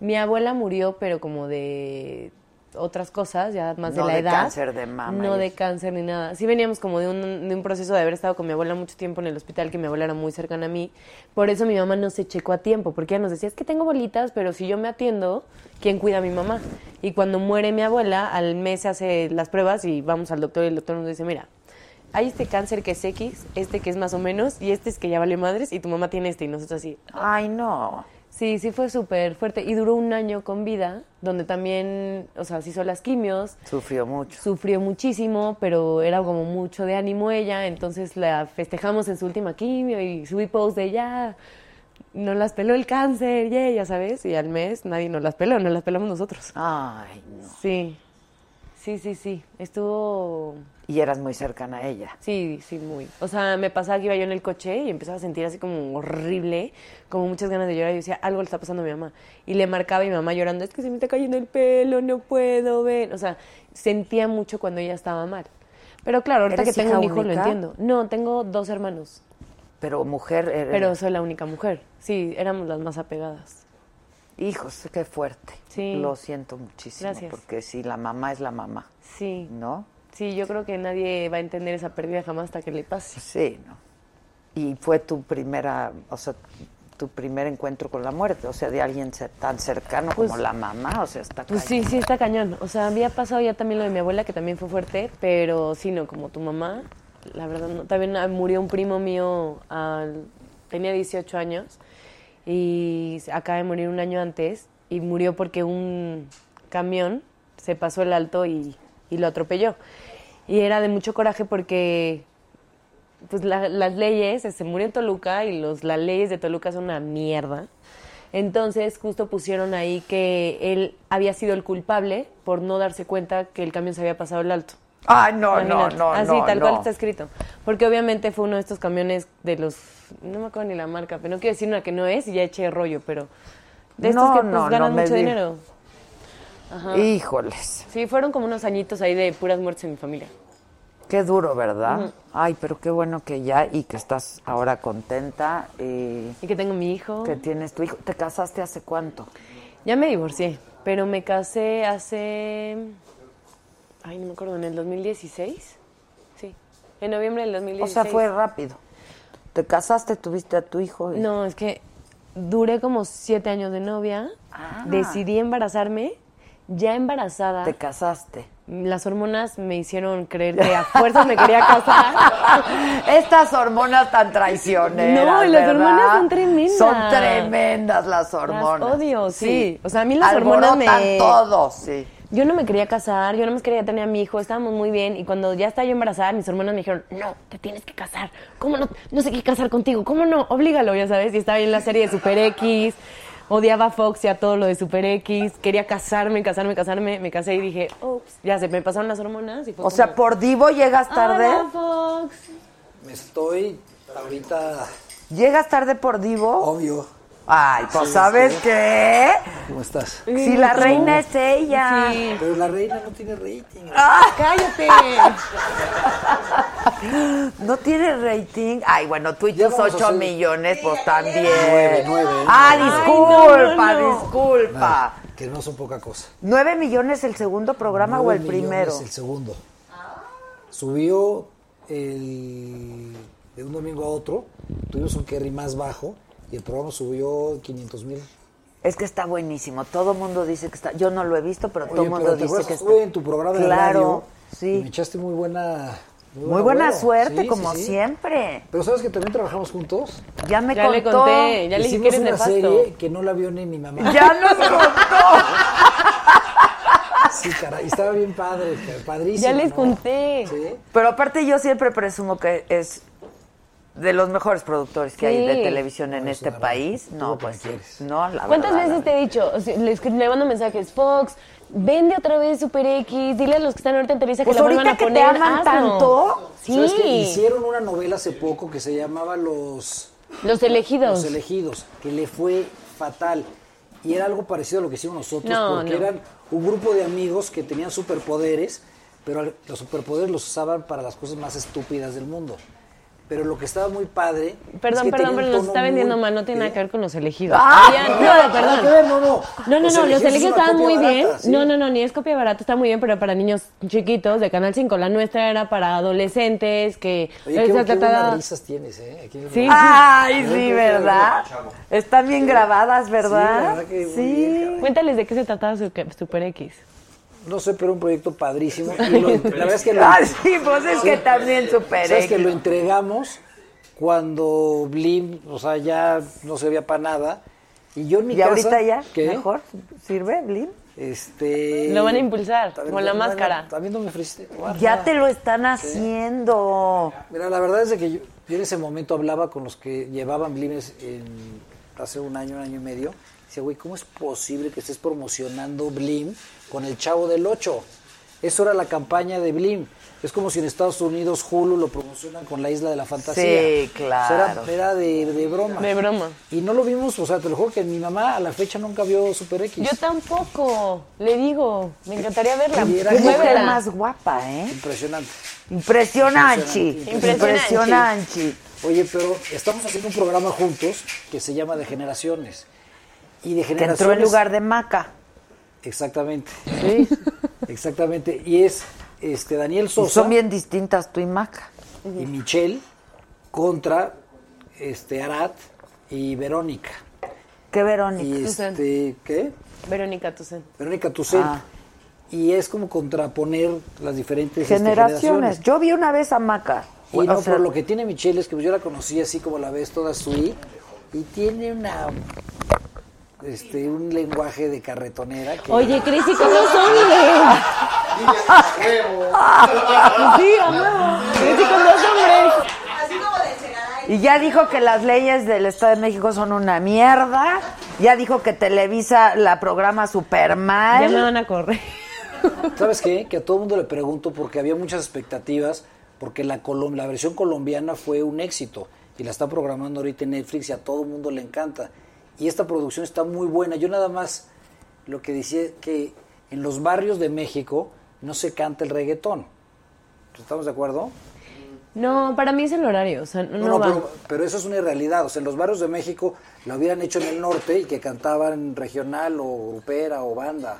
Mi abuela murió, pero como de otras cosas, ya más
No
de la
de
edad.
cáncer de mama
No
y
de
eso.
cáncer ni nada. Sí veníamos como de un, de un proceso de haber estado con mi abuela mucho tiempo en el hospital, que mi abuela era muy cercana a mí. Por eso mi mamá no se checó a tiempo, porque ella nos decía, es que tengo bolitas, pero si yo me atiendo, ¿quién cuida a mi mamá? Y cuando muere mi abuela, al mes se hace las pruebas y vamos al doctor y el doctor nos dice, mira, hay este cáncer que es X, este que es más o menos, y este es que ya vale madres, y tu mamá tiene este, y nosotros así.
Ay, no.
Sí, sí fue súper fuerte. Y duró un año con vida, donde también, o sea, se hizo las quimios,
Sufrió mucho.
sufrió muchísimo, pero era como mucho de ánimo ella, entonces la festejamos en su última quimio y subí post de ya, no las peló el cáncer, yay", ya sabes, y al mes nadie nos las peló, nos las pelamos nosotros.
Ay, no.
Sí, sí, sí, sí, estuvo...
Y eras muy cercana a ella.
Sí, sí, muy. O sea, me pasaba que iba yo en el coche y empezaba a sentir así como horrible, como muchas ganas de llorar. Yo decía, algo le está pasando a mi mamá. Y le marcaba a mi mamá llorando, es que se me está cayendo el pelo, no puedo ver. O sea, sentía mucho cuando ella estaba mal. Pero claro, ahorita que
¿Eres
tengo
hija
un hijo lo
única?
entiendo. No, tengo dos hermanos,
Pero mujer. eh, era-
pero soy la única mujer. Sí, éramos las más apegadas.
Hijos, qué fuerte.
Sí.
Lo siento muchísimo.
Gracias.
Porque si la mamá es la mamá.
Sí.
¿No?
Sí, yo creo que nadie va a entender esa pérdida jamás hasta que le pase.
Sí, ¿no? Y fue tu primera, o sea, tu primer encuentro con la muerte, o sea, de alguien cer- tan cercano como
Pues-
la mamá, o sea, está
Pues sí, sí, está cañón. O sea, había pasado ya también lo de mi abuela, que también fue fuerte, pero sí, no, como tu mamá, la verdad, no. También ah, murió un primo mío, al- tenía 18 años, y se- acaba de morir un año antes, y murió porque un camión se pasó el alto y, y lo atropelló. Y era de mucho coraje porque pues la- las leyes, se murió en Toluca y los, las leyes de Toluca son una mierda. Entonces justo pusieron ahí que él había sido el culpable por no darse cuenta que el camión se había pasado el alto.
Ah, no, no,
Imagínate.
no,
Así,
no,
tal
no.
cual está escrito. Porque obviamente fue uno de estos camiones de los, no me acuerdo ni la marca, pero no quiero decir una que no es y ya eché rollo, pero de estos
No,
que pues,
no, no
ganan
me
mucho
di-
dinero. Ajá.
Híjoles.
Sí, fueron como unos añitos ahí de puras muertes en mi familia.
Qué duro, ¿verdad? Ay, pero qué bueno que ya y que estás ahora contenta. Y,
que tengo mi hijo.
Que tienes tu hijo. ¿Te casaste hace cuánto?
Ya me divorcié, pero me casé hace. Ay, no me acuerdo, en el 2016. Sí, en noviembre del 2016.
O sea, fue rápido. Te casaste, tuviste a tu hijo. y-
No, es que duré como siete años de novia. Decidí embarazarme. Ya embarazada.
Te casaste.
Las hormonas me hicieron creer que a fuerzas me quería casar.
Estas hormonas tan traicioneras.
No, y las
¿verdad?
hormonas son tremendas.
Son tremendas las hormonas.
Las odio, sí. O sea, a mí las hormonas me-
Alborotan todo, sí.
Yo no me quería casar, yo no me quería tener a mi hijo, estábamos muy bien. Y cuando ya estaba yo embarazada, mis hermanas me dijeron, no, te tienes que casar. ¿Cómo no? No sé qué casar contigo. ¿Cómo no? Oblígalo, ya sabes. Y estaba yo en la serie de Super X, odiaba a Fox y a todo lo de Super X. Quería casarme, casarme, casarme. Me casé y dije, ups, ya se me pasaron las hormonas. Y fue
O sea,
como,
por divo
Ah,
llegas tarde.
"Hola, Fox.
Estoy ahorita.
¿Llegas tarde por divo?
Obvio.
Ay, pues ¿sabes qué?
¿Cómo estás?
Si la reina es ella.
Sí. Pero la reina no tiene rating.
¡Cállate!
No tiene rating. Ay, bueno, tú y
Ya
tus
vamos a
8
hacer-
millones, pues también.
Nueve, nueve.
Ah, disculpa,
Ay, no, no, no.
disculpa.
Nada, que no son poca cosa.
¿Nueve millones el segundo programa o el
Nueve millones
primero?
El segundo. Subió el- de un domingo a otro, tuvimos un carry más bajo y el programa subió 500 mil.
Es que está buenísimo. Todo el mundo dice que está. Yo no lo he visto, pero todo
Oye,
el mundo
pero ¿te
dice
acuerdas?
que está.
Estuve en tu programa de
Claro,
radio
sí.
y me echaste muy buena...
Muy buena
hueva.
suerte,
Sí, sí,
como
sí.
siempre.
Pero ¿sabes que también trabajamos juntos?
Ya me
Ya le
contó.
conté, ya le dije que
Hicimos
eres
una
nefasto.
serie que no la vio ni mi mamá.
Ya nos contó.
Sí, caray, estaba bien padre, ca- padrísimo.
Ya les
¿no?
conté.
Pero aparte yo siempre presumo que es de los mejores productores que hay
Sí.
de televisión en este país. No, pues no, la
¿Cuántas
verdad,
veces te he dicho? O sea, le, escri- le mando mensajes, Fox, vende otra vez Super X, dile a los que están ahorita en Televisa
Pues
que lo
ahorita
vuelvan a
que te
poner.
aman
hazlo.
tanto,
¿Sabes qué?
Sí.
Hicieron una novela hace poco que se llamaba Los...
Los elegidos.
Los elegidos, que le fue fatal. Y era algo parecido a lo que hicimos nosotros,
No,
porque
no.
eran un grupo de amigos que tenían superpoderes, pero al- los superpoderes los usaban para las cosas más estúpidas del mundo. Pero lo que estaba muy padre...
Perdón,
es que tenía
perdón,
un
pero nos
tono
está vendiendo
muy-
mal, no tiene nada que ver con los elegidos.
Ah,
Había-
no,
no,
nada
perdón.
que ver, no, no.
No, no,
Los
no,
elegidos
los
es
elegidos
una
estaban
copia
muy bien.
barata, sí.
No, no, no, ni es copia barata, está muy bien, pero para niños chiquitos de Canal 5. La nuestra era para adolescentes que...
Oye, qué, qué
esa
buenas
tratada-
risas tienes, ¿eh? Aquí en el
Sí, sí.
Ay,
Yo creo
sí,
que-
¿verdad? Están bien grabadas,
Sí, la
¿verdad?
verdad que muy
Cuéntales de qué se trataba Super Super X.
No sé, pero un proyecto padrísimo. Y lo- la verdad es que lo,
Ah, sí, pues es que también superé.
¿Sabes que lo entregamos cuando Blim, o sea, ya no servía para nada. Y yo en mi
¿Y
casa...
ahorita ya?
¿Qué?
¿Mejor? ¿Sirve, Blin?
Este...
Lo van a impulsar,
a ver,
con la
no, no,
máscara.
También no me ofreciste.
Ya te lo están haciendo.
Mira, la verdad es de que yo, yo en ese momento hablaba con los que llevaban blimes en- hace un año, un año y medio. Dice, güey, ¿cómo es posible que estés promocionando Blim con el Chavo del 8? Eso era la campaña de Blim. Es como si en Estados Unidos Hulu lo promocionan con la Isla de la Fantasía.
Sí,
O sea,
claro.
era era de, de broma.
De broma.
Y no lo vimos, o sea, te lo juro que mi mamá a la fecha nunca vio Super X.
Yo tampoco, le digo, me encantaría verla.
Y era
Qué
como-
mujer más guapa, ¿eh?
Impresionante.
Impresionante.
Impresionante.
Impresionante.
Oye, pero estamos haciendo un programa juntos que se llama De Generaciones. Y de
Que
generaciones.
entró en lugar de Maca.
Exactamente. Exactamente. Y es este Daniel
Y
Sosa
son bien distintas tú y Maca.
y Michelle contra este Arad y Verónica.
¿Qué Verónica?
Y
Tucen.
este, ¿qué?
Verónica Tucen.
Verónica Tucent.
Ah.
Y es como contraponer las diferentes este,
Generaciones. Yo vi una vez a Maca.
Y
O
no,
sea,
pero lo que tiene Michelle es que pues, yo la conocí así como la ves toda sui y tiene una este un lenguaje de carretonera que
Oye, Cris, ¿y cómo son? Sí, a huevo. Cris, ¿y cómo son, güey?
Y ya dijo que las leyes del Estado de México son una mierda. Ya dijo que Televisa la programa super
Ya me
mal.
van a correr.
¿Sabes qué? Que a todo el mundo le pregunto porque había muchas expectativas, porque la, colom- la versión colombiana fue un éxito y la está programando ahorita en Netflix y a todo el mundo le encanta. Y esta producción está muy buena. Yo nada más lo que decía es que en los barrios de México no se canta el reggaetón. ¿Estamos de acuerdo?
No, para mí es el horario, o sea, no,
No, no,
va.
pero, pero eso es una irrealidad. O sea, en los barrios de México lo hubieran hecho en el norte y que cantaban regional o grupera o banda.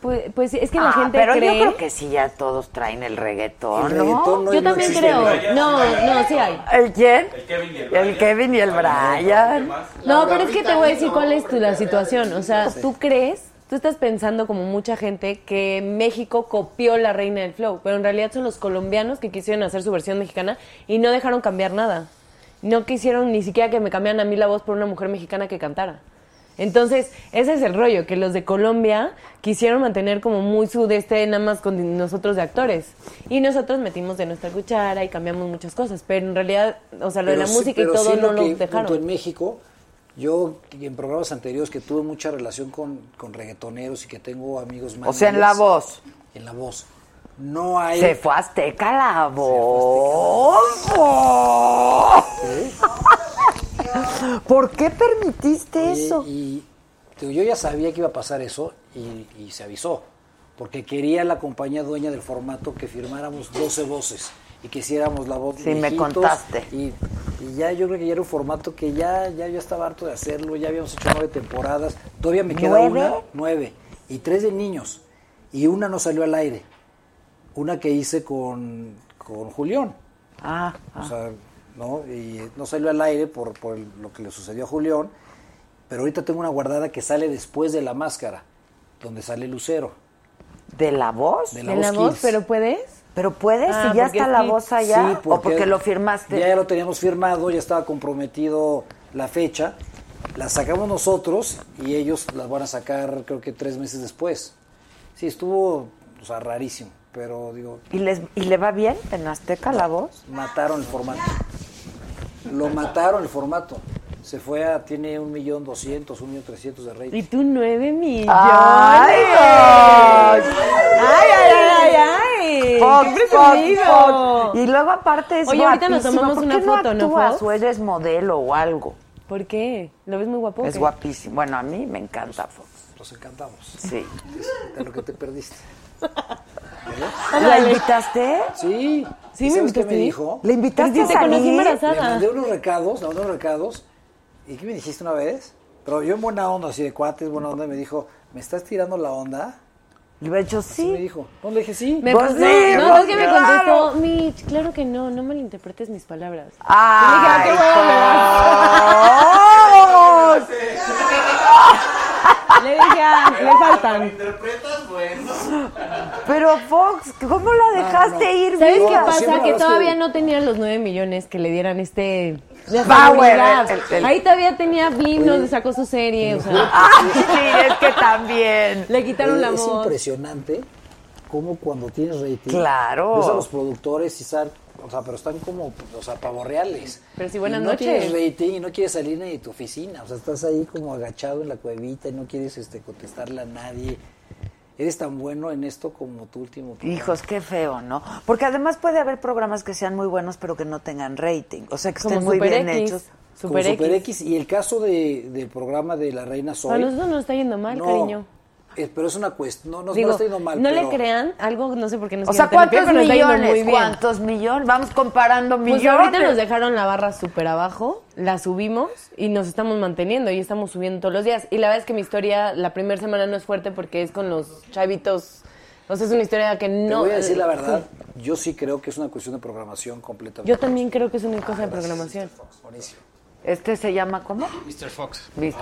Pues, pues es que la gente
Ah, pero
cree...
yo creo que sí ya todos traen el reggaetón.
El reggaetón no-
Ah, Yo
no
también
existe.
creo. No, no, sí hay.
¿El quién? El
Kevin y el
Brian. El Kevin y el Brian.
No, pero es que te voy a decir cuál es tu, la situación. O sea, tú crees, tú estás pensando como mucha gente que México copió la reina del flow, pero en realidad son los colombianos que quisieron hacer su versión mexicana y no dejaron cambiar nada. No quisieron ni siquiera que me cambiaran a mí la voz por una mujer mexicana que cantara. Entonces, ese es el rollo, que los de Colombia quisieron mantener como muy sudeste nada más con nosotros de actores. Y nosotros metimos de nuestra cuchara y cambiamos muchas cosas, pero en realidad, o sea, lo de la
Pero sí-
música y
pero
todo
sí
no
lo que
lo dejaron.
junto en México, yo y en programas anteriores que tuve mucha relación con, con reggaetoneros y que tengo amigos más.
O sea, en la voz.
En la voz. No hay.
Se fue Azteca la voz. ¿Por qué permitiste
Oye,
eso?
Y digo, yo ya sabía que iba a pasar eso y, y se avisó, porque quería la compañía dueña del formato que firmáramos 12 voces y que hiciéramos la voz.
Sí, me
viejitos,
contaste.
Y, y ya yo creo que ya era un formato que ya, ya yo estaba harto de hacerlo, ya habíamos hecho nueve temporadas, todavía me queda
¿Nueve?
una, nueve, y tres de niños, y una no salió al aire, una que hice con, con Julián.
Ah,
O sea, ¿no? Y eh, no salió al aire por, por el- lo que le sucedió a Julián, pero ahorita tengo una guardada que sale después de la máscara, donde sale Lucero.
¿De la voz?
De
¿En
la
la,
voz,
voz,
Kids.
pero puedes.
Pero puedes,
Ah,
si ya
porque
está la
sí.
voz allá,
Sí,
o porque lo firmaste.
Ya, ya lo teníamos firmado, ya estaba comprometido la fecha. La sacamos nosotros y ellos la van a sacar creo que tres meses después. Sí, estuvo, o sea, rarísimo, pero digo,
¿Y, les, ¿Y le va bien en Azteca la voz?
mataron el formato. Lo mataron el formato. Se fue a, tiene un millón doscientos, un millón trescientos de rating.
Y tú nueve millones.
¡Ay, ay,
ay, ay! ay.
Fox,
¡Qué
Fox,
presumido!
Fox. Y luego aparte es
Oye, ahorita nos
guapísima.
tomamos
¿Por
una
qué
foto,
no
¿no,
actúas?
Fox?
O eres modelo o algo.
¿Por qué? ¿Lo ves muy guapo? o
Es
qué?
guapísimo. Bueno, a mí me encanta Fox.
Nos encantamos.
Sí.
De lo que te perdiste.
¿La invitaste?
Sí.
Sí,
¿Y
me
sabes qué
invitaste.
me dijo?
¿Le invitaste
Pero
a
si te conocí
salir?
embarazada.
Le mandé unos recados, le mandé unos recados. ¿Y qué me dijiste una vez? Pero yo en buena onda, así de cuates, buena onda, y me dijo, ¿me estás tirando la onda?
Y me dijo,
Así me
sí.
dijo. No, le dije, sí.
Me
Pues
con-
sí,
no, no,
pues
es que me
claro.
contestó, Mitch, claro que no, no malinterpretes mis palabras.
¡Ay,
Yo le dije,
Fox!
Le dije, ah, le faltan.
Pero Fox, ¿cómo la dejaste ir,
¿Sabes
Mica?
qué pasa?
siempre
Que
hablas
todavía
que-
no tenían los 9 millones que le dieran este... la
Power,
seguridad.
el- el- el-
Ahí todavía tenía Blim, nos sacó su serie, o sea,
Ah, sí, es que también.
le quitaron la
es
voz.
impresionante cómo cuando tienes rating.
Claro.
Ves a los productores y están, o sea, pero están como, o sea, pavorreales.
Pero sí, buenas
Y no
noches.
tienes rating y no quieres salir ni de tu oficina. O sea, estás ahí como agachado en la cuevita y no quieres este, contestarle a nadie. Eres tan bueno en esto como tu último. programa.
Hijos, qué feo, ¿no? Porque además puede haber programas que sean muy buenos, pero que no tengan rating. O sea, que estén
Como
muy
Super
bien
X.
hechos.
Como
Super
Super
X.
X. Y el caso de, del programa de La Reina Sol.
A nosotros nos está yendo mal,
no,
cariño.
es- pero es una cuestión. No, no,
Digo,
no está yendo mal.
no
pero-
le crean algo, no sé por qué nos
O sea,
quieren terapia,
¿cuántos
pero nos está yendo muy
millones?
bien.
¿Cuántos millones? Vamos comparando
Pues
millones.
ahorita nos dejaron la barra súper abajo, la subimos y nos estamos manteniendo y estamos subiendo todos los días. Y la verdad es que mi historia la primera semana no es fuerte porque es con los chavitos. O sea, es una historia que
Te
no.
voy a decir
eh,
la verdad,
Sí.
yo sí creo que es una cuestión de programación completamente.
Yo también creo que es una cosa de programación.
Buenísimo.
Este se llama ¿cómo?
Mr. Fox.
Mr.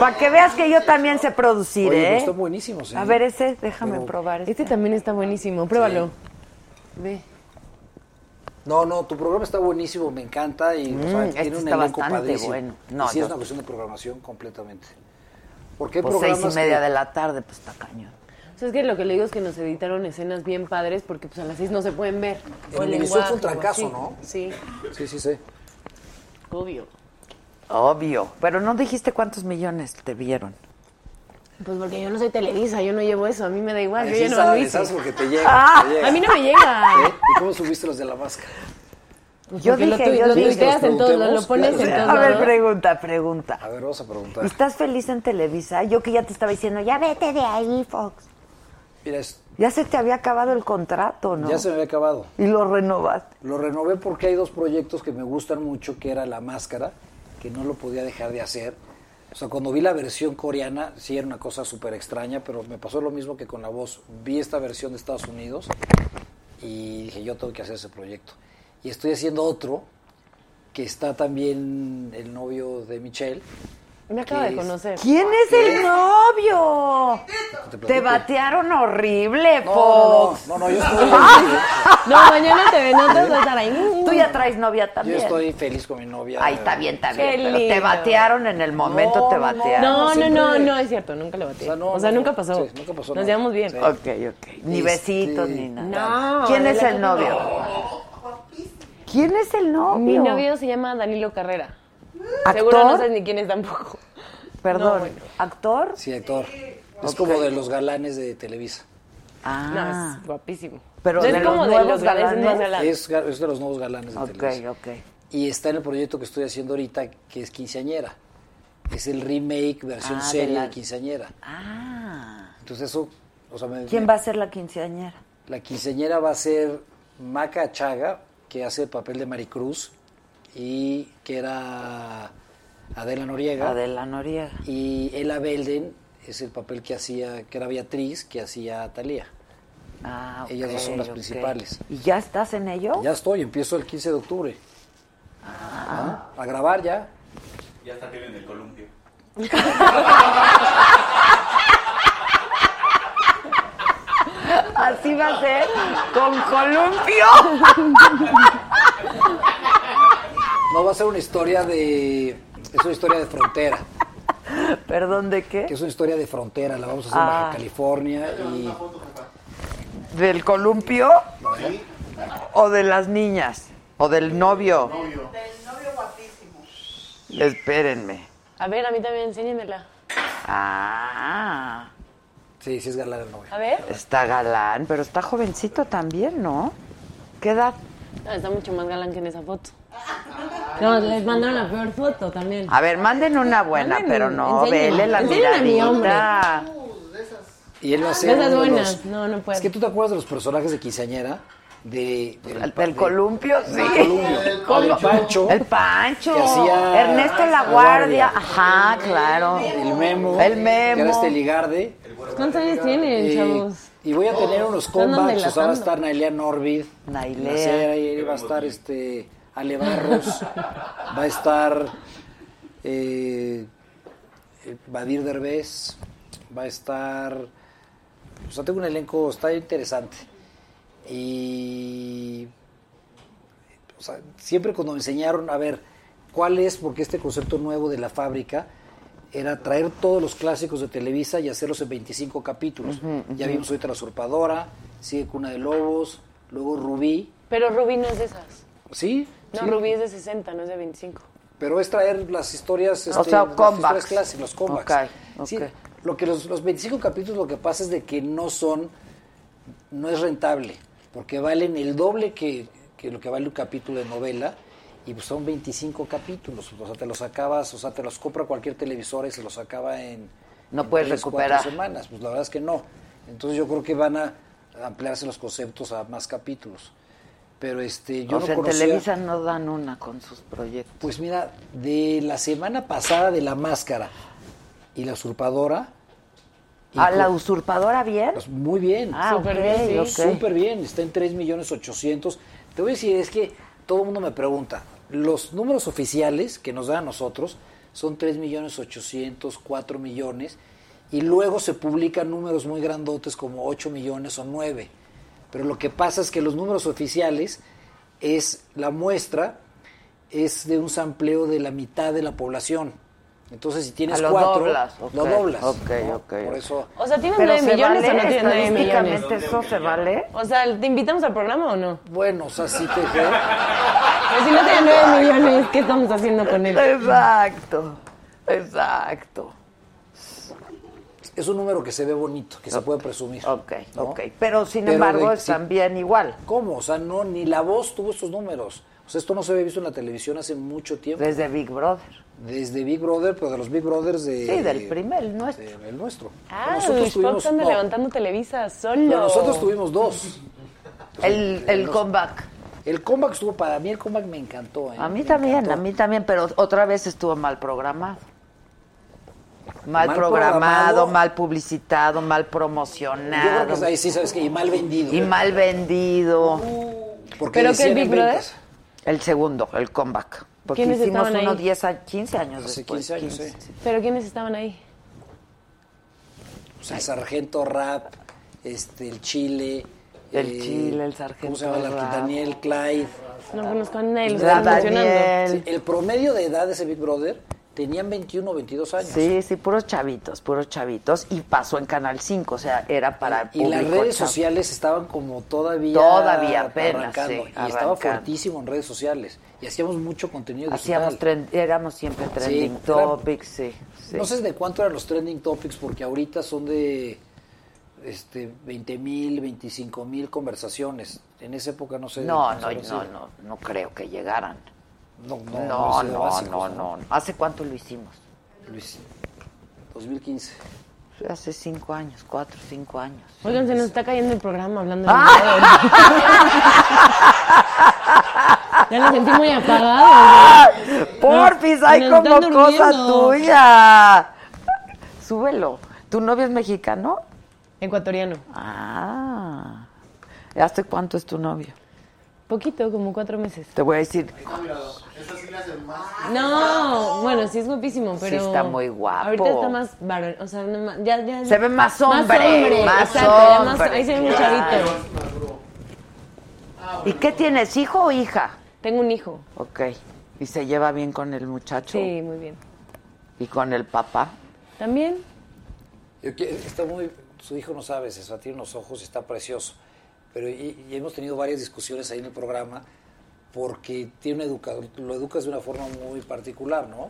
Para que veas que yo también sé producir,
Oye,
¿eh?
están buenísimos. ¿eh?
A ver, ese, déjame probar. Este.
Este también está buenísimo, pruébalo. Ve.
No, no, tu programa está buenísimo, me encanta y o sea,
Mm, este
tiene un
está
elenco
bastante
padrísimo.
bueno.
No,
No,
sí
yo-
es una cuestión de programación completamente. Porque hay
Pues seis
programas
y media
que-
de la tarde, pues está cañón.
O sea, es que lo que le digo es que nos editaron escenas bien padres porque pues a las seis no se pueden ver.
En
O el
Univisión fue un
lenguaje, o
trancazo,
así.
¿no?
Sí,
Sí, sí, sí.
obvio.
Obvio. Pero no dijiste cuántos millones te vieron.
Pues porque yo no soy Televisa, yo no llevo eso, a mí me da igual, yo
Ahí
ya
sí
Ah, no lo
sabes,
hice.
sabes porque te llega.
Ah,
te llega.
A mí no me llega.
¿Eh? ¿Y cómo subiste los de la máscara?
Pues
Yo
porque lo
dije,
tu-
yo
lo
dije.
tuiteas en todos, lo, lo pones en
Claro.
todos
A ver,
lados.
pregunta, pregunta.
A ver,
Pues,
vamos a preguntar.
¿Estás feliz en Televisa? Yo que ya te estaba diciendo, ya vete de ahí, Fox.
Mira, es-
Ya se te había acabado el contrato, ¿no?
ya se me había acabado.
Y lo renovaste.
Lo renové porque hay dos proyectos que me gustan mucho, que era La Máscara, que no lo podía dejar de hacer. O sea, cuando vi la versión coreana, sí era una cosa súper extraña, pero me pasó lo mismo que con la voz. Vi esta versión de Estados Unidos y dije, yo tengo que hacer ese proyecto. Y estoy haciendo otro, que está también el novio de Michelle.
Me
acaba de conocer.
¿Quién es el novio?
Te
Te
platico.
batearon horrible,
No,
Fox.
no, no, no, no, yo estoy-
no, mañana te ven,
no te vas a
estar ahí. Tú ya traes novia
Yo
también.
estoy eh, feliz con mi novia.
Ahí está bien, está
Sí.
bien. pero te batearon en el momento,
No,
te
no, no.
batearon.
No, no, no,
siempre-
no, es cierto, nunca lo batí. O sea,
no, no,
nunca
no,
pasó.
sí, nunca pasó
Nos
nada.
llevamos bien.
Sí.
Ok, ok. Ni
Este-
besitos, ni nada.
No,
¿Quién es el
no.
novio? ¿Quién es el novio?
Mi novio se llama Danilo Carrera.
¿Actor?
Seguro no sabes ni quién es tampoco.
Perdón,
No, bueno.
¿actor?
Sí, actor. Es como de los galanes de Televisa.
Ah.
No, es guapísimo.
Pero
No, es
de
como
los
de
nuevos
los galanes
galanes.
más galanes.
Es, ga- es de los nuevos galanes de Televisa.
Ok, ok.
Y está en el proyecto que estoy haciendo ahorita, que es Quinceañera. Es el remake, versión
Ah, de
serie
la-
de Quinceañera.
Ah.
Entonces eso, o sea, me-
¿Quién
me-
va a ser la quinceañera?
La quinceañera va a ser Maca Chaga, que hace el papel de Maricruz, y que era Adela Noriega.
Adela Noriega.
Y Ella Belden es el papel que hacía, que era Beatriz, que hacía Talía.
Ah, ok,
Ellas dos son las
ok.
principales.
¿Y ya estás en ello?
Ya estoy, empiezo el 15 de octubre. ¿Ah? A grabar ya.
Ya está tienen el columpio.
Así va a ser. Con columpio.
No va a ser una historia de. Es una historia de frontera.
¿Perdón de qué?
Que es una historia de frontera, la vamos a hacer en
Ah.
Baja California y.
¿Del columpio? ¿O de las niñas? ¿O del novio? Espérenme.
A ver, a mí también enséñemela.
Ah,
Sí, sí es galán el novio.
A ver.
está galán, pero está jovencito también, ¿no? ¿Qué edad?
Ah, está mucho más galán que en esa foto. No, les mandaron la peor foto también.
A ver, manden una buena,
Manden,
pero no,
enséñenme,
vele la
enséñenme a mi
miradita.
Y él va a
De
ser.
esas
uno de
buenas.
los-
No, no puedo.
Es que tú te acuerdas de los personajes de Quinceañera, de, del,
El columpio, sí.
El columpio. El Pancho.
El Pancho.
Que hacía-
Ernesto La
La
Guardia.
Guardia.
Ajá, claro.
El Memo.
El Memo.
Que era este Ligarde.
¿Cuántos años tienen,
Eh,
chavos?
y voy a tener unos
Se andan
comebacks. O sea, va
delatando.
a estar Nailea Norvid.
Nailea.
Va a ser ahí, va a estar este, Ale Barros. va a estar eh, eh, Badir Derbez. Va a estar. O sea, tengo un elenco, está interesante. Y. O sea, siempre cuando me enseñaron, a ver, ¿cuál es? Porque este concepto nuevo de la fábrica era traer todos los clásicos de Televisa y hacerlos en 25 capítulos.
Ujú, ujú.
Ya vimos ahorita La Usurpadora, sigue Cuna de Lobos, luego Rubí.
Pero Rubí no es de esas.
Sí,
No,
sí,
Rubí es de 60, no es de 25.
pero es traer las historias,
O
este,
sea,
las
comebacks.
historias clásicas, los comebacks.
Ok,
Sí,
ok.
lo que los, los 25 capítulos lo que pasa es de que no son, no es rentable, porque valen el doble que, que lo que vale un capítulo de novela, y pues son 25 capítulos, o sea, te los acabas, o sea, te los compra cualquier televisora y se los acaba en...
No
en
puedes
tres, cuatro
recuperar.
semanas, pues la verdad es que no. Entonces yo creo que van a ampliarse los conceptos a más capítulos. Pero este, yo
o
no
sea, en
conocía-
Televisa no dan una con sus proyectos.
pues mira, de la semana pasada de La Máscara y La Usurpadora.
¿A Ah, la usurpadora bien?
Pues muy bien.
Ah, Súper ok, bien, sí. ok.
Súper bien. Está en 3 millones 800. Te voy a decir, es que todo el mundo me pregunta. Los números oficiales que nos dan a nosotros son 3 millones 800, 4 millones. Y luego se publican números muy grandotes como 8 millones o 9. Pero lo que pasa es que los números oficiales es la muestra es de un sampleo de la mitad de la población. Entonces, si tienes
Ah, lo
cuatro,
doblas,
lo
ok,
doblas.
ok,
¿no?
ok,
Por
ok.
eso.
O sea, ¿tienen
Pero
9
se
millones o
vale,
no tienen 9 millones?
estadísticamente eso se vale.
O sea, ¿te invitamos al programa o no?
Bueno, o sea, sí te
Pero si no tienen 9 millones, ¿qué estamos haciendo con él?
Exacto, exacto.
Es un número que se ve bonito, que se puede presumir. Ok,
ok. Pero sin embargo están bien igual.
¿Cómo? O sea, no, ni la voz tuvo estos números. O sea, esto no se había visto en la televisión hace mucho tiempo.
Desde Big Brother.
desde Big Brother, pero de los Big Brothers de...
Sí, del primer, el nuestro.
el nuestro.
Ah,
Nosotros
nosotros
tuvimos-
anda
no.
levantando Televisa solo.
Pero nosotros tuvimos dos. Pues,
El, el
comeback. El comeback estuvo para mí, el comeback me encantó. ¿eh?
A mí
Me
también,
encantó.
a mí también, pero otra vez estuvo mal programado. Mal,
Mal
programado,
programado.
mal publicitado, mal
Yo creo
promocionado.
que es ahí sí, ¿sabes qué? Y mal vendido. ¿eh?
Y mal vendido.
Porque ¿Pero qué, hicieron Big Brother? ventas.
El segundo, el comeback. Porque
¿Quiénes
hicimos
estaban ahí?
uno 10 a 15 años
Hace
después.
15 años, sí.
¿Pero quiénes estaban ahí?
O sea, Pues, el sargento rap, este, el chile.
El
eh,
Chile, el sargento
¿Cómo se llama? El
Rap.
Daniel Clyde.
No conozco a nadie, los
La
están mencionando.
Sí, el promedio de edad de ese Big Brother tenían 21 o 22 años.
Sí, sí, puros chavitos, puros chavitos. Y pasó en Canal 5, o sea, era para el
Y las
público
redes
chavo.
sociales estaban como todavía,
Todavía apenas,
arrancando.
sí,
y
arrancando.
estaba fuertísimo en redes sociales. Y hacíamos mucho contenido digital.
Hacíamos tren- éramos siempre trending
Sí, era-
topics, sí, sí.
No sé de cuánto eran los trending topics, porque ahorita son de este, 20 mil, 25 mil conversaciones. En esa época no sé.
No, no,
sé
no,
si-
no, no, creo que llegaran.
No,
no,
no
no,
sé, de
no,
básicos,
no,
¿no?
no. ¿Hace cuánto lo hicimos?
Luis, 2015.
Hace cinco años, cuatro, cinco años.
Oigan, se nos está cayendo el programa hablando de
Ah.
Ya lo sentí muy apagado. güey.
Porfis,
No,
hay
nos
como
están
cosa
durmiendo.
tuya. Súbelo. ¿Tu novio es mexicano?
Ecuatoriano.
Ah. ¿Hace cuánto es tu novio?
Poquito, como cuatro meses.
Te voy a decir,
No, bueno, sí es guapísimo,
Sí
pero.
está muy guapo.
Ahorita está más varón. O sea, no más- ya, ya-
Se ve más hombre, más
exacto, ya
hombre.
ahí se ve un
Claro.
chavito.
¿y qué tienes, hijo o hija?
Tengo un hijo.
Ok. ¿Y se lleva bien con el muchacho?
Sí, muy bien.
¿Y con el papá?
También.
Yo que- Está muy, su hijo no sabe, se tiene unos ojos y está precioso. Pero y, y hemos tenido varias discusiones ahí en el programa porque tiene un educador, lo educas de una forma muy particular, ¿no?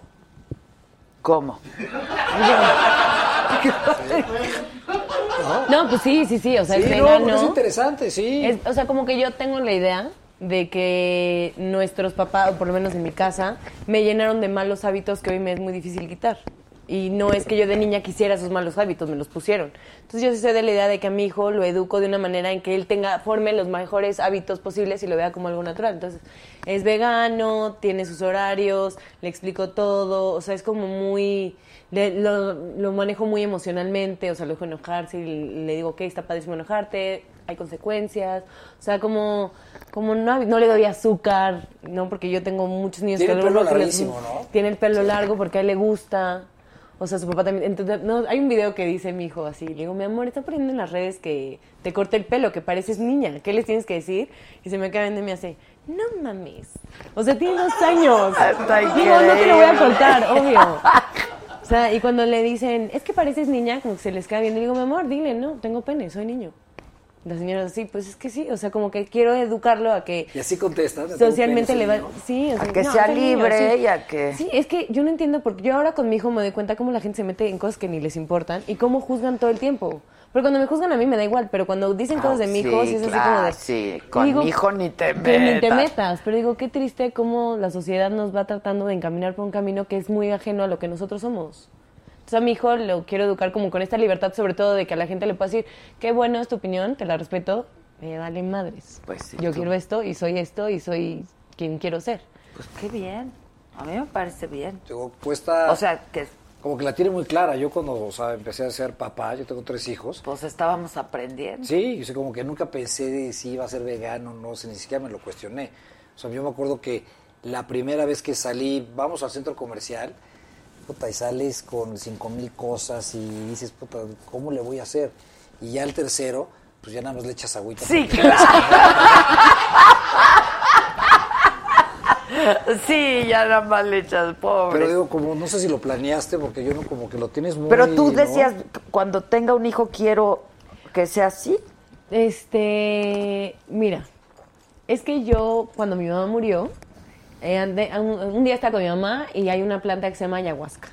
¿Cómo? Oh.
No, pues sí, sí, sí. O sea,
Sí,
es
no,
vegano.
pues
porque es interesante, sí.
Es- o sea, como que yo tengo la idea de que nuestros papás, o por lo menos en mi casa, me llenaron de malos hábitos que hoy me es muy difícil quitar. Y no es que yo de niña quisiera esos malos hábitos, me los pusieron. Entonces yo sí soy de la idea de que a mi hijo lo educo de una manera en que él tenga, forme los mejores hábitos posibles y lo vea como algo natural. Entonces, es vegano, tiene sus horarios, le explico todo, o sea, es como muy... le- lo, lo manejo muy emocionalmente, o sea, lo dejo enojarse y le digo, ok, está padrísimo enojarte, hay consecuencias, o sea, como, como no, no le doy azúcar, ¿no? Porque yo tengo muchos niños
Tiene
que
el pelo
luego se les-
larguísimo, ¿no?
Tiene el pelo largo porque a él le gusta. O sea, su papá también. Entonces, no, hay un video que dice mi hijo así. Le digo, mi amor, está poniendo en las redes que te corte el pelo, que pareces niña. ¿Qué les tienes que decir? Y se me cae de mí así. No mames. O sea, tiene dos años. Digo, no te lo voy a cortar, obvio. O sea, y cuando le dicen, es que pareces niña, como que se les cae bien. Le digo, mi amor, dile, no, tengo pene, soy niño. La señora, sí, pues es que sí. O sea, como que quiero educarlo a que
Y así contestas.
socialmente le va sí o
A
sea,
que
no,
sea
está niño,
libre
sí.
y a que...
sí es que yo no entiendo porque yo ahora con mi hijo me doy cuenta cómo la gente se mete en cosas que ni les importan y cómo juzgan todo el tiempo porque cuando me juzgan a mí me da igual pero cuando dicen cosas de mi hijo sí es así como de
Ah, Sí, con
digo,
mi hijo ni te
que ni te
metas.
metas pero digo qué triste cómo la sociedad nos va tratando de encaminar por un camino que es muy ajeno a lo que nosotros somos entonces a mi hijo lo quiero educar como con esta libertad sobre todo de que a la gente le pueda decir qué bueno es tu opinión te la respeto me vale madres
Pues sí,
yo
tú.
quiero esto y soy esto y soy quien quiero ser
Pues qué bien. A mí me parece bien.
Cuesta,
O sea, que
como que la tiene muy clara. Yo cuando o sea, empecé a ser papá, yo tengo tres hijos.
pues estábamos aprendiendo.
Sí, yo sé como que nunca pensé de si iba a ser vegano, no sé, ni siquiera me lo cuestioné. O sea, yo me acuerdo que la primera vez que salí, vamos al centro comercial, puta, y sales con cinco mil cosas y dices, puta, ¿cómo le voy a hacer? Y ya el tercero, pues ya nada más le echas agüita.
Sí,
Porque-
Sí, ya nada más le echas, pobre.
Pero digo, como, no sé si lo planeaste, porque yo no, como que lo tienes muy...
Pero tú
¿no?
decías, cuando tenga un hijo quiero que sea así.
Este, mira, es que yo cuando mi mamá murió, eh, ande- un, un día estaba con mi mamá y hay una planta que se llama ayahuasca.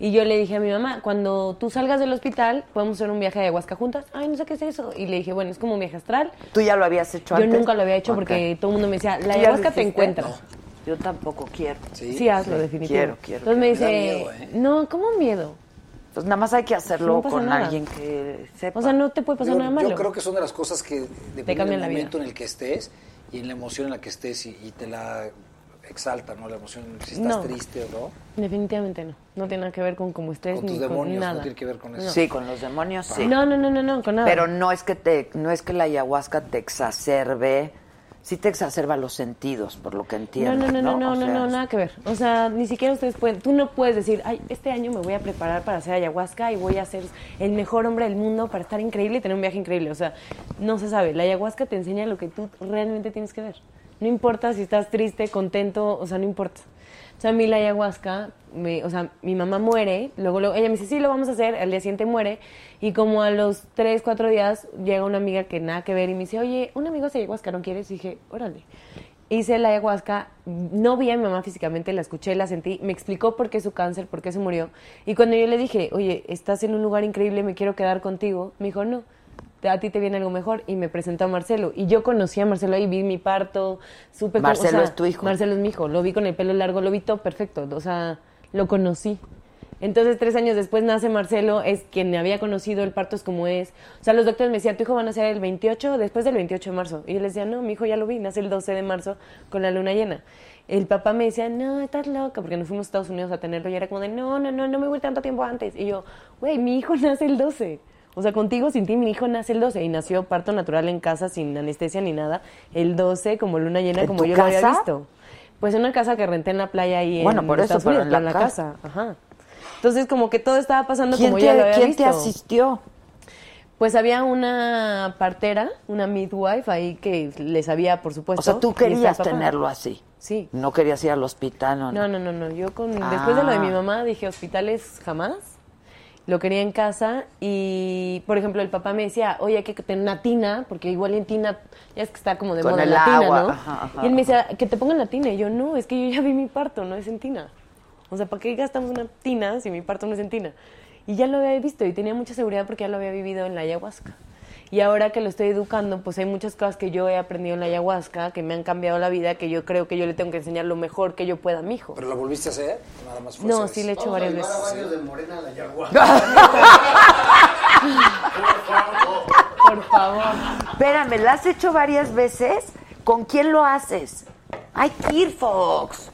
Y yo le dije a mi mamá, cuando tú salgas del hospital, podemos hacer un viaje de ayahuasca juntas. Ay, no sé qué es eso. Y le dije, bueno, es como un viaje astral.
Tú ya lo habías hecho
Yo
antes.
nunca lo había hecho
Ok.
porque todo el mundo me decía, la
¿Tú ya lo
ayahuasca te
hiciste?
encuentra.
Yo tampoco quiero.
Sí, hazlo, definitivo.
Quiero, quiero.
Entonces me dice,
quiero. Me da miedo, ¿eh?
no, ¿cómo miedo?
Pues nada más hay que hacerlo
No pasa
con
nada.
alguien que sepa.
O sea, no te puede pasar
yo,
nada
yo
malo.
creo que son de las cosas que depende
cambian
del
la vida.
momento en el que estés y en la emoción en la que estés y, y te la exalta, ¿no? La emoción, si estás
No.
triste o no.
Definitivamente no. No tiene nada que ver con como estés
Con tus
ni con
demonios, no
nada.
tiene que ver con eso.
No.
Sí, con los demonios sí.
No, no, no, no, no, con nada.
Pero no es que te, no es que la ayahuasca te exacerbe, sí te exacerba los sentidos, por lo que
No,
entiendo.
no, no, no, no,
O
no,
sea,
no, nada que ver. O sea, ni siquiera ustedes pueden, tú no puedes decir, ay, este año me voy a preparar para hacer ayahuasca y voy a ser el mejor hombre del mundo para estar increíble y tener un viaje increíble. O sea, no se sabe. La ayahuasca te enseña lo que tú realmente tienes que ver. No importa si estás triste, contento, o sea, no importa. O sea, a mí la ayahuasca, me- o sea, mi mamá muere, luego, luego- ella me dice, sí, lo vamos a hacer, al día siguiente muere, y como a los tres, cuatro días llega una amiga que nada que ver y me dice, oye, un amigo hace ayahuasca, ¿no quieres? Y dije, órale. Hice la ayahuasca, no vi a mi mamá físicamente, la escuché, la sentí, me explicó por qué su cáncer, por qué se murió. Y cuando yo le dije, oye, estás en un lugar increíble, me quiero quedar contigo, me dijo, no, te- a ti te viene algo mejor. Y me presentó a Marcelo. Y yo conocí a Marcelo ahí, vi mi parto, supe cómo-
Marcelo
o sea,
es tu hijo.
Marcelo es mi hijo, lo vi con el pelo largo, lo vi todo perfecto, o sea, lo conocí. Entonces, tres años después nace Marcelo, es quien me había conocido, el parto es como es. O sea, los doctores me decían, tu hijo va a nacer el 28, después del 28 de marzo. Y yo les decía, no, mi hijo ya lo vi, nace el 12 de marzo con la luna llena. El papá me decía, no, estás loca, porque nos fuimos a Estados Unidos a tenerlo. Y era como de, no, no, no, no me voy tanto tiempo antes. Y yo, güey, mi hijo nace el 12. O sea, contigo, sin ti, mi hijo nace el 12. Y nació parto natural en casa, sin anestesia ni nada. El 12, como luna llena,
¿En
como
tu
yo lo había
casa?
visto. Pues en una casa que renté en la playa ahí
Bueno,
en
por eso,
Estados
pero
Unidos,
en
pero
la
en la
casa.
casa. Ajá. Entonces como que todo estaba pasando
¿Quién
como
te-
yo ya lo había
quién te
visto.
asistió?
Pues había una partera, una midwife ahí que les había, por supuesto.
O sea,
Pues y
tú
está el
querías
papá.
tenerlo así.
Sí.
No querías ir al hospital o
No,
no.
no, no, no. Yo con después de lo de mi
Ah.
mamá dije hospitales jamás. Lo quería en casa y, por ejemplo, el papá me decía, oye, hay que tener una tina, porque igual en tina ya es que está como de
Con
moda
el
la tina,
agua,
¿no?
ajá, ajá,
y él me decía, que te pongan la tina. Y yo, no, es que yo ya vi mi parto, no es en tina. O sea, ¿para qué gastamos una tina si mi parto no es en tina? Y ya lo había visto y tenía mucha seguridad porque ya lo había vivido en la ayahuasca. Y ahora que lo estoy educando, pues hay muchas cosas que yo he aprendido en la ayahuasca que me han cambiado la vida, que yo creo que yo le tengo que enseñar lo mejor que yo pueda a mi hijo.
¿Pero la volviste a hacer? Nada más fue
No,
esa vez.
sí le he hecho varias veces.
Morena la
Por favor.
Espérame, ¿la has hecho varias veces? ¿Con quién lo haces? ¡Ay, Kirfox!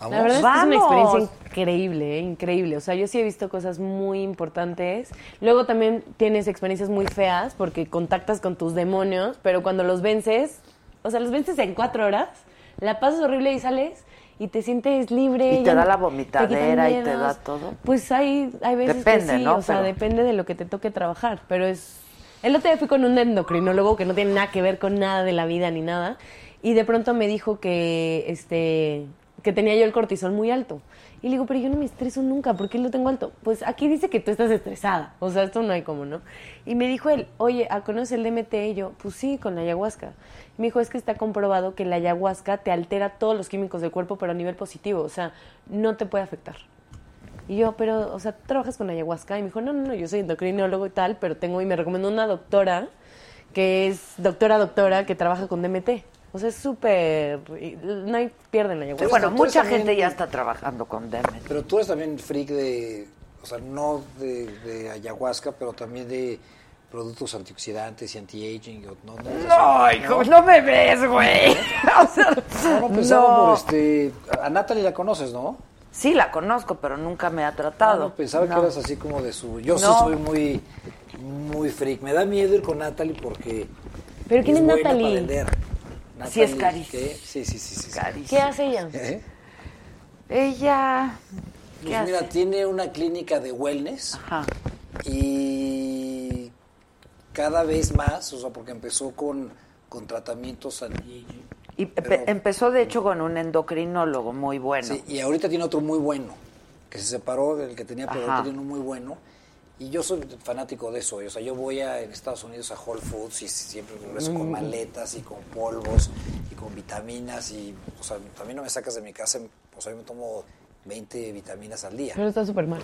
La verdad es que es una experiencia increíble, ¿eh? increíble. O sea, yo sí he visto cosas muy importantes. Luego también tienes experiencias muy feas porque contactas con tus demonios, pero cuando los vences, o sea, los vences en cuatro horas, la pasas horrible y sales y te sientes libre.
Y te
ya
da
no- te
la
quitan
vomitadera y te
miedos.
da todo.
Pues hay, hay veces
Depende,
que sí,
¿no?
o sea,
Pero-
depende de lo que te toque trabajar, pero es... El otro día fui con un endocrinólogo que no tiene nada que ver con nada de la vida ni nada, y de pronto me dijo que, este, que tenía yo el cortisol muy alto. Y le digo, pero yo no me estreso nunca, ¿por qué lo tengo alto? Pues aquí dice que tú estás estresada, o sea, esto no hay como, ¿no? Y me dijo él, oye, ¿ah, ¿conoces el DMT? Y yo, pues sí, con la ayahuasca. Y me dijo, es que está comprobado que la ayahuasca te altera todos los químicos del cuerpo, pero a nivel positivo, o sea, no te puede afectar. Y yo, pero, o sea, ¿tú trabajas con ayahuasca? Y me dijo, no, no, no, yo soy endocrinólogo y tal, pero tengo, y me recomendó una doctora, que es doctora, doctora, que trabaja con DMT. O sea, es súper, y no hay, pierden la ayahuasca.
Bueno, mucha gente ya está trabajando con Demet.
Pero tú eres también freak de, o sea, no de, de ayahuasca, pero también de productos antioxidantes y anti-aging. o No, no,
No, hijo, no me ves, güey. O sea,
No, no, pensaba por este... A Natalie la conoces, ¿no?
Sí, la conozco, pero nunca me ha
Ah,
tratado.
no, pensaba
No.
que eras así como de su... Yo sí
No.
soy muy, muy freak. Me da miedo ir con Natalie porque...
¿Pero quién es
buena
Natalie?
para vender.
Sí, es
Natalie,
carísimo.
¿qué? Sí, sí, sí. sí, sí.
¿Qué hace ella?
¿Eh?
Ella. ¿Qué
Pues mira,
hace?
tiene una clínica de wellness
Ajá.
y cada vez más, o sea, porque empezó con, con tratamientos anti
Y pe-
Pero-
empezó, de hecho, con un endocrinólogo muy bueno.
Sí, y ahorita tiene otro muy bueno, que se separó del que tenía, pero
Ajá.
ahorita tiene uno muy bueno. Y yo soy fanático de eso, o sea, yo voy a, en Estados Unidos a Whole Foods y siempre regreso con
Mm.
maletas y con polvos y con vitaminas y, o sea, también no me sacas de mi casa, o sea, yo me tomo 20 vitaminas al día.
Pero está súper mal.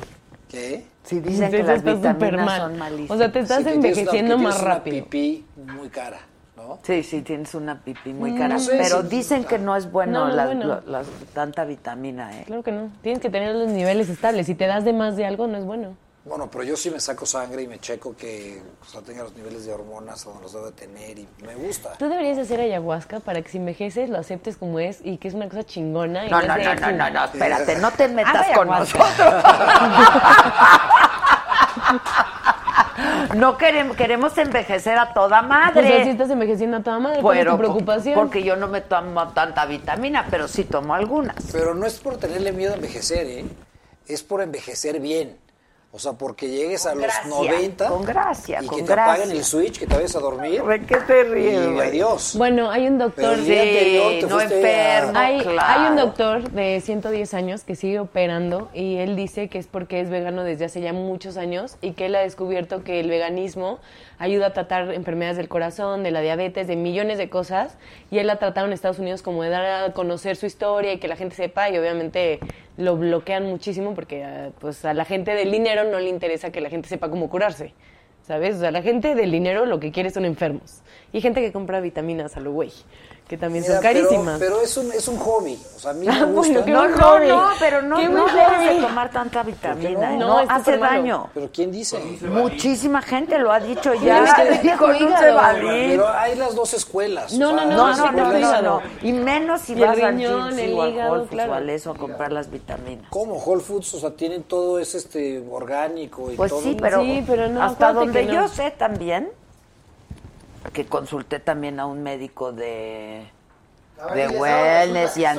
¿Qué?
Sí, dicen que
Eso
las
está súper
vitaminas
mal.
son malísimas.
O sea, te estás
Sí, que tienes una-
envejeciendo
que
más
tienes una
rápido.
pipí muy cara. ¿no?
Sí, sí, tienes una pipí muy
Mm,
cara.
sí,
pero
sí.
dicen que no es bueno,
No, no es
la-
bueno.
lo- las- tanta vitamina E.
Claro que no. Tienes que tener los niveles estables. Si te das de más de algo, no es bueno.
Bueno, pero yo sí me saco sangre y me checo que o sea, tenga los niveles de hormonas a donde los debe tener y me gusta.
Tú deberías hacer ayahuasca para que si envejeces lo aceptes como es y que es una cosa chingona. y
No,
es
no,
de-
no, no, no, no, espérate, no te metas
Haz
con
ayahuasca.
nosotros. No queremos, queremos envejecer a toda madre.
Pues así estás envejeciendo a toda madre. ¿Cuál es tu
Pero,
preocupación?
Porque yo no me tomo tanta vitamina, pero sí tomo algunas.
Pero no es por tenerle miedo a envejecer, ¿eh? Es por envejecer bien. O sea, porque llegues a
gracia,
los 90
con gracia,
y
con
que te
gracia.
apaguen el switch, que te vayas a dormir.
¿De qué te ríes,
Y
güey?
adiós.
Bueno, hay un
Pero
doctor.
el día anterior te
no
fuiste
enfermo.
a-
Hay,
claro.
hay un doctor de 110 años que sigue operando y él dice que es porque es vegano desde hace ya muchos años y que él ha descubierto que el veganismo ayuda a tratar enfermedades del corazón, de la diabetes, de millones de cosas y él ha tratado en Estados Unidos como de dar a conocer su historia y que la gente sepa y obviamente lo bloquean muchísimo porque ah, pues a la gente del dinero no le interesa que la gente sepa cómo curarse. ¿Sabes? O sea, la gente del dinero lo que quiere son enfermos. Y gente que compra vitaminas a lo güey, que también
Mira,
son
pero-
carísimas.
Pero, es, un, es un hobby. O sea, a mí me
Ah,
gusta.
bueno, qué
No,
un
no,
hobby.
no, pero no,
Qué
no
buen
debes de
hobby.
tomar tanta vitamina. ¿eh?
no?
No,
No, está
hace
súper malo.
daño.
¿Pero quién dice?
Muchísima gente lo ha dicho ya.
Tienes que
Dijo,
con
no se
hígado.
valí.
Pero hay las dos escuelas. o
No,
sea,
no,
No,
así
no,
con
no,
tu
no,
hígado.
no. Y menos si
Y el
vas al
riñón,
gym
el
o al
hígado,
Whole Foods o
claro.
al eso a comprar las vitaminas.
¿Cómo? Whole Foods, o sea, tienen todo es este orgánico y
Pues
todo.
sí, pero,
Sí, pero no,
hasta
acuérdate
donde
que no.
yo sé también, que consulté también a un médico de, de
les hago
wellness
resulta
y
que son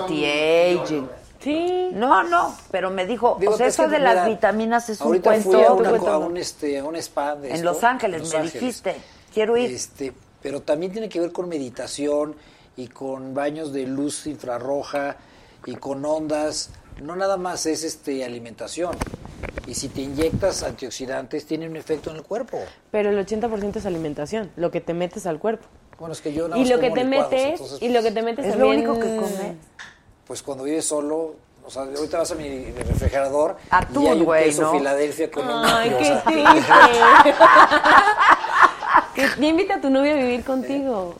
anti-aging.
Sí.
No, no, pero me dijo,
Digo,
o sea,
es
eso
que,
de las
mira,
vitaminas es un
ahorita
cuento.
Fui a,
un
una
cuento,
co- a
¿no?
un, este, a un spa de
En
esto,
Los Ángeles,
Los
me
Ángeles.
dijiste. Quiero ir.
Este, pero también tiene que ver con meditación y con baños de luz infrarroja y con ondas. No nada más es este alimentación. Y si te inyectas antioxidantes, tiene un efecto en el cuerpo.
Pero el 80% es alimentación, lo que te metes al cuerpo.
Bueno, es que yo nada
Y
más
lo que
como
te
licuados,
metes,
entonces,
y lo que te metes
Es lo
también-
único que come.
Pues cuando vives solo, o sea, ahorita vas a mi mi refrigerador
Atún,
y hay un
güey,
queso
¿no?
Filadelfia con un
Ay,
apio, o
qué
sea,
triste. Ya invita a tu novio a vivir contigo.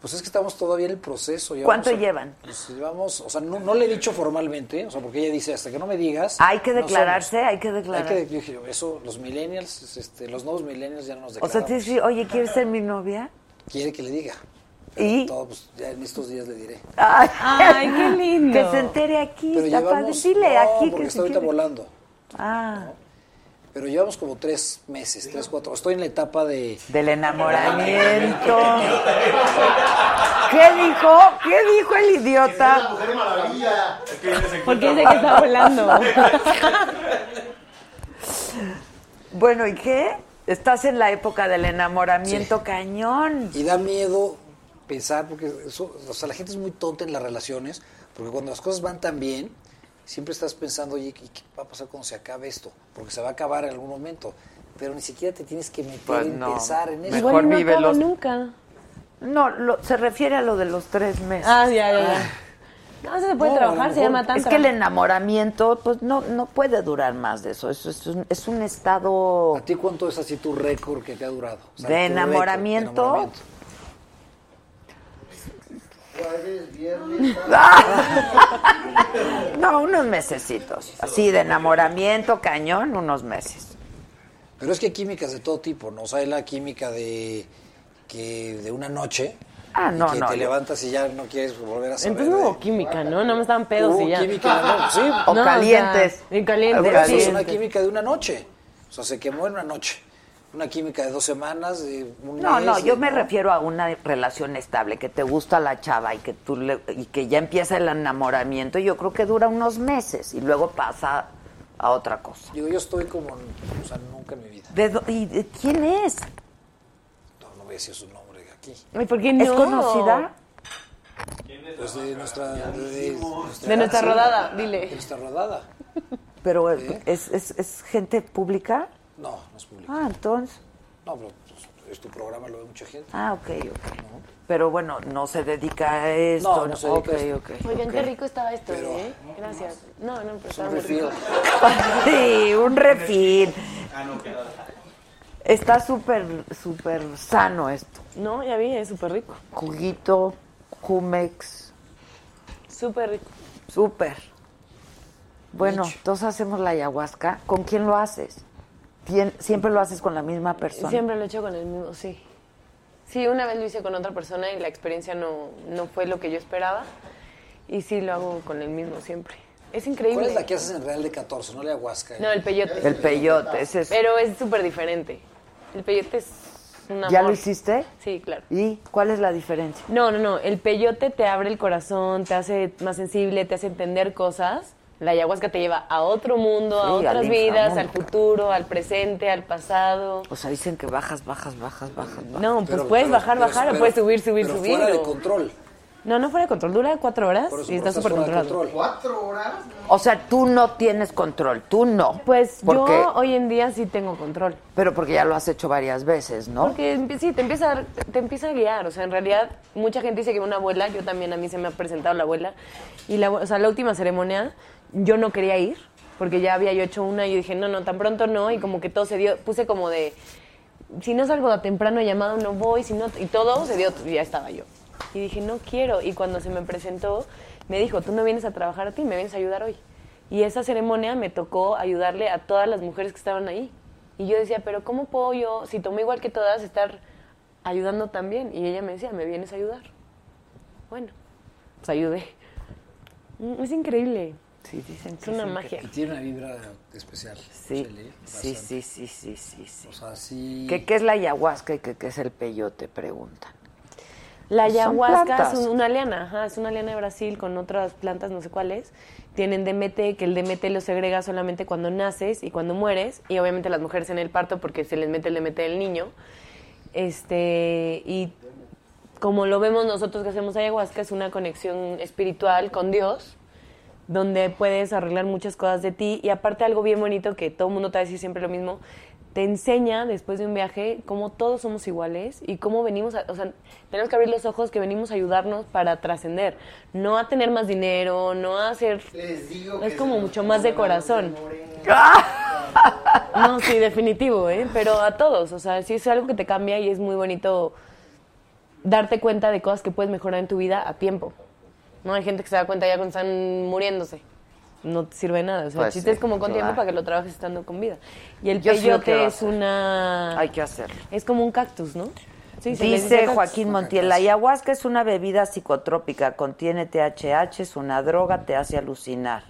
Pues es que estamos todavía en el proceso. llevamos-
¿Cuánto llevan?
Pues llevamos, o sea, no, no le he dicho formalmente, o sea, porque ella dice, hasta que no me digas.
Hay que
no
declararse,
somos".
hay que declarar.
Hay que, yo dije, yo, eso, los millennials, este, los nuevos millennials ya no nos
o
declaramos.
sea, tienes que decir, oye, ¿quieres ser mi novia?
Quiere que le diga.
¿Y?
Todo, pues ya en estos días le diré.
Ay,
Ay, qué lindo.
Que se entere aquí,
Pero
está
llevamos,
padre. Dile
no,
aquí
porque
que
está
se
ahorita
quiere.
volando.
Ah,
Pero llevamos como tres meses, tres, cuatro. Estoy en la etapa de...
del enamoramiento. ¿Qué dijo? ¿Qué dijo el idiota?
Mujer maravilla.
Porque dice que está volando.
Bueno, ¿y qué? Estás en la época del enamoramiento cañón.
Y da miedo pensar, porque eso, o sea, la gente es muy tonta en las relaciones, porque cuando las cosas van tan bien, siempre estás pensando, oye, ¿y ¿qué va a pasar cuando se acabe esto? Porque se va a acabar en algún momento. Pero ni siquiera te tienes que meter
Pues
en
no,
pensar en eso.
mejor
Igual y no
vívelos.
acaba nunca.
No, lo- se refiere a lo de los tres meses.
Ah, ya, ya, ya. No, eso se puede
No, a lo
trabajar, se
mejor-
llama tanto.
Es que el enamoramiento, pues no, no puede durar más de eso. Eso es un, es un estado
¿A ti cuánto es así tu récord que te ha durado? O sea,
¿De
tu récord
enamoramiento?
enamoramiento.
Jueves, viernes.
No, unos mesecitos. Así de enamoramiento, cañón, unos meses.
Pero es que hay químicas de todo tipo, ¿no? O sea, hay la química de, que, de una noche.
Ah,
y
no,
que
no,
te
yo-
levantas y ya no quieres volver a saber.
Entonces no
de-
hubo química, ¿no? No me estaban pedos
Hubo
y ya.
química, ¿no? Sí.
No,
O calientes.
sea, y calientes.
Algunas
sí.
veces es una química de una noche. O sea, se quemó en una noche. Una química de dos semanas, de un
No,
mes,
no, yo
de-
me refiero a una relación estable, que te gusta la chava y que tú le- y que ya empieza el enamoramiento. Yo creo que dura unos meses y luego pasa a otra cosa.
Digo, yo estoy como, o sea, nunca en mi vida.
¿De dó- ¿Y de quién es?
No, no voy a decir su nombre aquí.
Ay, ¿por qué no?
¿Es conocida?
Pues de nuestra... De, de-
De nuestra
sí,
rodada,
De
dile.
nuestra rodada.
Pero eh, es, es- es gente pública.
No, no es público.
Ah, entonces.
No, pero pues, es tu programa, lo ve mucha gente.
Ah, ok, ok. Pero bueno, no se dedica a esto.
No, no se dedica a esto.
Ok, ok.
Oigan,
ok.
qué rico estaba esto,
Pero-
¿eh? Gracias. No, no, pero
Es un
estaba muy rico.
Ah,
refill.
Sí, un refil. Está súper, súper sano esto.
No, ya vi, es súper rico.
Juguito, Jumex,
Súper rico.
súper. Bueno, entonces hacemos la ayahuasca. ¿Con quién lo haces? Tien- ¿Siempre lo haces con la misma persona?
Siempre lo he hecho con el mismo, sí. Sí, una vez lo hice con otra persona y la experiencia no, no fue lo que yo esperaba. Y sí, lo hago con el mismo siempre. Es increíble.
¿Cuál es la que haces en Real de 14? No le aguasca. ¿eh?
No, el peyote.
El peyote, ese es-
Pero es súper diferente. El peyote es una
¿Ya lo hiciste?
Sí, claro.
¿Y cuál es la diferencia?
No, no, no. El peyote te abre el corazón, te hace más sensible, te hace entender cosas. La ayahuasca te lleva a otro mundo, a
Sí, al
otras vidas, al
inframundo. Pues
futuro, al presente, al pasado.
O sea, dicen que bajas, bajas, bajas, bajas. bajas.
No, pues puedes bajar, bajar, o puedes subir, subir, subir. o-
control.
No, no fuera de control. Dura cuatro horas
Por eso,
y
por
está
eso
súper
es fuera de
controlado.
¿Cuatro horas?
O sea, tú no tienes control, tú no.
Pues Yo
¿Por qué?
hoy en día sí tengo control.
Pero porque ya lo has hecho varias veces, ¿no?
Porque empie- sí, te empieza, a dar- te- te empieza a guiar. O sea, en realidad, mucha gente dice que una abuela, yo también a mí se me ha presentado la abuela. Y la, abue- o sea, la última ceremonia, yo no quería ir, porque ya había yo hecho una y yo dije, no, no, tan pronto no. Y como que todo se dio, puse como de, si no salgo a temprano llamado, no voy, si no, y todo se dio, ya estaba yo. Y dije, no quiero. Y cuando se me presentó, me dijo, tú no vienes a trabajar a ti, me vienes a ayudar hoy. Y esa ceremonia me tocó ayudarle a todas las mujeres que estaban ahí. Y yo decía, pero ¿cómo puedo yo, si tomé igual que todas, estar ayudando también? Y ella me decía, me vienes a ayudar. Bueno, pues ayudé. Mm, Es increíble.
Sí, dicen
Es una magia.
Y tiene una vibra especial.
Sí,
Chele,
sí,
bastante.
sí, sí, sí, sí, sí.
O sea, sí.
¿Qué, qué es la ayahuasca y qué, qué es el peyote? Preguntan.
La
Pues Son
ayahuasca
plantas.
es un- una liana, ajá, es una liana de Brasil con otras plantas, no sé cuáles. Tienen DMT, que el DMT lo segrega solamente cuando naces y cuando mueres, y obviamente las mujeres en el parto porque se les mete el DMT del niño. Este, y como lo vemos nosotros que hacemos ayahuasca, es una conexión espiritual con Dios, donde puedes arreglar muchas cosas de ti. Y aparte algo bien bonito que todo el mundo te va a decir siempre lo mismo, te enseña después de un viaje cómo todos somos iguales y cómo venimos, a- o sea, tenemos que abrir los ojos que venimos a ayudarnos para trascender, no a tener más dinero, no a hacer... es como mucho más de corazón. No, sí, definitivo, ¿eh? Pero a todos, o sea, sí es algo que te cambia y es muy bonito darte cuenta de cosas que puedes mejorar en tu vida a tiempo. No hay gente que se da cuenta ya cuando están muriéndose. No te sirve de nada. O sea,
Pues
el chiste
sí,
es como con
claro.
tiempo para que lo trabajes estando con vida. Y el
Yo sí lo
peyote
quiero
es
hacer.
una.
Hay que hacerlo.
Es como un cactus, ¿no? Sí, se le
Dice
cactus.
Joaquín Montiel, la ayahuasca es una bebida psicotrópica, contiene THH, es una droga, te hace alucinar.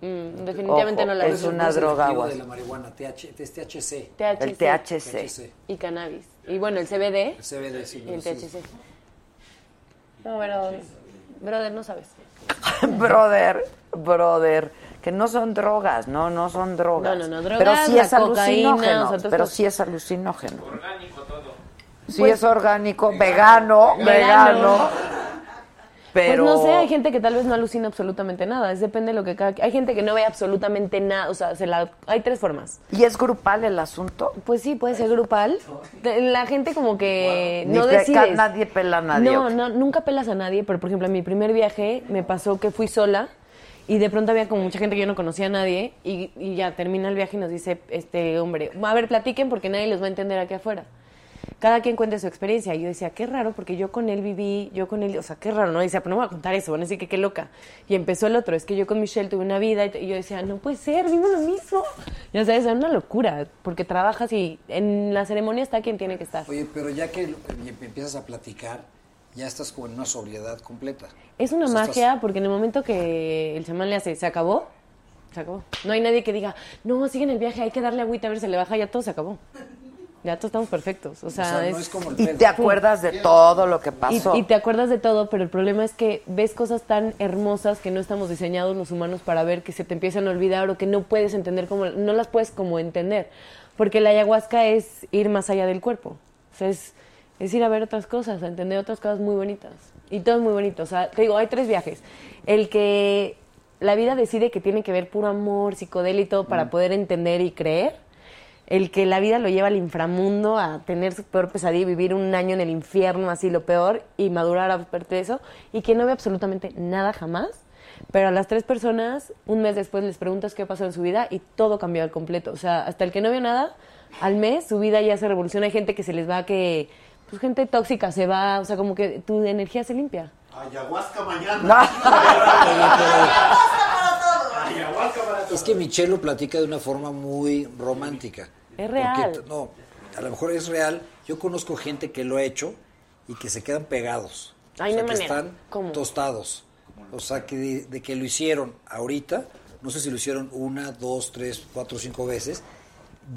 Mm, definitivamente
Ojo,
no la
es
uso.
una droga
Digo de
ayahuasca.
la marihuana, TH, es THC.
THC.
El THC.
Y cannabis. Y bueno, el CBD.
El CBD, sí,
Y el
sí.
THC. No, pero. Brother, no sabes. Pues
brother, brother, que no son drogas, no, no son drogas.
No, no, no, drogas,
pero sí
la
es
cocaína,
alucinógeno,
o sea, todas
pero
esas- Pues
sí es alucinógeno.
Orgánico todo.
Sí es orgánico, vegano, vegano,
Vegano.
pero
Pues no sé, hay gente que tal vez no alucina absolutamente nada. Es depende de lo que cada... Hay gente que no ve absolutamente nada. O sea, se la... hay tres formas.
¿Y es grupal el asunto?
Pues sí, puede ser grupal. La gente como que
Ni
no
pe-
decides.
ca- nadie pela a nadie,
No,
¿o qué?
no, nunca pelas a nadie. Pero, por ejemplo, en mi primer viaje me pasó que fui sola y de pronto había como mucha gente que yo no conocía a nadie y, y ya termina el viaje y nos dice este hombre, a ver, platiquen porque nadie los va a entender aquí afuera cada quien cuente su experiencia. Y yo decía, qué raro, porque yo con él viví, yo con él, o sea, qué raro, ¿no? Y decía, pero no me voy a contar eso, van a decir que qué loca. Y empezó el otro, es que yo con Michelle tuve una vida, y t- y yo decía, no puede ser, vivo lo mismo. Ya sabes, es una locura, porque trabajas y en la ceremonia está quien tiene que estar.
Oye, pero ya que lo- empiezas a platicar, ya estás como en una sobriedad completa.
Es una
O sea, estás-
magia porque en el momento que el chamán le hace, se acabó, se acabó. No hay nadie que diga, no, sigue en el viaje, hay que darle agüita, a ver si le baja, ya todo se acabó. Ya todos estamos perfectos. O sea,
sea, no
es,
es como el
Y
pedo.
te acuerdas de todo lo que
Y,
pasó.
y te acuerdas de todo, pero el problema es que ves cosas tan hermosas que no estamos diseñados los humanos para ver, que se te empiezan a olvidar o que no puedes entender como, no las puedes como entender. Porque la ayahuasca es ir más allá del cuerpo. O sea, es, es ir a ver otras cosas, a entender otras cosas muy bonitas. Y todo es muy bonito. O sea, te digo, hay tres viajes. El que la vida decide que tiene que ver puro amor, psicodelia y todo para poder entender y creer el que la vida lo lleva al inframundo a tener su peor pesadilla, y vivir un año en el infierno, así lo peor, y madurar a partir de eso, y que no ve absolutamente nada jamás. Pero a las tres personas, un mes después les preguntas qué pasó en su vida y todo cambió al completo. O sea, hasta el que no vio nada, al mes su vida ya se revoluciona. Hay gente que se les va, que pues, gente tóxica se va, o sea, como que tu energía se limpia.
Ayahuasca mañana.
Es que Michelle lo platica de una forma muy romántica.
Es real.
Porque, no, a lo mejor es real. Yo conozco gente que lo ha hecho y que se quedan pegados.
Ay,
o sea,
no hay
que
manera.
están tostados. O sea, que de, de que lo hicieron ahorita, no sé si lo hicieron una, dos, tres, cuatro, cinco veces,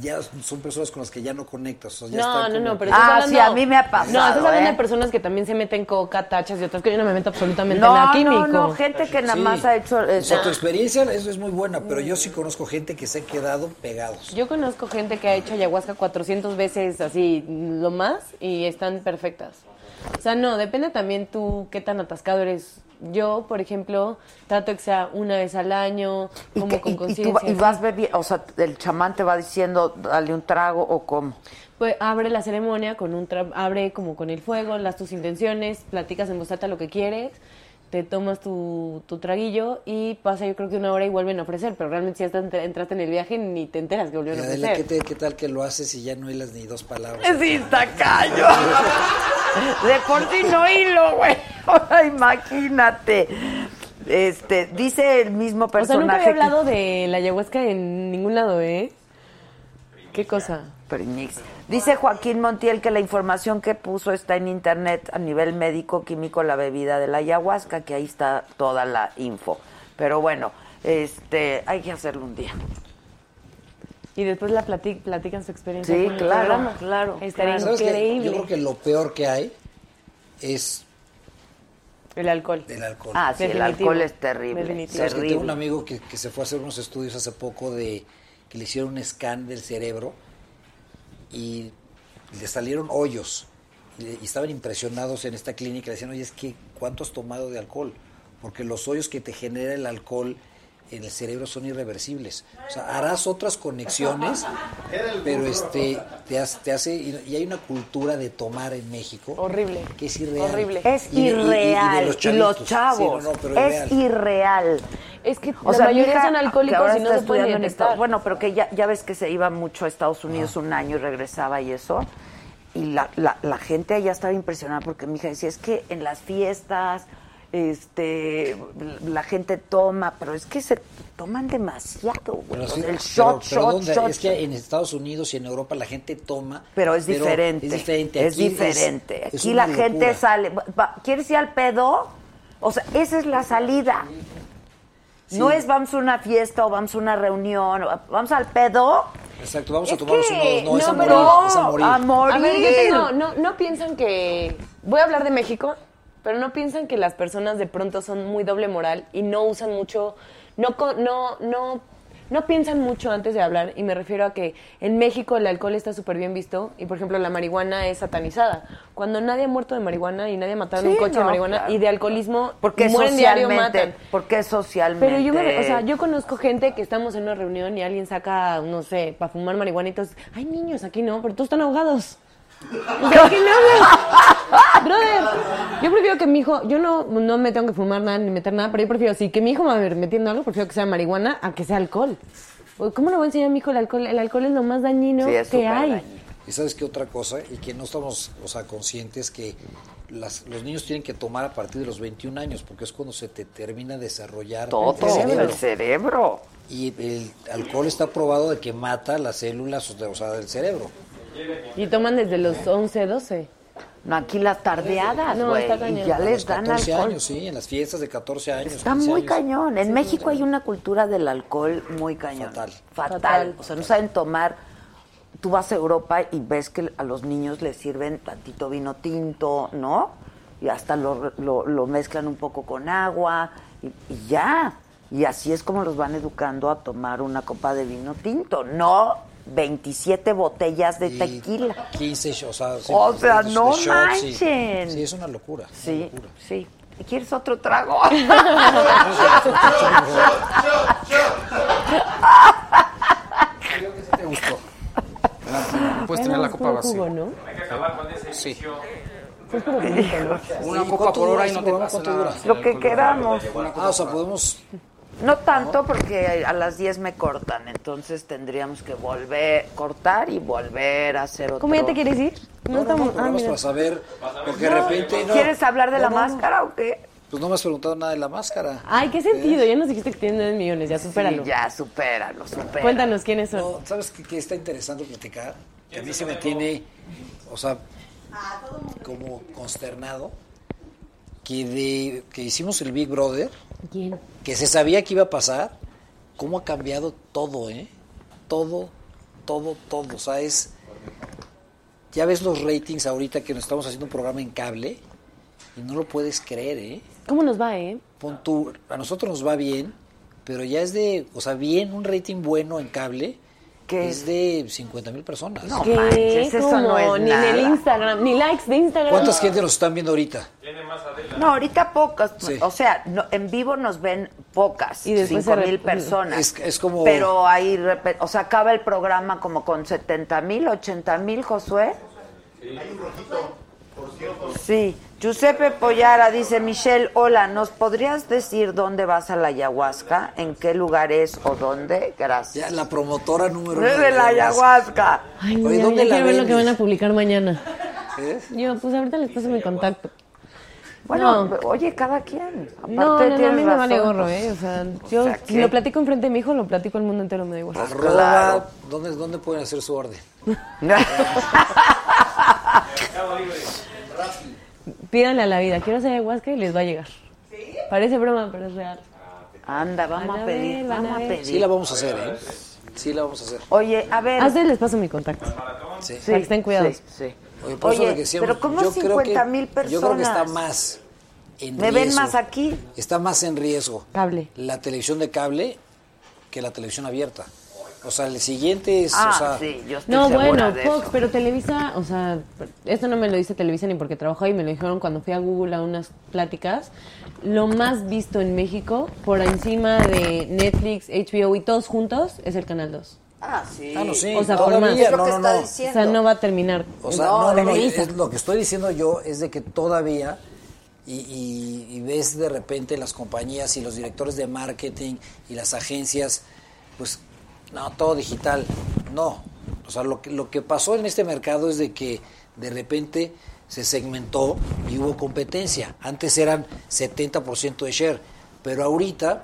ya son personas con las que ya no conectas. o sea, Pues ya
No,
están
no,
como-
no, pero estás hablando- No, estás hablando
¿eh?
de personas que también se meten coca, tachas y otras que yo no me meto absolutamente
No,
nada
no,
químico.
no, gente que nada
Sí.
más ha hecho... eh,
O sea, tu experiencia eso es muy buena, pero yo
Mm.
sí conozco gente que se ha quedado pegados.
Yo conozco gente que ha hecho ayahuasca 400 veces así, lo más, y están perfectas. O sea, no, depende también tú qué tan atascado eres. Yo, por ejemplo, trato que sea una vez al año, como
que-
con
y- y, tú,
conciencia.
y vas bebiendo, o sea, el chamán te va diciendo, dale un trago o cómo.
Pues abre la ceremonia con un tra- abre como con el fuego, las tus intenciones, platicas en voz alta lo que quieres, te tomas tu, tu traguillo y pasa yo creo que una hora y vuelven a ofrecer, pero realmente si ya estás- entraste en el viaje ni te enteras que volvieron a
Adela, ¿qué,
ofrecer.
te- qué tal que lo haces y ya no hilas ni dos palabras?
Sí, está callo. De por sí no hilo, güey. Ahora imagínate. Este, dice el mismo
O sea, nunca
personaje.
había
que-
hablado de la ayahuasca en ningún lado, ¿eh? ¿Qué cosa?
Preñix. Dice Joaquín Montiel que la información que puso está en internet a nivel médico químico la bebida de la ayahuasca, que ahí está toda la info. Pero bueno, este, hay que hacerlo un día.
Y después la plati- platican su experiencia.
Sí,
con el
claro,
programa.
claro.
Estaría
¿Sabes qué?
increíble.
Yo creo que lo peor que hay es...
El alcohol.
El alcohol.
Ah, sí, el Definitivo. alcohol es terrible,
Definitivo.
terrible.
tengo un amigo que, que se fue a hacer unos estudios hace poco de que le hicieron un scan del cerebro y le salieron hoyos. Y, le- y estaban impresionados en esta clínica. Le decían, oye, es que ¿cuánto has tomado de alcohol? Porque los hoyos que te genera el alcohol en el cerebro son irreversibles. O sea, harás otras conexiones, pero este te hace, te hace y, y hay una cultura de tomar en México horrible que es irreal.
Horrible.
Es
Y de- y- y de
irreal. Y,
chavitos.
los
Sí,
chavos.
no, no, pero
es irreal.
Es que la mayoría son alcohólicos y no se pueden
Estados, Bueno, pero que ya, ya ves que se iba mucho a Estados
Ah.
Unidos un año y regresaba y eso. Y la, la, la gente allá estaba impresionada porque mi hija decía, es que en las fiestas, este, la gente toma, pero es que se toman demasiado, güey.
Pero
O
sí,
sea, el
pero-
shot,
pero
shot,
¿dónde?
shot.
Es que en Estados Unidos y en Europa la gente toma.
Pero es diferente.
Es diferente.
Es
Aquí
diferente.
es
Aquí
una
la gente
locura.
sale. va- ¿Quieres ir al pedo? O sea, esa es la salida. No es vamos a una fiesta o vamos a una reunión, o vamos al pedo.
Exacto, vamos a
Es
tomarnos
que-
unos. No, es a
no,
morir.
pero-
es a morir.
a morir.
A ver, yo tengo- no, no piensan que. Voy a hablar de México, pero no piensan que las personas de pronto son muy doble moral y no usan mucho. No, co- no, no, no piensan mucho antes de hablar, y me refiero a que en México el alcohol está súper bien visto y, por ejemplo, la marihuana es satanizada. Cuando nadie ha muerto de marihuana y nadie ha matado en un
Sí,
coche de
no,
marihuana
claro.
y de alcoholismo,
Porque
mueren diario, matan.
socialmente. Porque socialmente.
Pero yo, me re- o sea, yo conozco gente que estamos en una reunión y alguien saca, no sé, para fumar marihuana y todos, ay niños, aquí no, pero todos están ahogados. O sea, ¿de qué me hablas? Brother, yo prefiero que mi hijo, yo no, no me tengo que fumar nada ni meter nada, pero yo prefiero, sí, que mi hijo me va a ver metiendo algo, prefiero que sea marihuana a que sea alcohol. O, ¿Cómo le voy a enseñar a mi hijo el alcohol? El alcohol es lo más dañino
Sí, es
que
súper
hay.
dañino. Y sabes qué otra cosa, y que no estamos, o sea, conscientes que las- los niños tienen que tomar a partir de los 21 años, porque es cuando se te termina de desarrollar
Todo, el cerebro.
Y el alcohol está probado de que mata las células, o sea, del cerebro.
Y toman desde los 11, 12.
No, aquí las tardeadas,
No,
güey.
está
y
cañón.
ya
A
les
los
dan
14
alcohol.
años, sí, en las fiestas de 14 años.
Está
15
muy
años.
cañón. En México hay una cultura del alcohol muy cañón. Fatal.
Fatal.
O sea, no saben tomar. Tú vas a Europa y ves que a los niños les sirven tantito vino tinto, ¿no? Y hasta lo, lo- lo mezclan un poco con agua y, y ya. Y así es como los van educando a tomar una copa de vino tinto, no 27 botellas de tequila.
15, sh- o sea, sí,
O sea,
de- de
no
shots, sí.
manchen.
Sí, es una locura.
Sí, sí. ¿Quieres otro trago?
Te gustó. Puedes tener la copa vacía.
¿no?
Hay que acabar con ese
Sí.
vicio.
Pues como que nunca, ¿no?
Una
Sí,
coca
¿cuánto
por
dura
hora y
ese
no te
programa?
pasa
¿Cuánto
nada.
dura?
Lo que queramos.
Ah, o sea, podemos...
No tanto porque a las 10 me cortan, entonces tendríamos que volver, cortar y volver a hacer otro.
¿Cómo ya te quieres ir? No, estamos... ah,
Vamos
mira.
para saber, porque de repente... no.
¿Quieres hablar de la
No, no, no.
máscara o qué?
Pues no me has preguntado nada de la máscara.
Ay, qué sentido. Ya nos dijiste que tienes 9 millones. Ya supéralo.
Eh. ya, supéralo, supéralo.
Cuéntanos quiénes son.
No, ¿Sabes qué, qué está interesante platicar? Que a mí se me tiene, o sea, como consternado, que, de, que hicimos el Big Brother,
¿Quién?
que se sabía que iba a pasar, cómo ha cambiado todo, ¿eh? Todo, todo, todo. O sea, es... Ya ves los ratings ahorita que nos estamos haciendo un programa en cable y no lo puedes creer, ¿eh?
¿Cómo nos va, eh?
pon tú, a nosotros nos va bien, pero ya es de, o sea, bien, un rating bueno en cable, que es de 50 mil personas.
No manches, eso no
¿Cómo?
es
ni en el
nada.
Instagram, ni likes de Instagram.
¿Cuántas gente nos están viendo ahorita?
No, ahorita pocas.
Sí.
O sea, no- en vivo nos ven pocas,
Y después
cinco
se re-
mil personas.
Es- es como-
Pero ahí, repe- o sea, acaba el programa como con 70 mil, 80 mil, Josué. Sí. Giuseppe Pollara dice, Michelle, hola, ¿nos podrías decir dónde vas a la ayahuasca? ¿En qué lugar es o dónde? Gracias.
Ya, la promotora número uno.
de la ayahuasca.
Ay, no,
Oye,
ya, ya
¿dónde la
quiero ver lo que
vendes?
van a publicar mañana.
¿Eh?
Yo, pues ahorita les paso mi contacto.
Bueno,
No.
oye, cada quien. Aparte,
No, no, no, a
tienes
mí me vale
razón. pues.
gorro, ¿eh? O sea, yo
sea,
si
¿qué?
lo platico enfrente de mi hijo, lo platico al mundo entero, me da igual.
Arroba, ¿dónde, ¿dónde pueden hacer su orden?
¿eh? Pídanle a la vida, quiero hacer ayahuasca y les va a llegar. ¿Sí? Parece broma, pero es real.
Anda, vamos
Van
a,
a
pedir,
ver, van
vamos a,
a ver.
pedir.
Sí la vamos a hacer, ¿eh? Sí la vamos a hacer.
Oye, a ver.
A ustedes les paso mi contacto.
Sí.
Para que estén cuidados.
Sí, sí.
Oye, por eso
Oye,
lo que decíamos,
pero ¿cómo
yo creo que-
50,000
Yo creo que
personas?
está más en
¿Me ven
riesgo.
más aquí?
Está más en riesgo
Cable.
la televisión de cable que la televisión abierta. O sea, el siguiente es...
Ah,
o sea,
sí, yo estoy
No,
segura
bueno,
de
Fox,
eso.
pero Televisa, o sea, esto no me lo dice Televisa ni porque trabajó ahí, me lo dijeron cuando fui a Google a unas pláticas. Lo más visto en México, por encima de Netflix, HBO y todos juntos, es el Canal 2.
Ah, sí.
Ah, no, sí,
O sea,
todavía,
por más.
Es lo que no, no, está no.
O sea, no va a terminar.
O sea, no, no, no, es lo que estoy diciendo yo es de que todavía, y, y- y ves de repente las compañías y los directores de marketing y las agencias, pues, no, todo digital. No. O sea, lo que, lo que pasó en este mercado es de que de repente se segmentó y hubo competencia. Antes eran 70% de share, pero ahorita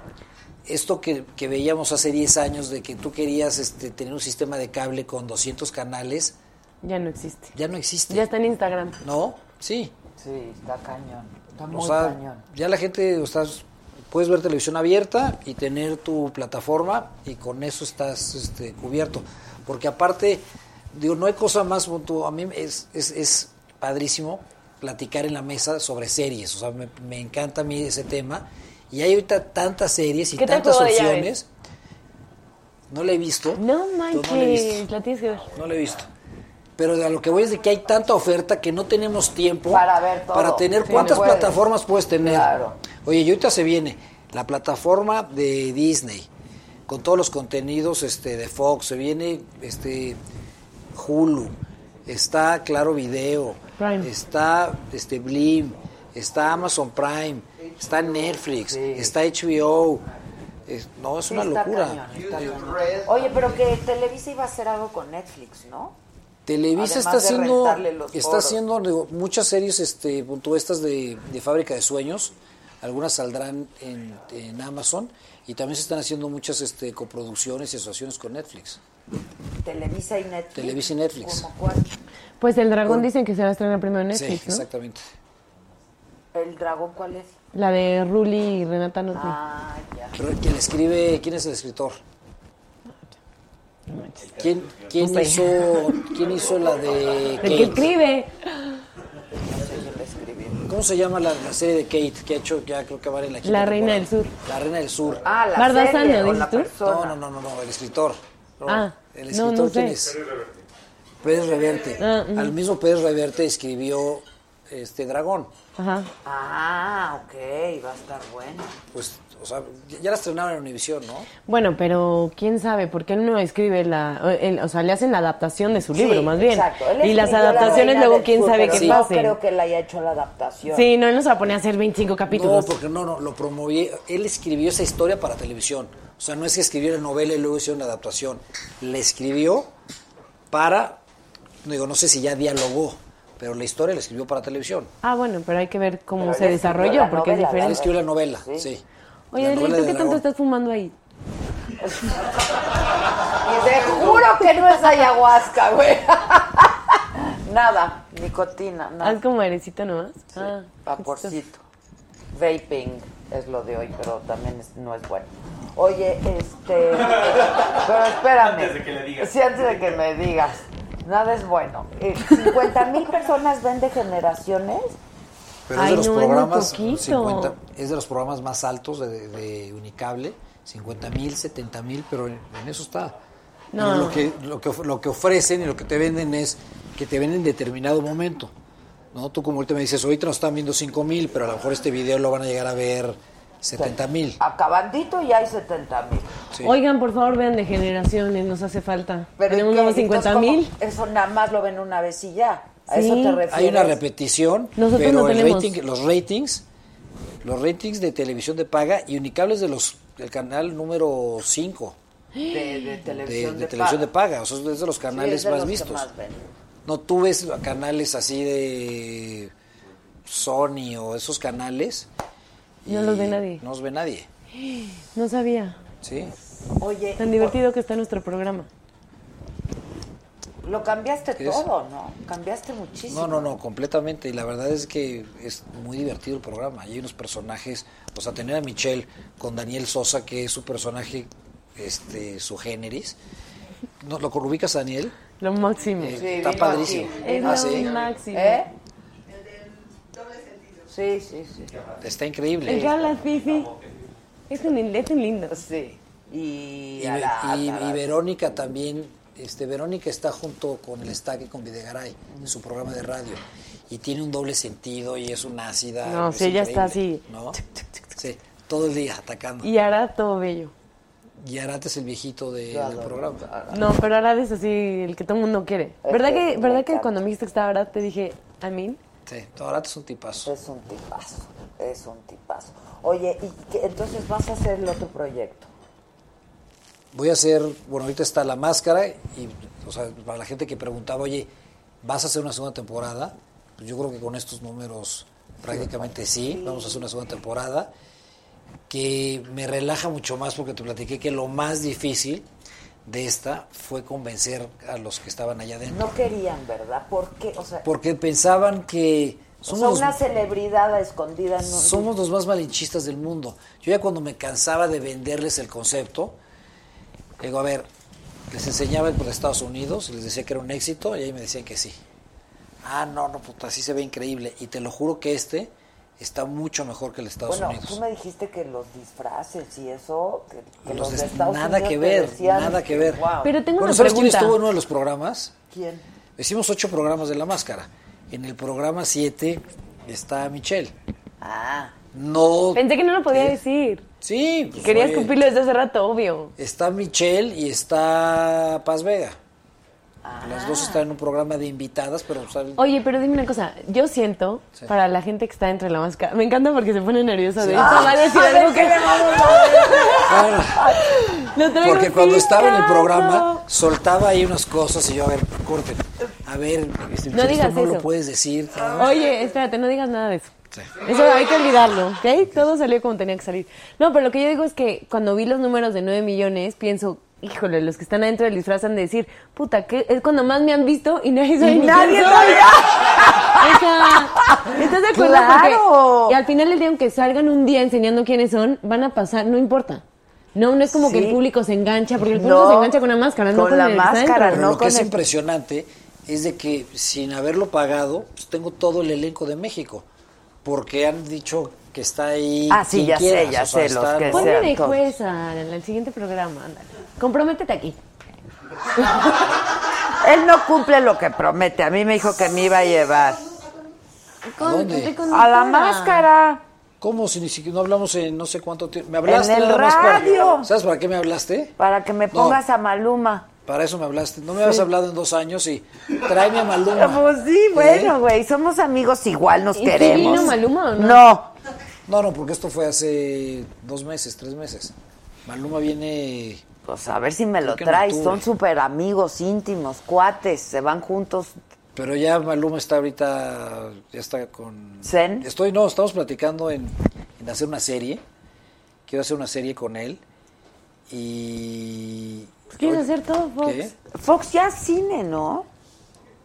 esto que, que veíamos hace 10 años de que tú querías este, tener un sistema de cable con 200 canales,
Ya no existe.
ya no existe.
Ya está en Instagram.
No, sí.
Sí, está cañón. Está
o
muy
sea,
cañón.
ya la gente, o sea, puedes ver televisión abierta y tener tu plataforma y con eso estás este, cubierto. Porque aparte, digo, no hay cosa más, puntu- a mí es, es, es padrísimo platicar en la mesa sobre series, o sea, me, me encanta a mí ese tema. Y hay ahorita tantas series y
¿Qué tal
tantas
Juego de Llaves?
opciones. No la he visto.
No
Yo no la he visto.
manches, la tienes que ver.
No lo he visto. Pero a lo que voy es de que hay tanta oferta que no tenemos tiempo
Para ver todo.
para tener
Sí,
cuántas
no puedes.
plataformas puedes tener.
Claro.
Oye, y ahorita se viene la plataforma de Disney con todos los contenidos este de Fox, se viene este Hulu, está Claro Video,
Prime.
está este Blim, está Amazon Prime, está Netflix, está HBO. Es- no, es
Sí,
una
está
locura.
cañón, está cañón. Oye, pero que Televisa iba a hacer algo con Netflix, ¿no?
Televisa
Además
está
de
haciendo,
rentarle los
está
foros.
haciendo digo, muchas series este, puntuestas de, de Fábrica de Sueños. Algunas saldrán en, en Amazon. Y también se están haciendo muchas este, coproducciones y asociaciones con Netflix.
Televisa y Netflix.
Televisa y Netflix.
¿Cómo cuál?
Pues el dragón dicen que se va a estrenar primero en Netflix,
sí,
¿no?
exactamente.
¿El dragón cuál es?
La de Ruli y Renata Nutri.
Ah, ya.
Pero ¿Quién escribe? ¿Quién es el escritor? ¿Quién, quién
No sé.
hizo, ¿Quién hizo la de
¿De qué
Kate?
escribe?
¿Cómo se llama la, la serie de Kate que ha hecho ya creo que vale la quinta
La Reina del
temporada?
Sur.
La Reina del Sur.
Ah, la
Barda
serie
Sano,
o la
dices tú.
persona.
No, no, no, no, no, el escritor. No,
Ah,
el
no,
escritor
no
quién
sé.
es? Pérez Reverte.
Ah, ujú.
Al mismo Pérez Reverte escribió este Dragón.
Ajá.
Ah, ok, va a estar bueno.
Pues, o sea, ya- ya la estrenaron en Univisión, ¿no?
Bueno, pero quién sabe, porque él no escribe la. o- él- o sea, le hacen la adaptación de su libro, más bien.
Exacto. Él
Y las
escribió La
adaptaciones
Reina
luego
del
quién
Sur,
sabe
pero
qué
no
pase.
creo que la haya hecho la adaptación.
Sí, no, él nos va a poner a hacer 25 capítulos.
No,
pues,
porque no, no, lo promovió. Él escribió esa historia para televisión. O sea, no es que escribió la novela y luego hicieron la adaptación. La escribió para, no digo, no sé si ya dialogó, pero la historia la escribió para televisión.
Ah, bueno, pero hay que ver cómo
Pero
se
él escribió
desarrolló,
la
porque
novela,
es
Él
diferente.
escribió la novela, sí.
Oye,
la
Adeli,
novela
¿tú
de
qué tanto
dragón.
estás fumando ahí?
Y te juro que no es ayahuasca, güey. Nada, nicotina, nada.
Haz como airecito nomás. Ah,
Vaporcito. Vaping es lo de hoy, pero también es- no es bueno. Oye, este. Pero espérame.
Antes de que le digas.
Sí, antes de que me digas. Nada es bueno. Eh, 50 mil personas ven de generaciones.
Pero
Ay,
es de los
no, es muy
programas
poquito.
50 es de los programas más altos de, de Unicable, 50 mil, 70 mil, pero en, en eso está.
No.
Pero Lo, que, lo, que, of- lo que ofrecen y lo que te venden es que te ven en determinado momento. ¿no? Tú como ahorita me dices, ahorita nos están viendo 5 mil, pero a lo mejor este video lo van a llegar a ver 70 mil.
Acabandito ya hay 70 mil.
Oigan, por favor, vean de generaciones, nos hace falta. Tenemos
¿qué?
como
Entonces,
50
¿cómo?
mil.
Eso nada más lo ven una vez y ya. ¿A eso
Sí.
te refieres?
Hay una repetición,
Nosotros
pero
no
el
tenemos.
rating- los ratings, los ratings de televisión de paga y Unicable es de los, del canal número 5.
de, de
de,
televisión
de
de,
televisión de
paga.
paga, o sea, es de los
Sí,
canales
es de
más
los que
vistos.
más ven.
no tú ves canales así de Sony o esos canales.
No los ve nadie.
No los ve nadie,
No sabía.
¿sí?
Oye,
Tan divertido que está nuestro programa.
lo cambiaste
¿Qué es?
todo, ¿no? Cambiaste muchísimo.
No, no, no, completamente. Y la verdad es que es muy divertido el programa. Hay unos personajes, o sea, tener a Michelle con Daniel Sosa, que es su personaje, este, su generis. ¿No, ¿Lo ubicas, Daniel?
Lo máximo.
Sí, está vino padrísimo. aquí.
Es
Ah,
lo
sí.
máximo.
¿Eh? Sí, sí, sí.
Está increíble.
El que habla Fifi. Es un, lin- es un lindo.
Sí. Y,
Y, Ve- y- y Verónica también, este, Verónica está junto con el Estaque y con Videgaray en
Mm.
su programa de radio y tiene un doble sentido y es una ácida.
No,
es
sí, ella está
increíble, ¿no? Sí, todo el día atacando.
Y Arad todo bello.
Y Arate es el viejito de- del programa.
No, pero Arad es así el que todo el mundo quiere. ¿Verdad que, verdad que cuando me dijiste que estaba Arad te dije, I mean?
Sí, no, Arate es un tipazo.
Es un tipazo, es un tipazo. Oye, ¿y qué- entonces vas a hacer el otro proyecto?
Voy a hacer, bueno, ahorita está la máscara y, o sea, para la gente que preguntaba, oye, ¿vas a hacer una segunda temporada? Pues yo creo que con estos números prácticamente sí, vamos a hacer una segunda temporada, que me relaja mucho más porque te platiqué que lo más difícil de esta fue convencer a los que estaban allá adentro.
No querían, ¿verdad? ¿Por qué? O sea,
Porque pensaban que
o
somos
sea,
los-
una celebridad escondida en un...
somos los más malinchistas del mundo. Yo ya cuando me cansaba de venderles el concepto, digo, a ver, les enseñaba el por Estados Unidos y les decía que era un éxito y ahí me decían que sí. Ah, no, no, puta, así se ve increíble. Y te lo juro que este está mucho mejor que el de Estados
Bueno,
Unidos.
tú me dijiste que los disfraces y eso, que, que los,
Los
de
de-
Estados
nada
Unidos
que
te
ver,
decían
nada que ver.
guau.
Pero tengo
bueno,
una
¿sabes
pregunta.
quién estuvo en uno de los programas?
¿Quién?
Hicimos ocho programas de La Máscara. En el programa siete está Michelle.
Ah.
No.
Pensé que no lo podía decir.
Sí. pues,
Quería
oye.
escupirlo desde hace rato, obvio.
Está Michelle y está Paz Vega.
Ah.
Las dos están en un programa de invitadas, pero salen-
Oye, pero dime una cosa. Yo siento,
Sí.
para la gente que está entre la máscara, me encanta porque se pone nerviosa. De
Sí.
hecho, va a decir
Ah, a ver
algo
qué
que...
le vamos a
Lo traigo
porque cuando estaba en el
picado.
programa soltaba ahí unas cosas y yo, a ver, corten. A ver, este,
No digas
esto no
eso.
lo puedes decir.
Ah,
cabrón.
Oye, espérate, no digas nada de eso. Eso hay que olvidarlo, ¿ok? Todo salió como tenía que salir. No, pero lo que yo digo es que cuando vi los números de 9 millones, pienso, híjole, los que están adentro del disfraz han de decir, puta, que es cuando más me han visto y nadie sabe
Y
ni
nadie
quién soy".
sabe.
Ajá. ¿Estás de acuerdo?
Claro.
Porque- y al final del día, aunque salgan un día enseñando quiénes son, van a pasar, no importa. No, no es como que
Sí.
el público se engancha, porque el público
No,
se engancha con la máscara, no
con
con
la
el
máscara,
centro.
Pero lo que es
el-
impresionante es de que sin haberlo pagado, pues, tengo todo el elenco de México. Porque han dicho que está ahí.
Ah, sí,
quien
ya sé,
quieras,
ya
o sea,
sé, los
está-
que
Ponme
sean
de
todos.
jueza en el siguiente programa, ándale. Comprométete aquí.
Él no cumple lo que promete. A mí me dijo que me iba a llevar.
¿A dónde?
estoy con
A la
Nora.
máscara.
¿Cómo si ni siquiera no hablamos en no sé cuánto tiempo? ¿Me hablaste?
En el
nada más para-
radio.
¿Sabes para qué me hablaste?
Para que me
No.
pongas a Maluma.
Para eso me hablaste. No me
Sí.
habías hablado en dos años y tráeme a Maluma.
Pues sí, bueno, güey, somos amigos igual, nos
¿Y sí
queremos.
vino Maluma o no?
No,
No, no, porque esto fue hace dos meses, tres meses. Maluma viene...
Pues a ver si me lo
Creo que en
traes,
octubre.
son súper amigos íntimos, cuates, se van juntos.
Pero ya Maluma está ahorita, ya está con...
¿Zen?
Estoy, no, estamos platicando en, en hacer una serie. Quiero hacer una serie con él. Y...
¿Quieres hacer todo, Fox?
¿Qué?
Fox ya cine, ¿no?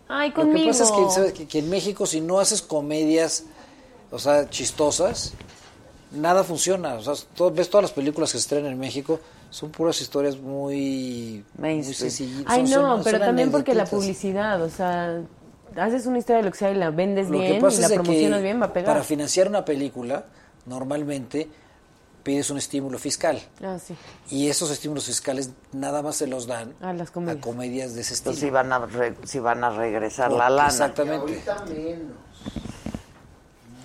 Ay,
Lo
conmigo.
que pasa es que, ¿sabes? que- que en México si no haces comedias, o sea, chistosas, nada funciona. O sea, to- ves todas las películas que se estrenan en México, son puras historias muy, muy sencillitas.
Ay,
son-
no,
son-
pero
son
también porque la
anecdotitas.
publicidad, o sea, haces una historia de lo que sea y la vendes
Lo que
bien y
pasa
la
es de
promocionas
que
bien, va a pegar.
para financiar una película, normalmente pides un estímulo fiscal.
Ah, sí.
Y esos estímulos fiscales nada más se los dan
A las
a
comedias.
comedias de ese estilo.
Entonces iban a, re- sí Pues, van a regresar la lana.
Oh, Exactamente.
menos.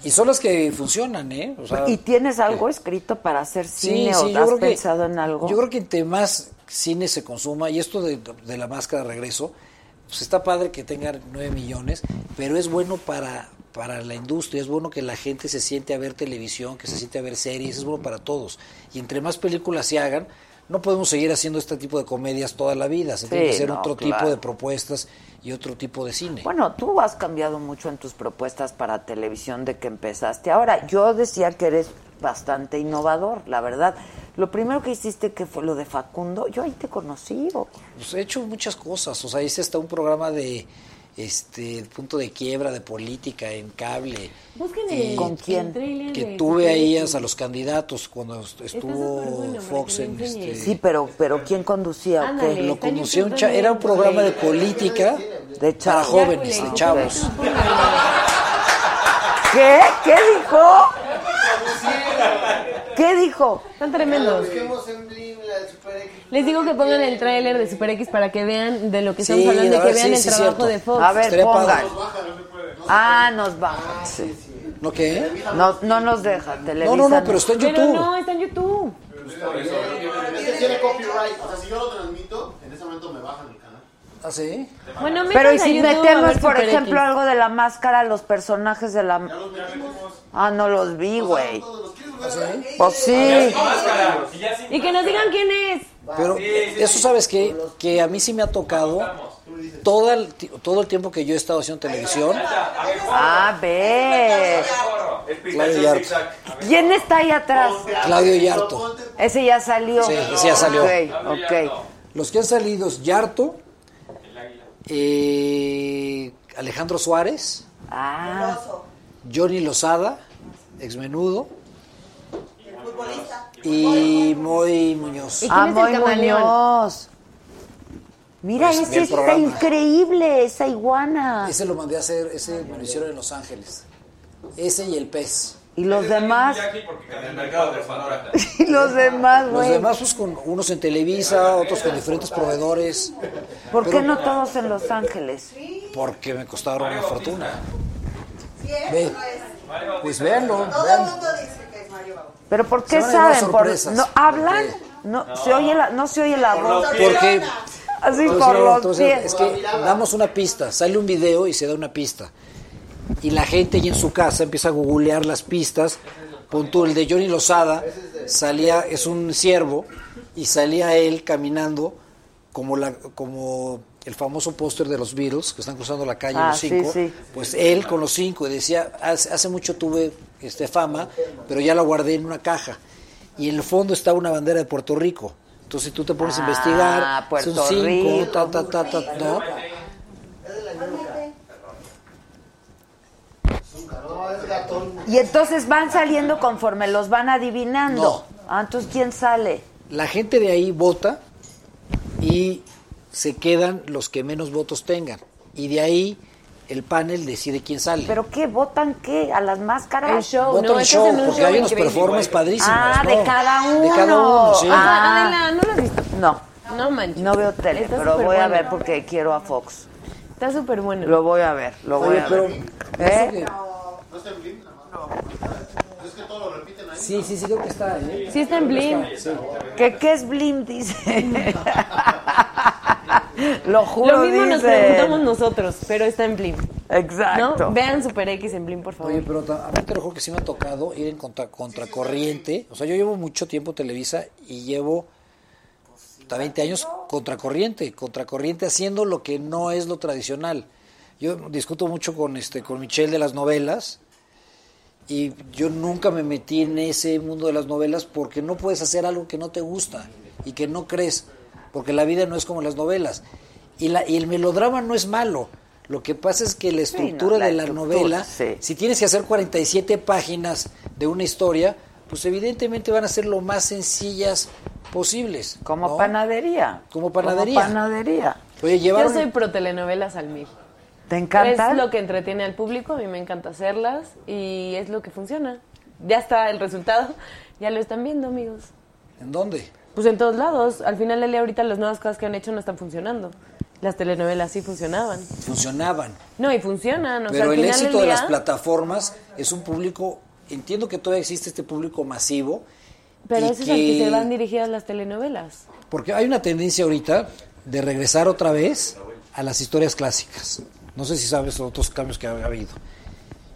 Y son las que funcionan, ¿eh? O sea,
¿Y tienes algo
Eh,
escrito para hacer cine o has pensado en algo?
Yo creo que entre más cine se consuma, y esto de, de la máscara de regreso, pues está padre que tengan 9 millones, pero es bueno para, para la industria, es bueno que la gente se siente a ver televisión, que se siente a ver series, es bueno para todos. Y entre más películas se hagan, no podemos seguir haciendo este tipo de comedias toda la vida, se
Sí,
tiene que hacer
no,
otro
claro.
tipo de propuestas y otro tipo de cine.
Bueno, tú has cambiado mucho en tus propuestas para televisión de que empezaste. Ahora, yo decía que eres bastante innovador, la verdad. Lo primero que hiciste que fue lo de Facundo, yo ahí te conocí. ¿o?
Pues he hecho muchas cosas, o sea, hice hasta un programa de este el punto de quiebra de política en cable.
Busquen
Y
el,
¿Con quién?
el trailer
Que
de-
tuve ahí
Está
a los candidatos cuando est- estuvo
súper bueno, para
Fox
que lo
en
enseñes.
este
Sí, pero, pero ¿quién conducía? o qué?
Ándale,
lo
está en
conducía un
YouTube
cha- era un
también.
programa de política
de
para
chavos.
jóvenes, de
Ah,
chavos.
¿Qué? ¿Qué dijo? ¿Qué dijo?
Están tremendos.
Busquemos en Blim la de Super X.
Les digo que pongan el tráiler de Super X para que vean de lo que
Sí,
estamos hablando y
a
que
ver,
vean
sí,
el
sí,
trabajo
cierto.
de Fox.
A ver,
Estaría
pongan.
padre.
Ah, nos bajan. sí.
¿No qué?
No, no nos deja, Televisa.
No, no, no, pero está en
Pero
YouTube.
no, está en YouTube.
Este tiene copyright. O sea, si yo lo transmito, en ese momento me bajan el canal.
¿Ah, sí?
Bueno,
Pero
métanse
¿y
a
si
YouTube a
metemos,
ver
por
Super
ejemplo,
X.
algo de la máscara, los personajes de la... Ah, no los vi, güey.
¿Ah,
Pues sí.
Y que nos digan quién es.
Pero eso sabes que, que a mí sí me ha tocado todo el, ti- todo el tiempo que yo he estado haciendo televisión.
Ah.
A ver.
Claudio Yarto.
¿Quién está ahí atrás?
Claudio Yarto.
Ese ya salió.
Sí, ese ya salió.
Ok, ok.
Los que han salido es Yarto, eh, Alejandro Suárez,
Ah,
Johnny Lozada, exmenudo, y Moy Muñoz.
¿Y quién
ah,
es
Moy
el camaleón?
Muñoz. Mira,
Pues, vi
ese
el
está
programa.
increíble, esa iguana.
Ese lo mandé a hacer, ese me lo hicieron en Los Ángeles. Ese y el pez.
Y los demás,
En el mercado de Sonora.
y los demás,
Los
güey.
demás, pues, con unos en Televisa, otros con diferentes proveedores.
¿Por qué
Pero-
no todos en Los Ángeles?
Porque me costaron una fortuna. Ve, pues véanlo,
Todo el
vean.
mundo dice que es Mario Bautista.
Pero ¿por qué
Se van a llevar
saben? Por-
sorpresas,
¿No hablan? No, Se oye la, no se oye la voz.
Porque
Así
Entonces,
por los
entonces,
pies.
Es que damos una pista, sale un video y se da una pista. Y la gente ya en su casa empieza a googlear las pistas. Punto, el de Johnny Lozada salía, es un ciervo, y salía él caminando como la, como el famoso póster de los Beatles que están cruzando la calle
Ah,
los
sí,
cinco.
sí.
Pues él con los cinco y decía, hace, hace mucho tuve este fama, pero ya la guardé en una caja. Y en el fondo estaba una bandera de Puerto Rico. Entonces si tú te pones a
Ah,
investigar,
Puerto
son cinco,
Rico.
ta, ta, ta, ta, ¿no?
Y entonces van saliendo conforme los van adivinando. Ah, entonces ¿quién sale?
La gente de ahí vota y se quedan los que menos votos tengan. Y de ahí el panel decide quién sale.
¿Pero qué? ¿Votan qué? ¿A las máscaras.
El show,
Votan
no,
el
estás en
show,
un
porque
show
hay unos
increíble.
performances padrísimos.
Ah, de
¿no?
cada uno.
De cada uno, sí.
Ah.
Adela, ¿no lo has visto?
No,
No manches.
no veo tele,
Está
pero
súper
voy a
bueno.
ver porque quiero a Fox.
Está súper bueno.
Lo voy a ver, lo voy
Oye,
a
pero
ver.
eso
¿Eh?
que-
Pero
¿No está en Blim la mano? Es que todo lo repiten ahí.
Sí, sí, sí, creo que está. ¿eh?
Sí está en Blim.
¿Qué, qué es Blim? Dice. Lo juro,
Lo mismo nos
dicen.
preguntamos nosotros, pero está en Blim.
Exacto.
¿No? Vean Super X en Blim, por favor.
Oye, pero ta- a mí te lo juro que sí me ha tocado ir en contra, contracorriente. O sea, yo llevo mucho tiempo en Televisa y llevo hasta 20 años contracorriente, contracorriente haciendo lo que no es lo tradicional. Yo discuto mucho con este con Michelle de las novelas y yo nunca me metí en ese mundo de las novelas porque no puedes hacer algo que no te gusta y que no crees, porque la vida no es como las novelas. Y, la, y el melodrama no es malo. Lo que pasa es que la
no,
estructura
la
de la
estructura,
novela,
sí.
si tienes que hacer 47 páginas de una historia, pues evidentemente van a ser lo más sencillas posibles.
Como
¿no?
panadería.
Como panadería.
Como panadería.
Oye, llevaron...
Yo soy pro telenovelas al mil.
¿Te encanta?
Es lo que entretiene al público, a mí me encanta hacerlas y es lo que funciona. Ya está el resultado, ya lo están viendo, amigos.
¿En dónde?
Pues en todos lados, al final del día ahorita las nuevas cosas que han hecho no están funcionando. Las telenovelas sí funcionaban.
Funcionaban.
No, y funcionan. o sea,
Pero
al
el
final
éxito
del
de las
día-
plataformas es un público... Entiendo que todavía existe este público masivo.
Pero
y
ese es al que
que-
se van dirigidas las telenovelas.
Porque hay una tendencia ahorita de regresar otra vez a las historias clásicas. No sé si sabes los otros cambios que ha habido.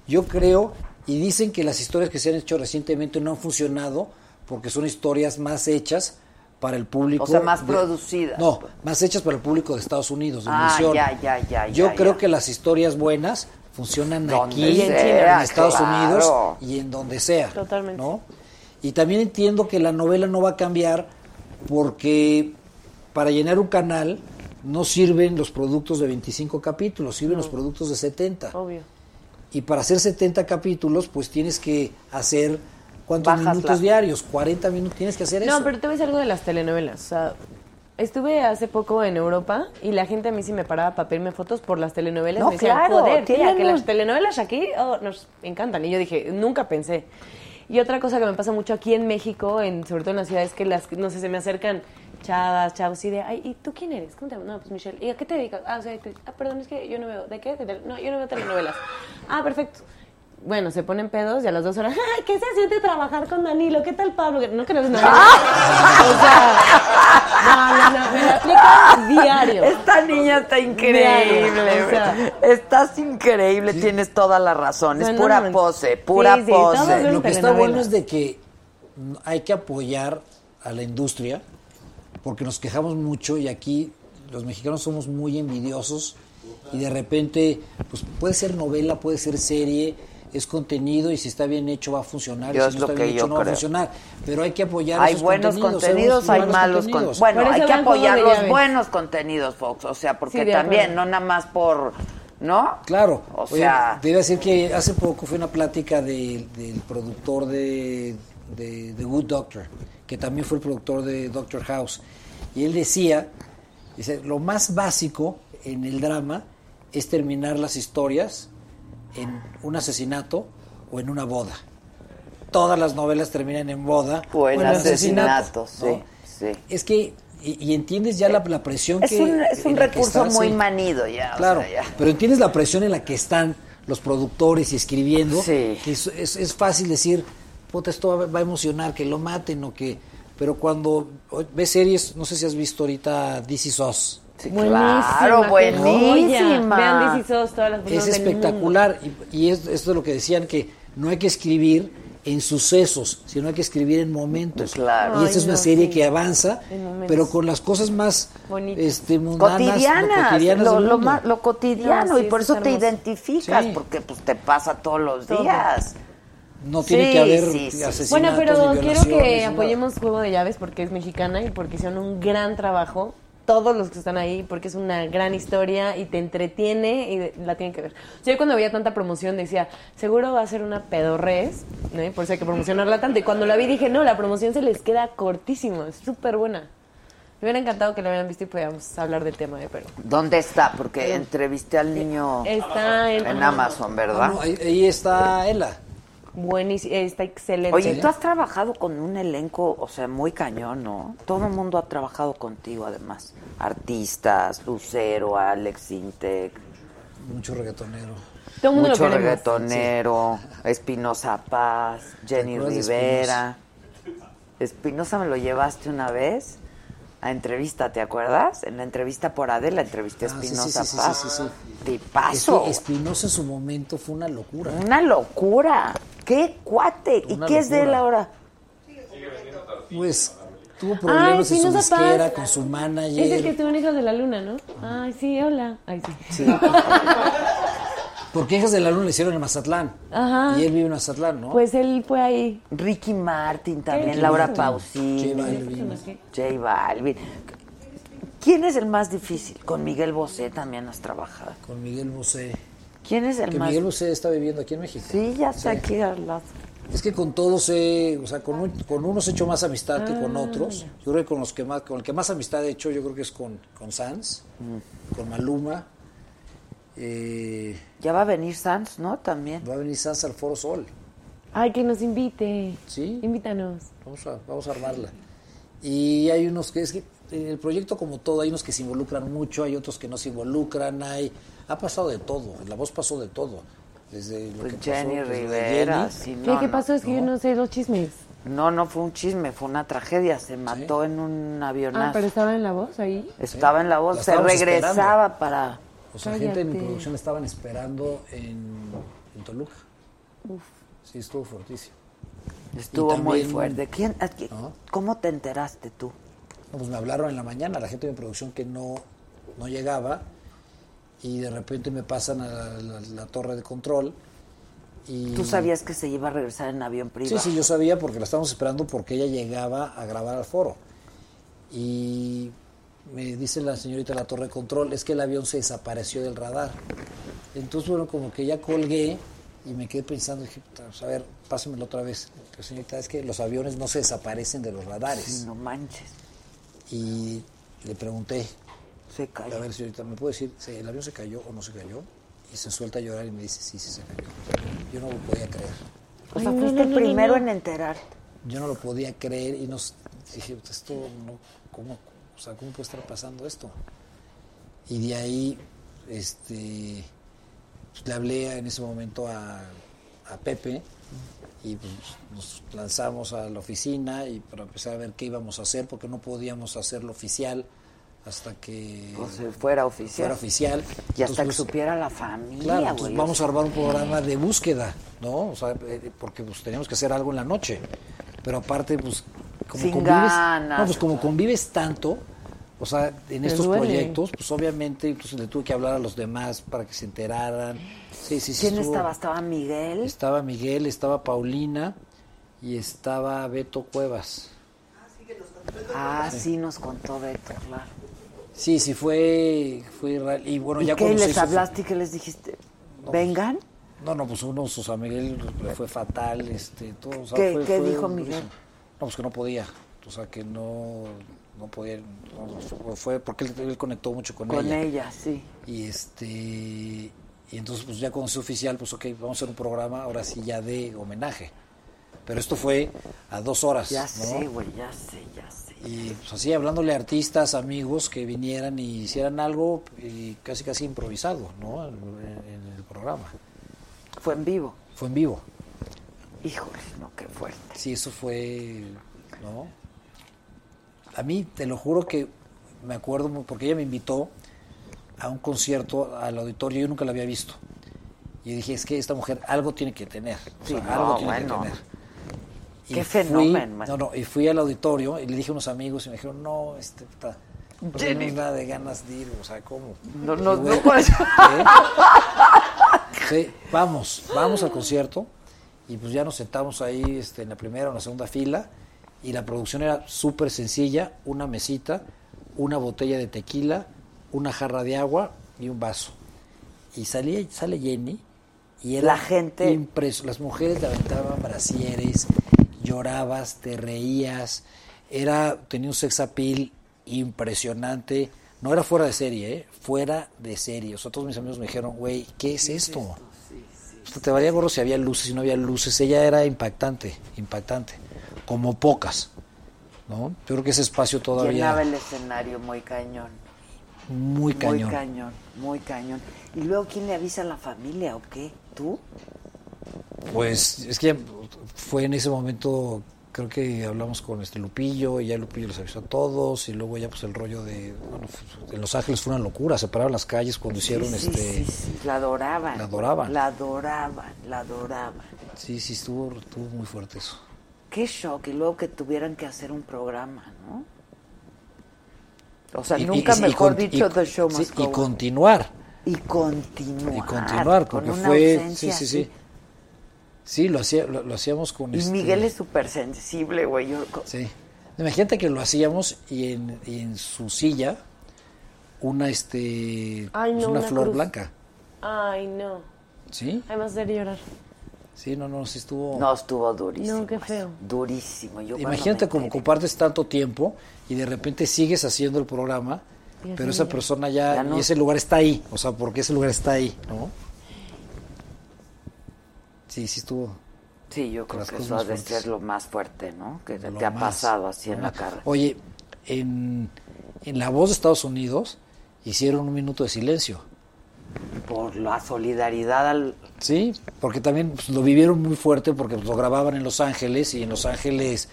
Yo creo, y dicen que las historias que se han hecho recientemente no han funcionado porque son historias más hechas para el público.
O sea, más
de-
producidas.
No, más hechas para el público de Estados Unidos, de
Ah,
Univision.
ya, ya, ya.
Yo
ya,
creo
ya.
que las historias buenas funcionan
Donde
aquí, en
sea,
China, en Estados
claro.
Unidos y en donde sea.
Totalmente.
¿no? Y también entiendo que la novela no va a cambiar porque para llenar un canal no sirven los productos de 25 capítulos, sirven los productos de 70.
Obvio.
Y para hacer 70 capítulos, pues tienes que hacer cuántos
Bajas la-
minutos diarios, 40 minutos, tienes que hacer
No,
eso.
pero te ves algo de las telenovelas. O sea, estuve hace poco en Europa y la gente a mí sí me paraba para pedirme fotos por las telenovelas.
No,
me decían,
claro,
joder, tía,
tienen
que
un-
las telenovelas aquí oh, nos encantan. Y yo dije, nunca pensé. Y otra cosa que me pasa mucho aquí en México, en, sobre todo en las ciudades que las, no sé, se me acercan chavas, chavos, y de, ay, ¿y tú quién eres? ¿Cómo te llamas? No, pues Michelle. ¿Y a qué te dedicas? Ah, soy actriz. Ah, perdón, es que yo no veo. ¿De qué? De tel- no, yo no veo telenovelas. Ah, perfecto. Bueno, se ponen pedos y a las dos horas, ¡ay, qué se siente trabajar con Danilo! ¿Qué tal Pablo? Que- No queremos nada. O sea, no, no, no, me lo explican diario.
Esta niña está increíble.
Diario, o sea.
Estás increíble, tienes toda la razón. Es
Bueno,
pura
no, no.
pose, pura
Sí, sí, todos
pose.
vemos
Lo que está
telenovela.
bueno es de que mm, hay que apoyar a la industria porque nos quejamos mucho y aquí los mexicanos somos muy envidiosos y de repente pues puede ser novela, puede ser serie, es contenido y si está bien hecho va a funcionar, y
Yo
si
es
no
lo
está
que
bien hecho
yo
no va a
creo.
funcionar, pero hay que apoyar
Hay
esos
buenos contenidos,
contenidos,
hay malos contenidos.
contenidos.
Bueno,
Por
hay
eso
que
van como
apoyar
de
los
llave.
buenos contenidos, Fox. O sea, porque
Sí, de
también,
acuerdo.
no nada más por. ¿No?
Claro.
O
Oye,
sea-
te iba a decir que hace poco fue una plática de- del productor de, de The Good Doctor, que también fue el productor de Doctor House. Y él decía, dice, lo más básico en el drama es terminar las historias en un asesinato o en una boda. Todas las novelas terminan en boda
O en
o en
asesinato,
¿no?
sí, sí.
Es que, y, y entiendes ya la, la presión
Es
que...
un, es un
en la que
recurso
estás,
muy
sí.
manido ya. Ah, o
Claro,
sea, ya.
pero entiendes la presión en la que están los productores y escribiendo.
Sí.
Que es, es- es fácil decir, puta, esto va- va a emocionar, que lo maten o que. Pero cuando hoy- ves series, no sé si has visto ahorita DC Us.
Sí,
Buenísima,
claro,
qué
buenísima.
joya. Vean DC Sos, todas las
Es
Pues
personas del
espectacular. Y, y es, esto es lo que decían, que no hay que escribir en sucesos, sino hay que escribir en momentos.
Claro.
Y esta
Ay,
es una
no,
serie
sí.
que avanza,
En momentos.
pero con las cosas más
Bonitas.
este, mundanas, lo
cotidianas,
cotidianas
lo,
del
lo
mundo.
ma- lo cotidiano
No, sí,
y por
eso
eso
está
te
hermoso.
identificas
Sí.
porque pues te pasa todos los
Todo.
días.
No tiene
Sí,
que haber
sí, sí.
asesinatos
Bueno, pero
ni
quiero
violaciones,
que
nada.
apoyemos Juego de Llaves porque es mexicana y porque hicieron un gran trabajo. Todos los que están ahí, porque es una gran historia y te entretiene y de- la tienen que ver. O sea, Yo cuando veía tanta promoción decía, seguro va a ser una pedorrez, ¿no? Y por eso hay que promocionarla tanto. Y cuando la vi dije, no, la promoción se les queda cortísimo, es súper buena. Me hubiera encantado que la hubieran visto y podíamos hablar del tema, ¿eh? pero...
¿Dónde está? Porque entrevisté al niño
Está en,
en Amazon,
Ah,
¿verdad?
no, ahí, ahí está Ela.
Buenísimo, está excelente.
Oye, tú has trabajado con un elenco, o sea, muy cañón, ¿no? Todo el mundo ha trabajado contigo, además. Artistas, Lucero, Alex Intec.
Mucho reggaetonero.
Todo el mundo lo
mucho
queremos.
reggaetonero, Espinosa Paz, Jenny
acuerdas de
Rivera. Espinosa me lo llevaste una vez a entrevista, ¿te acuerdas? En la entrevista por Adela entrevisté a
Ah, sí, sí,
Espinosa
sí, sí,
Paz.
sí, sí,
Te
Eso,
paso.
Espinosa en su momento fue una locura.
Una locura. Qué cuate. ¿Y qué
Una
es de él
locura.
ahora?
Pues tuvo problemas en su
Espinosa Paz.
disquera, con su manager.
Es el que tuvo un hijo de la luna, ¿no? Ay, sí, hola. Ay, sí.
Porque Hijas de la Luna le hicieron en Mazatlán.
Ajá.
Y él vive en Mazatlán, ¿no?
Pues él fue ahí.
Ricky Martin
Ricky
también, Laura
Martin.
Pausini.
J Balvin.
J Balvin. ¿Quién es el más difícil? Con Miguel Bosé también has trabajado.
Con Miguel Bosé.
¿Quién es el
Que
más
Miguel Bosé está viviendo aquí en México.
Sí, ya está aquí al lado.
Es que con todos he, o sea, con, un- con unos he hecho más amistad que con
Ah,
otros.
ya.
Yo creo que con los que más, con el que más amistad he hecho, yo creo que es con, con Sanz,
Mm.
con Maluma. Eh,
ya va a venir Sanz, ¿no? También.
Va a venir Sanz al Foro Sol.
Ay, que nos invite.
Sí.
Invítanos.
Vamos a, vamos a armarla. Y hay unos que es que en el proyecto como todo, hay unos que se involucran mucho, hay otros que no se involucran, hay ha pasado de todo, la voz pasó de todo. Desde lo que pasó,
Jenny
pues, de
Rivera,
Jenny.
sí,
¿Qué,
no,
¿qué
no,
pasó? Es que yo no sé los chismes.
No, no fue un chisme, fue una tragedia. Se mató en un avionazo.
Ah, pero estaba en la voz ahí.
Estaba en la voz,
La
se
estábamos
regresaba
esperando.
para.
O sea, gente de mi
Cállate.
producción la estaban esperando en, en Toluca.
Uf.
Sí, estuvo fuertísimo.
Estuvo
Y
muy
también-
fuerte. ¿Quién, a qui- ¿Cómo te enteraste tú?
No, pues me hablaron en la mañana, la gente de mi producción que no, no llegaba y de repente me pasan a la, la- la torre de control. Y
¿Tú sabías que se iba a regresar en avión privado?
Sí, sí, yo sabía porque la estábamos esperando porque ella llegaba a grabar al foro. Y me dice la señorita de la torre de control, es que el avión se desapareció del radar. Entonces, bueno, como que ya colgué y me quedé pensando, dije, "Puta, pues, a ver, pásenmelo otra vez. Pero, señorita, es que los aviones no se desaparecen de los radares.
Sí, No manches.
Y le pregunté,
se cayó.
a ver, señorita, ¿me puede decir si el avión se cayó o no se cayó? Y se suelta a llorar y me dice, sí, sí se cayó. Yo no lo podía creer.
O sea,
Ay, no,
fuiste
no,
el
no, no,
primero
no.
en enterarte.
yo no lo podía creer y nos dije, "Pues, esto no, ¿cómo, o sea, ¿cómo puede estar pasando esto? Y de ahí, este, pues, le hablé en ese momento a, a Pepe y pues, nos lanzamos a la oficina y para empezar a ver qué íbamos a hacer porque no podíamos hacerlo oficial hasta que
O sea, fuera oficial.
fuera oficial.
Y hasta
Entonces,
que
pues,
supiera la familia,
Claro, entonces
güey.
vamos a armar un programa de búsqueda, ¿no? O sea, eh, porque pues tenemos que hacer algo en la noche. Pero aparte, pues, como
Sin
convives.
ganas.
No, pues como convives tanto, o sea, en
Te
estos
duele.
proyectos, pues obviamente, entonces le tuve que hablar a los demás para que se enteraran. Sí, sí, sí.
¿Quién
estuvo-
estaba? ¿Estaba Miguel?
Estaba Miguel, estaba Paulina y estaba Beto Cuevas.
Ah, sí, nos contó Beto, claro.
Sí, sí, fue, fue real. Y bueno,
¿Y
ya
qué
cuando se
les
hizo-
hablaste y qué les dijiste? ¿Vengan?
No, no, pues uno, o sea, Miguel le fue fatal, este, todo. o sea,
¿Qué-
fue-
qué
fue
dijo
durísimo.
Miguel?
No, pues que no podía, o sea, que no, no podía, no, fue- fue porque él, él conectó mucho con,
Con
ella.
ella, sí.
Y este, y entonces pues ya cuando es oficial, pues ok, vamos a hacer un programa ahora sí ya de homenaje. Pero esto fue a dos horas,
Ya
Pues, ¿no?
sé, güey, ya sé, ya sé.
Y pues así, hablándole a artistas, amigos que vinieran y hicieran algo y casi casi improvisado, ¿no? En, en- en el programa.
Fue en vivo.
Fue en vivo.
Híjole, no, qué fuerte.
Sí, eso fue, ¿no? A mí, te lo juro que me acuerdo, muy- porque ella me invitó a un concierto al auditorio, yo nunca la había visto. Y dije, es que esta mujer algo tiene que tener, o
Sí,
sea,
no,
algo tiene
bueno.
que tener.
Qué
fui-
fenómeno, man.
No, no, y fui al auditorio y le dije a unos amigos y me dijeron, no, este, puta, no tenemos nada de ganas de ir, o sea, ¿cómo?
No, no,
Y, güey,
no puedes-
¿eh? Sí, vamos, vamos al concierto y pues ya nos sentamos ahí este, en la primera o en la segunda fila y la producción era súper sencilla, una mesita, una botella de tequila, una jarra de agua y un vaso. Y salía, sale Jenny y era
La gente-
impreso- las mujeres le aventaban brasieres, llorabas, te reías, era, tenía un sex appeal impresionante, no era fuera de serie, ¿eh? fuera de serie. O sea, todos mis amigos me dijeron, güey, ¿qué es esto? O sea, te valía gorro si había luces, si no había luces. Ella era impactante, impactante, como pocas, ¿no? Yo creo que ese espacio todavía...
Llenaba el escenario muy cañón.
muy cañón.
Muy cañón, muy cañón. ¿Y luego quién le avisa a la familia o qué? ¿Tú?
Pues es que fue en ese momento, creo que hablamos con este Lupillo, y ya Lupillo les avisó a todos, y luego ya pues el rollo de, bueno, f- en Los Ángeles fue una locura, separaron las calles cuando hicieron
Sí, sí,
este...
sí, sí, La adoraban.
La adoraban.
La adoraban, la adoraban.
Sí, sí, estuvo, estuvo muy fuerte eso.
Qué shock. Y luego que tuvieran que hacer un programa, ¿no? O sea, nunca mejor
con-
dicho,
y-
The Show Must
sí,
Go
Y
On.
continuar.
Y continuar.
Y continuar, porque
con una
fue... Sí,
ausencia
sí,
así.
sí. Sí, lo, hacía, lo, lo hacíamos con...
Y
este-
Miguel es súper sensible, güey. Yo-
Sí. Imagínate que lo hacíamos y en, y en su silla una este
Ay, no,
pues, una,
una
flor
cruz.
blanca,
Ay, no.
¿sí?
Además de llorar.
Sí, no, no, sí estuvo
No, estuvo durísimo.
No, qué feo.
Durísimo. Yo cuando
Imagínate
me
como
enteré-
compartes tanto tiempo y de repente sigues haciendo el programa,
Dios
pero esa
mío.
persona ya,
Ya no.
y ese lugar está ahí, o sea, porque ese lugar está ahí, ¿no? Sí, sí estuvo.
Sí, yo creo
las
que
cosas
eso ha
más
de
fuertes.
ser lo más fuerte, ¿no? Que te,
Lo
ha
más,
pasado así
lo
en la
más.
cara.
Oye, en, en La Voz de Estados Unidos hicieron un minuto de silencio.
Por la solidaridad al...
Sí, porque también pues, lo vivieron muy fuerte porque pues, lo grababan en Los Ángeles y en Los Ángeles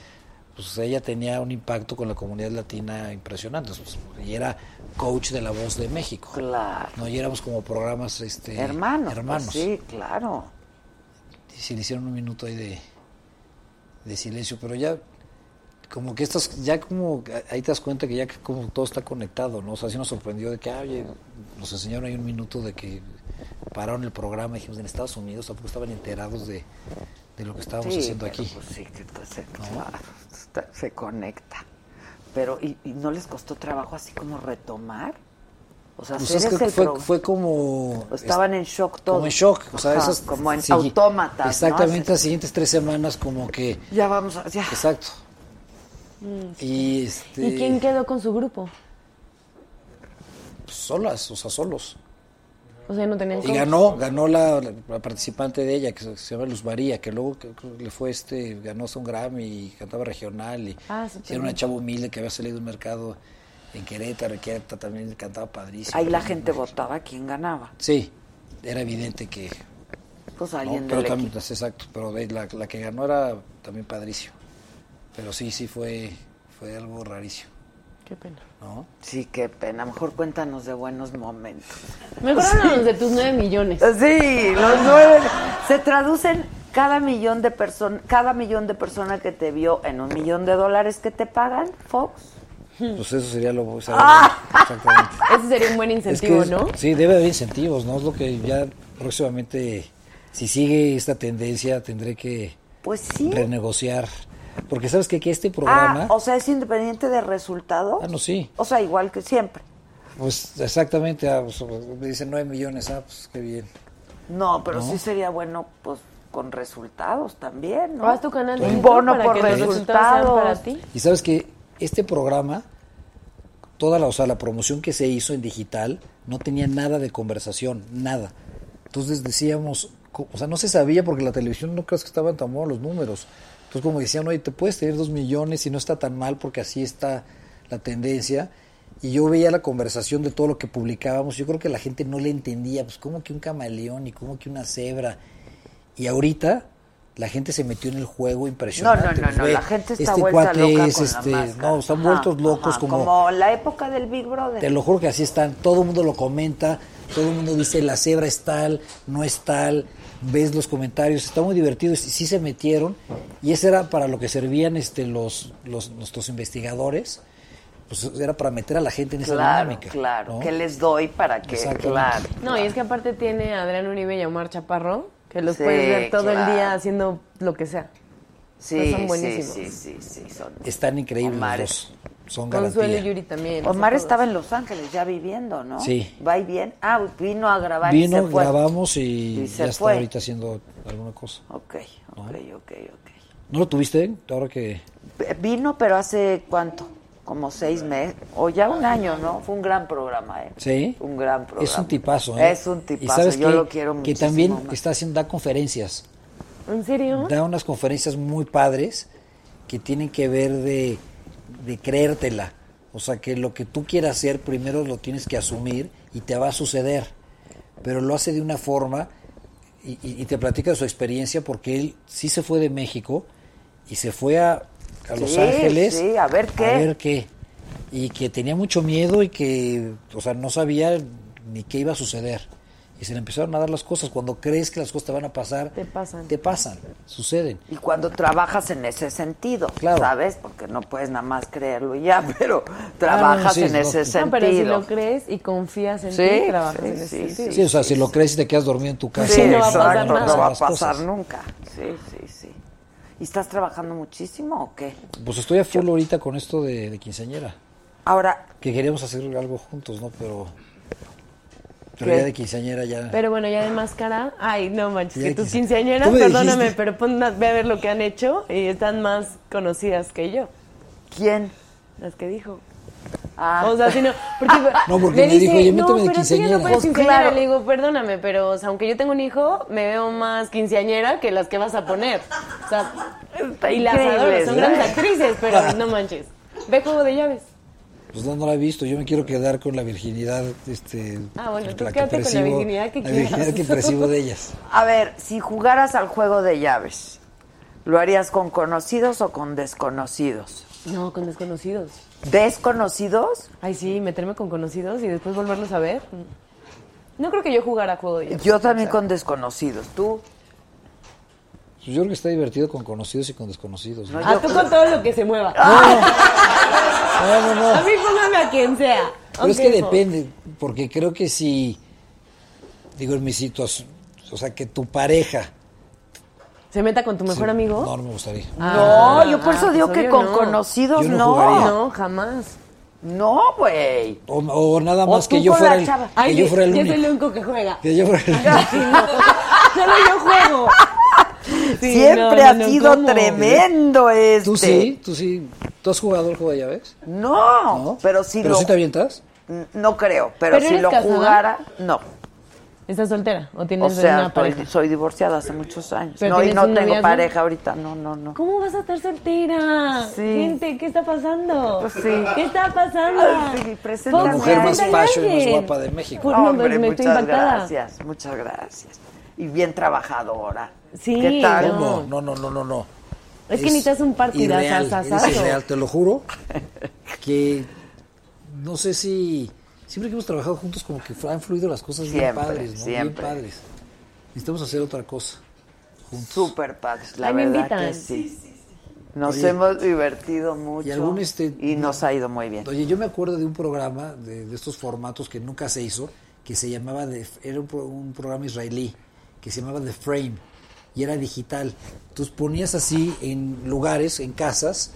pues ella tenía un impacto con la comunidad latina impresionante. Pues, y era coach de La Voz de México.
Claro.
No, y éramos como programas este,
hermanos. pues
hermanos.
sí, claro.
Y se le hicieron un minuto ahí de, de silencio, pero ya como que estas, ya como ahí te das cuenta que ya que como todo está conectado, ¿no? O sea, sí nos sorprendió de que, ah, oye, nos enseñaron ahí un minuto de que pararon el programa, dijimos, en Estados Unidos tampoco estaban enterados de, de lo que estábamos
Sí,
haciendo
pero
aquí.
pues sí, que pues, se, claro, está- se conecta. Pero, ¿y, y no les costó trabajo así como retomar? O sea,
Pues
hacer
es que
ese
fue,
pro- pues,
fue como...
Estaban en shock todos.
Como en shock, o sea,
Ajá,
esas-
como en
sí,
autómatas, ¿no?
Exactamente, las siguientes tres semanas como que...
Ya vamos, a- ya.
Exacto.
Mm.
Y este...
¿Y quién quedó con su grupo?
pues, Solas, o sea, solos.
O sea, no tenían
Y
coach.
ganó, ganó la, la participante de ella, que se, se llama Luz María, que luego que- que le fue este, ganó hasta un Grammy y cantaba regional. Y,
Ah, súper
y era una
bien.
chava humilde que había salido del mercado en Querétaro, que era- también cantaba padrísimo.
Ahí la gente votaba quién ganaba.
Sí, era evidente que...
Pues
¿no?
alguien
pero
del
también,
equipo.
sí, exacto, pero de- la, la que ganó era también padrísimo. Pero sí, sí fue, fue algo rarísimo,
Qué pena.
¿no?
Sí, qué pena. Mejor cuéntanos de buenos momentos.
Mejor háblanos de tus nueve millones.
Sí, los nueve. Se traducen cada millón de personas, cada millón de personas que te vio en un millón de dólares que te pagan, Fox.
Pues eso sería lo... o sea,
¡Ah!
Exactamente.
Ese sería un buen
Es que
incentivo,
es-
¿no?
Sí, debe haber incentivos, ¿no? Es lo que ya próximamente, si sigue esta tendencia, tendré que
Pues sí.
renegociar. Porque sabes que, que este programa,
Ah, o sea, es independiente de resultados.
Ah, no, sí.
O sea, igual que siempre.
pues exactamente, ah, pues, me dicen 9 millones, ah, pues qué bien.
No, pero
¿No?
sí sería bueno, pues, con resultados también, ¿no?
Haz tu canal de
Un
YouTube
bono
para
por
que los
resultados.
resultados sean para ti.
Y sabes que este programa, toda la, o sea, la promoción que se hizo en digital, no tenía nada de conversación, nada. Entonces decíamos, co- o sea, no se sabía porque la televisión no crees que estaban tan malos los números. Entonces como decían, oye, te puedes tener dos millones y no está tan mal porque así está la tendencia. Y yo veía la conversación de todo lo que publicábamos. Yo creo que la gente no le entendía, pues como que un camaleón y como que una cebra. Y ahorita la gente se metió en el juego impresionante.
No, no, no,
Pues,
no,
ve,
la gente está
este
vuelta
cuate
loca
es,
con la
este,
máscara.
no, están
Ajá,
vueltos locos
ajá,
como,
la época del Big Brother.
te lo juro que así están, todo el mundo lo comenta, todo el mundo dice la cebra es tal, no es tal, ves los comentarios, está muy divertido, y sí se metieron y eso era para lo que servían este los, los nuestros investigadores, pues era para meter a la gente en esa
Claro,
dinámica.
claro.
¿no?
¿Qué les doy para que,
Exactamente.
claro.
No, y es que aparte tiene a Adrián Uribe y a Omar Chaparro, que los
Sí,
puedes ver todo
claro.
el día haciendo lo que sea.
Sí,
pues, son
sí,
buenísimos.
sí, sí, sí, son.
Están increíbles
Omar.
los dos, son
Consuelo y
garantía.
Yuri también.
Omar
o sea,
estaba en Los Ángeles ya viviendo, ¿no?
Sí.
Va y bien. Ah, vino a grabar y
Vino,
se fue.
grabamos y,
Y se
ya está
fue.
ahorita haciendo alguna cosa.
Ok, ok, ok, ok.
¿No lo tuviste ahora que
Eh, Vino, pero hace cuánto? Como seis meses, o ya un año, ¿no? Fue un gran programa, ¿eh?
Sí.
Un gran programa.
Es un tipazo, ¿eh?
Es un tipazo,
Y sabes
yo
que,
lo quiero
Que
muchísimo
también
más.
está haciendo, da conferencias.
¿En serio?
Da unas conferencias muy padres que tienen que ver de, de creértela. O sea que lo que tú quieras hacer primero lo tienes que asumir y te va a suceder. Pero lo hace de una forma y, y- y te platica de su experiencia porque él sí se fue de México y se fue a, a Los
Sí,
Ángeles.
sí, a ver qué.
A ver qué. Y que tenía mucho miedo y que, o sea, no sabía ni qué iba a suceder. Y se le empezaron a dar las cosas. Cuando crees que las cosas te van a pasar, te pasan. Te pasan, suceden.
Y cuando trabajas en ese sentido, ¿sabes? Porque no puedes nada más creerlo y ya, pero trabajas
sí,
en
Ah, no,
ese
sí.
sentido.
No, pero si lo crees y confías en
Sí,
ti, trabajas
sí,
en ese
sí,
sentido.
Sí, o sea, si lo crees y te quedas dormido en tu casa,
Sí,
no va a
exacto,
pasar nada.
no va a
Las cosas.
pasar nunca. Sí, sí, sí. ¿Y estás trabajando muchísimo o qué?
Pues estoy a full ahorita con esto de, de quinceañera.
Ahora.
Que queríamos hacer algo juntos, ¿no? Pero. Pero
¿Qué?
ya de quinceañera ya.
Pero bueno, ya de máscara, ay, no manches,
Ya
que tus
quise-
quinceañeras,
Tú me
perdóname,
dijiste.
pero pon, ve a ver lo que han hecho y están más conocidas que yo.
¿Quién?
Las que dijo.
Ah.
O sea, si no, porque,
No, porque me dijo, oye, méteme de
pero es que ya
quinceañera".
no puedes
Ah, Pues
quinceañera.
claro.
Le digo, perdóname, pero o sea, aunque yo tengo un hijo, me veo más quinceañera que las que vas a poner. O sea, y las
increíble,
adoro, son
¿verdad?
grandes
¿eh?
actrices, pero no manches. Ve juego de llaves.
Pues no, no la he visto. Yo me quiero quedar con la virginidad. Este,
Ah, bueno,
la
tú
que
quédate con la
percibo-
virginidad que
la virginidad
quieras.
que percibo de ellas.
A ver, si jugaras al juego de llaves, ¿lo harías con conocidos o con desconocidos?
No, con desconocidos.
¿Desconocidos?
Ay, sí, meterme con conocidos y después volverlos a ver. No creo que yo jugara a juego de llaves.
Yo también
O sea,
con desconocidos. ¿Tú?
Pues Yo creo que está divertido con conocidos y con desconocidos. ¿no?
Ah, tú con todo lo que se mueva.
No, no, no.
A mí póngame a quien sea.
Pero es
Ok,
que
po.
depende, porque creo que si, digo, en mi situación, o sea, que tu pareja...
¿Se meta con tu mejor
Sí,
amigo?
No, no me gustaría.
No, yo por eso digo que
obvio
con conocidos
Yo no
no.
jugaría.
No, jamás.
No, güey.
O, o nada
O
más
tú
que yo
con
fuera
la
el,
chava.
que
Ay,
yo fuera el
yo
único.
soy el único que juega.
Que yo fuera el único.
Ay, no. Solo yo juego. Sí,
Siempre
no,
ha
no, no,
sido
¿cómo?
tremendo este.
¿Tú sí? ¿Tú sí? ¿Tú has jugado el juego de llaves?
No, pero sí
¿Pero
lo.
sí te avientas?
N- No creo, pero,
¿Pero
si
eres
lo
casada?
jugara, no.
¿Estás soltera o
O
tienes
sea,
una
estoy-
pareja?
soy divorciada hace muchos años.
¿Pero
No, y
tienes
no
un
tengo
noviazgo?
pareja ahorita. No, no, no.
¿Cómo vas a estar soltera?
Sí.
Gente, ¿qué está pasando?
Pues sí.
¿Qué está pasando?
Ay, sí,
Fox,
La mujer más
preséntame a
fashion y más
alguien.
guapa de México.
Pues no,
Hombre,
pues me
muchas
estoy impactada.
gracias, muchas gracias. Y bien trabajadora.
Sí,
¿Qué tal?
No, no, no, no, no, no.
Es que necesitas un partidazo,
irreal,
asasazo.
eres irreal, te lo juro. Que no sé si. Siempre que hemos trabajado juntos, como que han fluido las cosas bien
Siempre,
padres, ¿no?
siempre.
Bien padres. Necesitamos hacer otra cosa.
Súper padres, la
Ay, me
verdad
invitan.
que sí. Nos
Oye.
hemos divertido mucho.
Y algún este.
y nos ha ido muy bien.
Oye, yo me acuerdo de un programa de, de estos formatos que nunca se hizo, que se llamaba. The- era un, pro- un programa israelí, que se llamaba The Frame, y era digital. Entonces ponías así en lugares, en casas,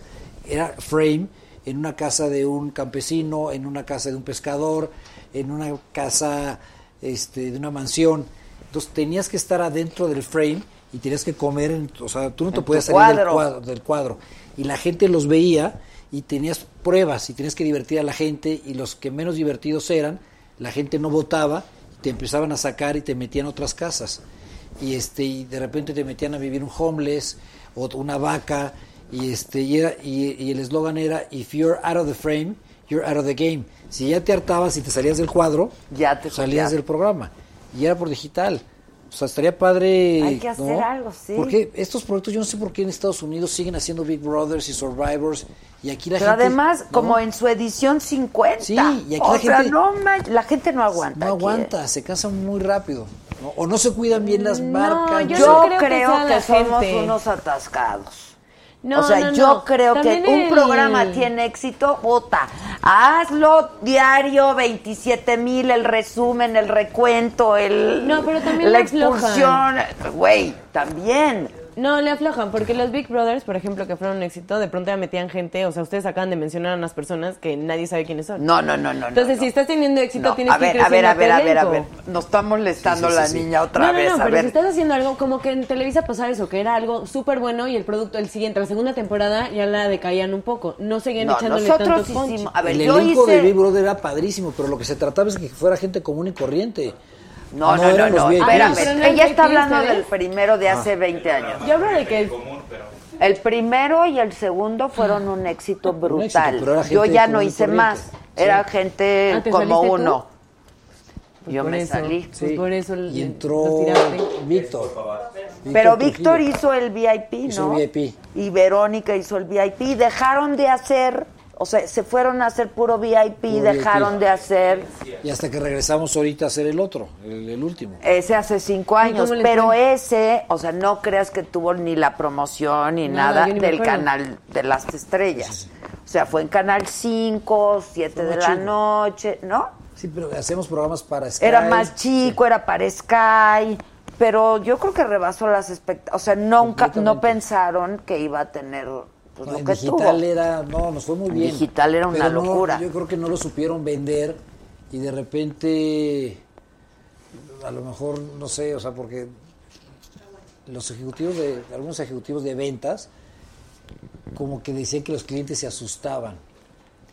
era frame, en una casa de un campesino, en una casa de un pescador, en una casa este, de una mansión. Entonces tenías que estar adentro del frame y tenías que comer, en, o sea, tú no te
En tu
podías salir del
cuadro.
cuadro, del cuadro. Y la gente los veía y tenías pruebas y tenías que divertir a la gente y los que menos divertidos eran, la gente no votaba, te empezaban a sacar y te metían a otras casas. Y, este, y de repente te metían a vivir un homeless o una vaca y, este, y, era- y- y el eslogan era, if you're out of the frame, you're out of the game. Si ya te hartabas y te salías del cuadro,
Ya te
salías
ya.
del programa. Y era por digital. O sea, estaría padre.
Hay que hacer
¿no?
algo, sí.
Porque estos proyectos, yo no sé por qué en Estados Unidos siguen haciendo Big Brothers y Survivors. Y aquí la
Pero
gente.
además,
¿no?
como en su edición 50.
Sí, y aquí
o
la
sea,
gente-
no manches, la gente no aguanta. aquí,
No
¿eh?
aguanta, se cansan muy rápido. ¿no? O no se cuidan bien las marcas.
¿eh? Yo,
Yo no
creo,
creo que sea
que,
la
somos
gente.
unos atascados.
No,
o sea,
no, no.
yo creo
También
que un
el-
programa tiene éxito, vota. Hazlo diario, 27 mil, el resumen, el recuento, el
No, pero también
la
le aflojan.
expulsión. Güey, también.
No, le aflojan, porque los Big Brothers, por ejemplo, que fueron un éxito, de pronto ya metían gente, o sea, ustedes acaban de mencionar a unas personas que nadie sabe quiénes son.
No, no, no, no.
Entonces, si
no, no.
estás teniendo éxito,
No,
tienes
a
que
ver,
ir
a ver, a ver,
creciendo
a ver, a
tu
ver.
elenco.
Nos está molestando
Sí, sí,
la
sí, sí.
niña otra
no,
vez.
No, no,
a
pero
ver.
si estás haciendo algo como que en Televisa pasaba eso, que era algo súper bueno y el producto, el siguiente, la segunda temporada, ya la decaían un poco. No seguían
No,
echándole
nosotros
tanto punch.
hicimos- a ver,
el
yo
elenco
hice-
de Big Brother era padrísimo, pero lo que se trataba es que fuera gente común y corriente. Ah,
No, no, no,
eran
no,
los VIPs.
espérame.
pero no
Ella
es
está
VIP,
hablando
Ah.
¿sabes?
del primero de hace 20 años.
Yo hablo de que
El primero y el segundo fueron un éxito brutal.
Ah, pero era gente
Yo ya no
común y
hice
corriente.
más. Era gente
Ah, ¿te
como
saliste tú?
uno. Yo
por
me
eso,
salí.
pues por eso
Y entró
los tiraste.
Víctor.
Pero
Trujillo.
Víctor hizo el VIP,
Hizo
¿no?
VIP.
Y Verónica hizo el VIP. Dejaron de hacer, o sea, se fueron a hacer puro VIP,
Puro
dejaron
VIP.
de hacer.
Y hasta que regresamos ahorita a hacer el otro, el, el último.
Ese eh, hace cinco años,
cómo les
pero
fue?
ese, o sea, no creas que tuvo ni la promoción ni
Nada,
nada
yo ni me
del
acuerdo.
canal de las estrellas. O sea, fue en Canal 5, 7
Fue
de
más
la
chico.
noche, ¿no?
Sí, pero hacemos programas para Sky.
Era más chico, era para Sky, pero yo creo que rebasó las expectativas. O sea, nunca, no pensaron que iba a tener pues,
No,
lo
en
que
digital
tuvo.
era, no, nos fue muy
En
bien.
digital era una
Pero no,
locura.
yo creo que no lo supieron vender y de repente, a lo mejor, no sé, o sea, porque los ejecutivos de, algunos ejecutivos de ventas, como que decían que los clientes se asustaban.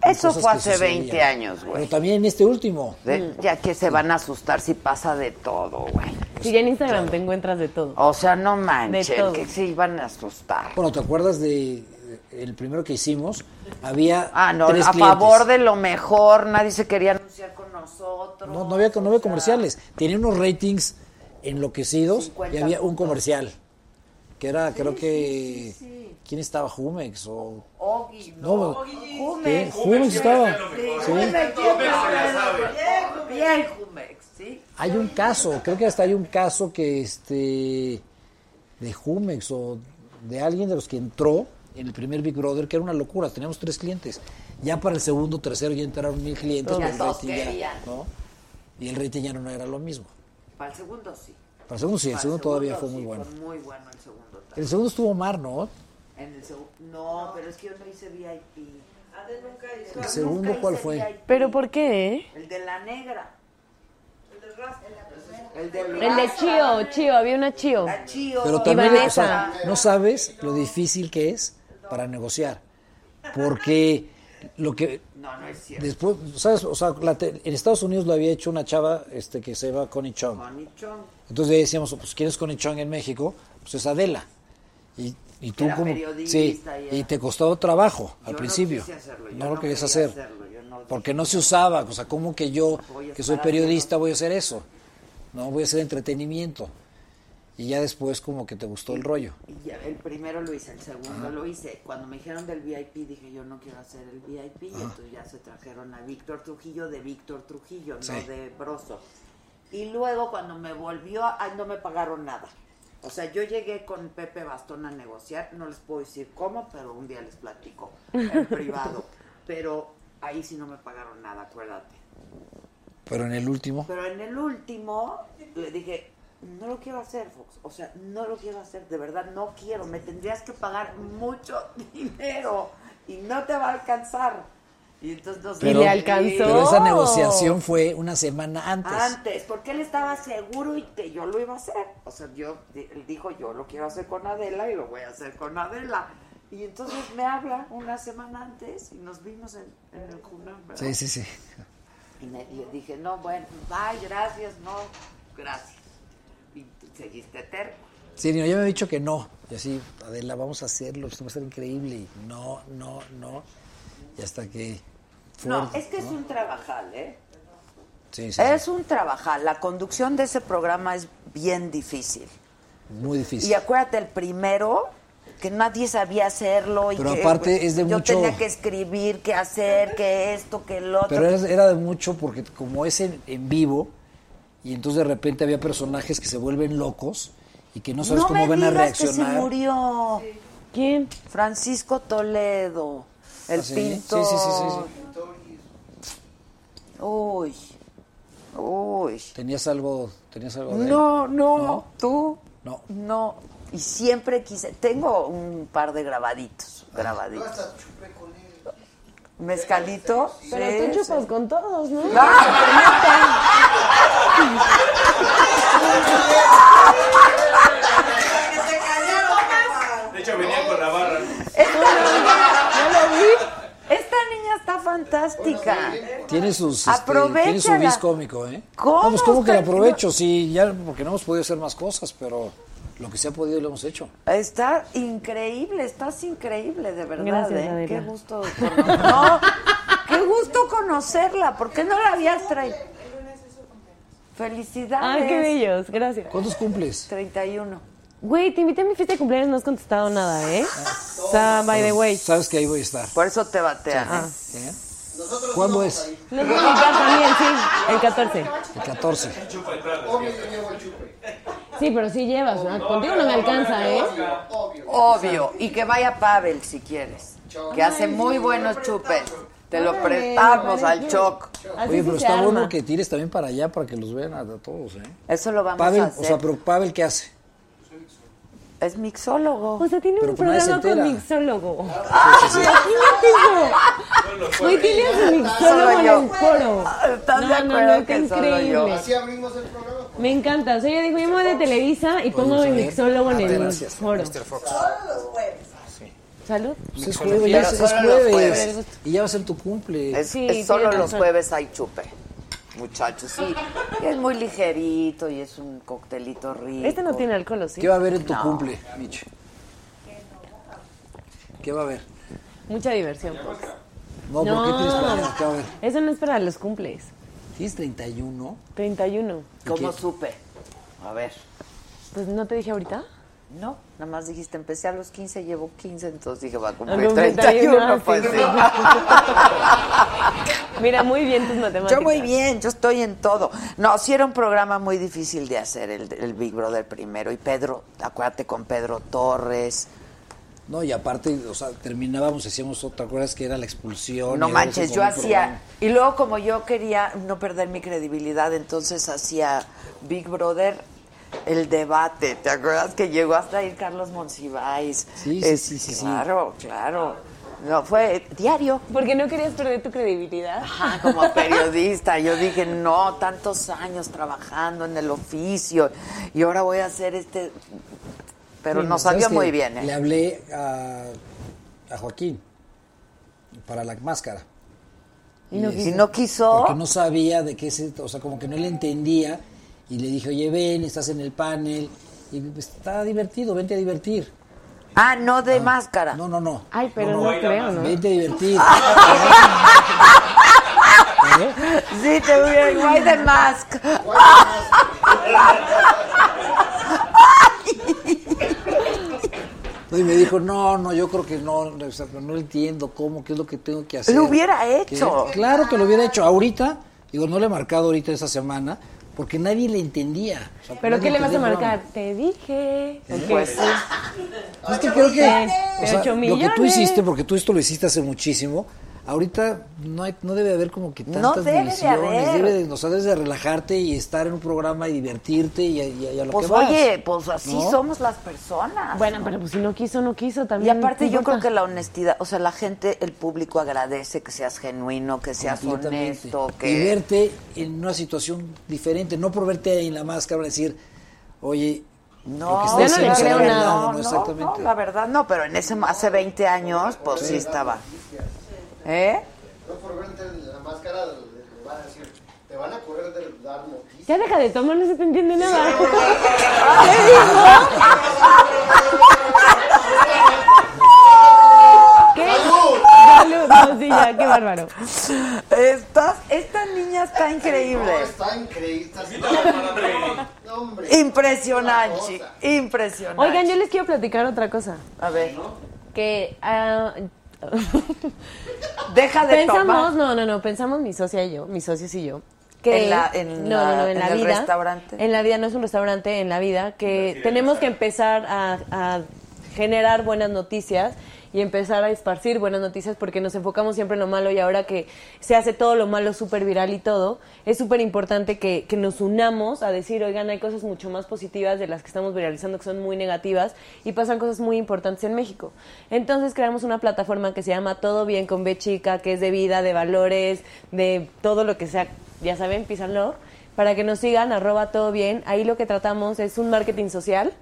con
Eso
cosas
fue
que
hace
sucedían.
20 años, güey.
Pero también en este último.
De- Ya que se van a asustar si pasa de todo, güey.
Sí, ya en Instagram te encuentras de todo.
O sea, no
De
manchen,
todo.
que se iban a asustar.
Bueno, ¿te acuerdas de eh, el primero que hicimos? Había
Ah, no,
tres
a
clientes.
favor de lo mejor, nadie se quería anunciar con nosotros.
No, no había, no había comerciales. Tenía unos ratings enloquecidos y
50
había un comercial. Que era, creo que. ¿Quién estaba? ¿Jumex? O...
Ogi,
No, pues, ¿qué?
Jumex.
Jumex estaba. Sí.
Bien, Jumex, ¿sí?
Hay un caso, creo que hasta hay un caso que este. de Jumex o de alguien de los que entró en el primer Big Brother, que era una locura. Teníamos tres clientes. Ya para el segundo, tercero ya entraron mil clientes.
Ya
pero el
todos
rating ya-
querían.
¿no? Y el rating ya no era lo mismo.
Para el segundo sí.
Para el segundo sí, el
Para
segundo todavía fue
sí,
muy bueno.
Fue muy bueno el segundo también.
El segundo estuvo Omar, ¿no?
En el segu- No, pero es que yo no hice VIP.
¿El segundo
Nunca
cuál
hice
fue?
VIP.
¿Pero por qué?
El de la negra. El
El de Chio, Chio, había una Chio.
Pero también, o sea, no sabes lo difícil que es para negociar. Porque lo que
No, no es cierto.
después, ¿sabes? O sea, la te- en Estados Unidos lo había hecho una chava este, que se llama Connie Chong.
Connie Chong.
Entonces decíamos, pues, ¿quién es Connie Chong en México? Pues es Adela. Y, y tú
Era
como...
periodista
Sí,
y
y,
era-
te costó trabajo
Yo
al
no
principio.
quise hacerlo, yo
No
no
lo querías
quería
hacer.
hacerlo, yo no-
Porque no se usaba. O sea, ¿cómo que yo, que soy
estar
periodista, voy a hacer eso? No, voy a hacer entretenimiento. Y ya después como que te gustó el rollo.
Y ya, el primero lo hice, el segundo lo hice. Cuando me dijeron del VIP, dije yo no quiero hacer el VIP. Y entonces ya se trajeron a Víctor Trujillo de Víctor Trujillo,
Sí.
no de Broso. Y luego cuando me volvió, ay, no me pagaron nada. O sea, yo llegué con Pepe Bastón a negociar. No les puedo decir cómo, pero un día les platico en privado. Pero ahí sí no me pagaron nada, acuérdate.
Pero en el último...
Pero en el último le dije, no lo quiero hacer, Fox. O sea, no lo quiero hacer, de verdad no quiero. Me tendrías que pagar mucho dinero y no te va a alcanzar. Y entonces no sé.
Pero-
Sí.
Pero esa negociación fue una semana antes.
Antes, porque él estaba seguro y que yo lo iba a hacer. O sea, yo, él dijo, yo lo quiero hacer con Adela y lo voy a hacer con Adela. Y entonces me habla una semana antes y nos vimos en, en el Cunam, ¿verdad?
Sí, sí, sí.
Y me, y dije, no, bueno, ay, gracias, no, gracias. Y seguiste terco.
Sí, no, yo me había dicho que no. Y así, Adela, vamos a hacerlo, esto va a ser increíble. Y no, no, no. Y hasta que...
No,
fuerte,
es que es
¿no?
un trabajal, ¿eh?
Sí, sí, sí.
Es un trabajal. La conducción de ese programa es bien difícil.
Muy difícil.
Y acuérdate, el primero, que nadie sabía hacerlo. Y
Pero
que,
aparte es de
yo
mucho-
tenía que escribir, que hacer, que esto, que el otro.
Pero era, era de mucho porque como es en, en vivo, y entonces de repente había personajes que se vuelven locos y que no sabes
No
cómo
me
van a
digas que se
reaccionar.
murió.
¿Quién?
Francisco Toledo, el
¿Ah, sí?
pintor.
Sí, sí, sí,
Uy, uy.
Tenías algo, tenías algo de él?
No, no, tú.
No.
No. Y siempre quise. Tengo un par de grabaditos. Grabaditos. Mezcalito.
Pero
Sí,
tú chupas con todos, ¿no?
De hecho, venía con la barra.
Esta niña está fantástica.
Tiene, sus, este, tiene su
Aprovechala.
bis cómico, ¿eh?
¿Cómo
Vamos, ¿cómo que la
está-
aprovecho? Sí, ya, porque no hemos podido hacer más cosas, pero Lo que se ha podido lo hemos hecho.
Está increíble, estás increíble, de verdad.
Gracias,
¿eh?
Adela.
Qué gusto. cono- No, qué gusto conocerla. ¿Por qué no la habías traído? Felicidades.
Ay, qué bellos, gracias.
¿Cuántos cumples?
31.
Güey, te invité a mi fiesta de cumpleaños, no has contestado nada, ¿eh? O sea, by the way.
Sabes que ahí voy a estar.
Por eso te batean.
¿Cuándo es?
No es invitar también, sí, el 14.
El 14.
Sí, pero sí llevas, ¿no? Contigo no me alcanza, ¿eh?
Obvio. Y que vaya Pavel si quieres. Que hace muy buenos chupes. Te lo prestamos al choc.
Oye, pero está bueno que tires también para allá para que los vean a, a todos, ¿eh?
Eso lo vamos
Pavel,
a hacer.
O sea, pero Pavel, ¿qué hace?
Es mixólogo.
O sea, tiene
Pero
un
pues nadie se
programa con
entera.
mixólogo. Ah, Imagínate eso. Güey, tiene a su mixólogo
Solo
en
yo.
el foro. no,
¿Estás de
no,
acuerdo
no, qué
que solo
increíble.
yo?
Así abrimos el programa.
Me encanta. O sea, yo digo, yo me voy de Televisa y pongo mi mixólogo
Ah,
en el foro. Salud.
Pues es jueves, ya es, es
Solo los
jueves.
jueves.
Y ya va a ser tu cumple.
Es, es solo los jueves hay chupe. Muchachos, sí. Y es muy ligerito y es un coctelito rico.
Este no tiene alcohol, ¿o sí?
¿Qué va a haber en tu
No.
cumple, Micho? ¿Qué va a haber?
Mucha diversión. pues.
No, ¿por qué tienes planeado? ¿Qué va a haber?
Eso no es para los cumples.
¿Tienes 31?
31.
¿Cómo supe? A ver.
Pues no te dije ahorita.
No, nada más dijiste, empecé a los 15, llevo 15, entonces dije, va a cumplir
cumplir
31,
31,
pues
sí.
sí.
Mira, muy bien tus matemáticas.
Yo muy bien, yo estoy en todo. No, sí era un programa muy difícil de hacer, el, el Big Brother primero. Y Pedro, acuérdate con Pedro Torres.
No, y aparte, o sea, terminábamos, hacíamos otra, ¿te acuerdas que era la expulsión?
No
Y
manches,
regreso
yo
con un
hacía... Y luego como yo quería no perder mi credibilidad, entonces hacía Big Brother el debate. ¿Te acuerdas que llegó hasta ir Carlos Monsiváis?
Sí, sí,
Es-
sí, sí, sí.
Claro, claro. No, fue diario.
Porque no querías perder tu credibilidad.
Ajá, como periodista. Yo dije, no, tantos años trabajando en el oficio y ahora voy a hacer este... Pero
Sí,
nos
¿sabes
salió
qué?
muy bien, ¿eh?
Le hablé a, a Joaquín para la máscara.
Y no
le-
quiso. Y no quiso.
este, Porque no sabía de qué se... O sea, como que no le entendía. Y le dije, oye, ven, estás en el panel. Y pues, está divertido, vente a divertir.
Ah, no de máscara.
No, no, no.
Ay, pero
No,
no,
no,
creo, ¿no?
Vente a divertir.
Sí, te hubiera Why the mask?
No, Y me dijo, no, no, yo creo que no, o sea, pero no entiendo cómo, qué es lo que tengo que hacer.
Lo hubiera hecho.
Que- Claro que lo hubiera hecho. Ahorita, digo, no le he marcado ahorita esa semana, porque nadie le entendía. O sea,
¿Pero
nadie
qué le vas a
entendía el
marcar? Te dije. Ok.
Pues sí. programa. Es que creo que o sea,
Ocho
lo que tú
millones.
hiciste, porque tú esto lo hiciste hace muchísimo, ahorita no, hay, no debe haber como que
No
tantas
debe de
divisiones.
haber.
debe de- o sea, debes de relajarte y estar en un programa y divertirte y a, y a- y a lo
Pues
que vas.
oye, pues así
¿No?
somos las personas.
Bueno, pero pues si no quiso, no quiso
Y
también.
aparte
¿qué
yo creo
importa?
que la honestidad, o sea, la gente, el público agradece que seas genuino, que seas
Completamente.
honesto,
Y
que...
verte en una situación diferente, no por verte ahí en la máscara, van a decir, oye, lo que
No,
yo
está
no le
haciendo será
creo
verdad
nada.
no,
o no,
no,
exactamente.
la verdad no, pero en ese hace 20 años, pues sí estaba. ¿Eh?
No por verte la máscara, le van a decir, te van a correr de dar noticias.
Ya deja de tomar, no se te entiende nada. ¿Qué dijo? ¿Qué? Salud, no, sí, ya, qué bárbaro.
Estás, esta niña está increíble.
No, está increíble. está- No, no, hombre.
Impresionante, impresionante.
Oigan, yo les quiero platicar otra cosa.
A ver,
Que ah,
deja de
pensamos,
tomar.
no, no, no, pensamos mi socia y yo, mis socios y yo.
En la- en
no,
la-
no, no, en,
en
la
el
vida,
restaurante.
En la vida no es un restaurante, en la vida, que tenemos que empezar a, a generar buenas noticias y empezar a esparcir buenas noticias porque nos enfocamos siempre en lo malo y ahora que se hace todo lo malo súper viral y todo, es súper importante que, que nos unamos a decir, oigan, hay cosas mucho más positivas de las que estamos viralizando que son muy negativas y pasan cosas muy importantes en México. Entonces creamos una plataforma que se llama Todo Bien con B Chica, que es de vida, de valores, de todo lo que sea, ya saben, písanlo para que nos sigan, arroba todo bien. Ahí lo que tratamos es un marketing social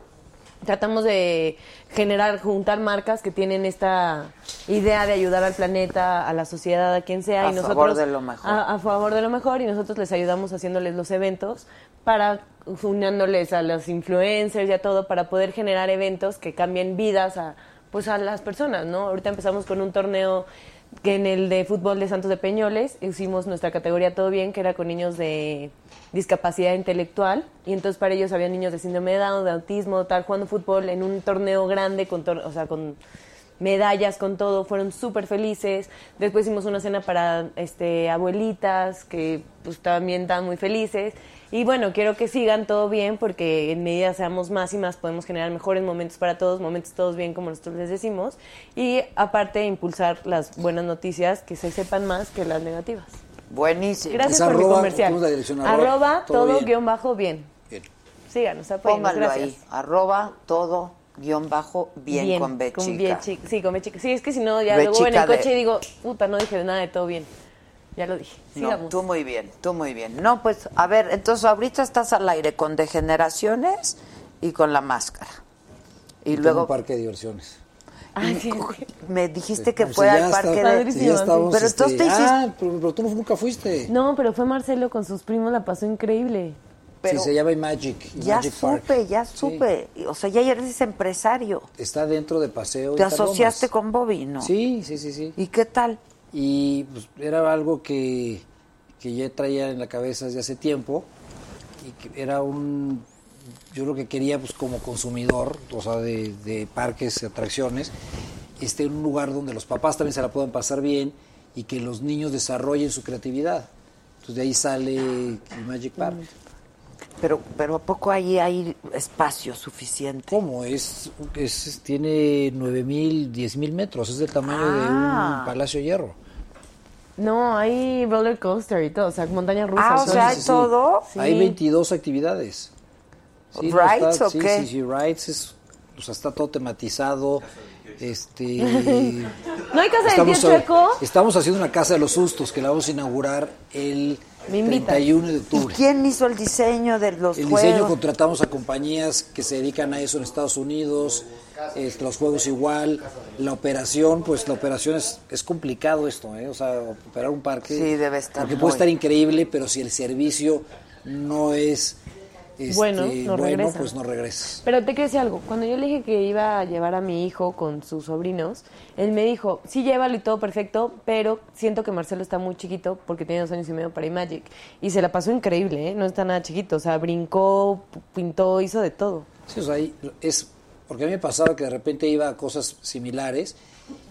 tratamos de generar, juntar marcas que tienen esta idea de ayudar al planeta, a la sociedad, a quien sea.
A
y nosotros,
favor de lo mejor.
A, a favor de lo mejor y nosotros les ayudamos haciéndoles los eventos para uniéndoles a los influencers y a todo para poder generar eventos que cambien vidas a pues a las personas, ¿no? Ahorita empezamos con un torneo que en el de fútbol de Santos de Peñoles hicimos nuestra categoría Todo Bien, que era con niños de discapacidad intelectual. Y entonces para ellos había niños de síndrome de Down, de autismo, tal, jugando fútbol en un torneo grande, con tor- o sea, con medallas, con todo. Fueron súper felices. Después hicimos una cena para este, abuelitas, que pues también estaban muy felices. Y bueno, quiero que sigan todo bien, porque en medida seamos más y más, podemos generar mejores momentos para todos, momentos todos bien, como nosotros les decimos. Y aparte, impulsar las buenas noticias, que se sepan más que las negativas.
Buenísimo.
Gracias por mi comercial.
¿cómo es la dirección?
arroba,
Arroba,
todo,
todo bien.
guión bajo bien.
Bien.
Síganos, apóyanos.
Pónganlo
Gracias.
ahí. Arroba todo guión bajo bien, con B
con
chica.
bien chica. Sí, con B chica. Sí, es que si no, ya
B
luego en el
chica de-
coche digo, puta, no dije nada de todo bien. Ya lo dije.
No,
Sigamos.
tú muy bien, tú muy bien. No, pues, a ver, entonces ahorita estás al aire con Degeneraciones y con la máscara. Y,
Tengo
luego
un parque de diversiones.
Ah,
me dijiste
Sí,
que
pues
fue
ya
al
está-
parque
ya
de...
estábamos,
Pero
este,
entonces te hiciste...
Ah, pero, pero tú nunca fuiste.
No, pero fue Marcelo con sus primos, la pasó increíble.
sí, se llama Magic.
Ya
Magic
supe,
Park.
ya supe. Y, O sea, ya eres empresario.
Está dentro de Paseo.
Te
y Palomas.
asociaste con Bobby, ¿no?
Sí, sí, sí, sí.
¿Y qué tal?
Y pues, era algo que, que ya traía en la cabeza desde hace tiempo. Y que era un. Yo lo que quería, pues como consumidor, o sea, de, de parques, atracciones, esté en un lugar donde los papás también se la puedan pasar bien y que los niños desarrollen su creatividad. Entonces de ahí sale el Magic Park.
Mm. Pero, pero ¿a poco ahí hay espacio suficiente?
¿Cómo? Es, es, tiene 9.000, 10.000 metros. Es del tamaño de
Ah.
un palacio de hierro.
No, hay roller coaster y todo, o sea, montaña rusa.
Ah, o
todo.
sea, hay todo.
Sí.
Hay 22 actividades. no
¿Rides
está-
o
sí,
qué?
Sí, sí, rides. Es, o sea, está todo tematizado. Este,
¿No hay casa del
estamos,
tío Chueco?
estamos haciendo una casa de los sustos que la vamos a inaugurar el
Me invitan.
31 de
¿Y
octubre.
quién hizo el diseño de los
El
juegos?
diseño contratamos a compañías que se dedican a eso en Estados Unidos, este, los juegos igual, la operación, pues la operación es, es complicado esto, ¿eh? o sea, operar un parque.
Sí, debe estar
Porque
muy-
puede estar increíble, pero si el servicio no es este,
Bueno, no regresa.
pues no regresas.
Pero te quiero decir algo. Cuando yo le dije que iba a llevar a mi hijo con sus sobrinos, él me dijo, sí, llévalo y todo perfecto, pero siento que Marcelo está muy chiquito porque tiene dos años y medio para Magic. Y se la pasó increíble, ¿eh? No está nada chiquito. O sea, brincó, p- pintó, hizo de todo.
Sí, o sea, ahí es porque a mí me pasaba que de repente iba a cosas similares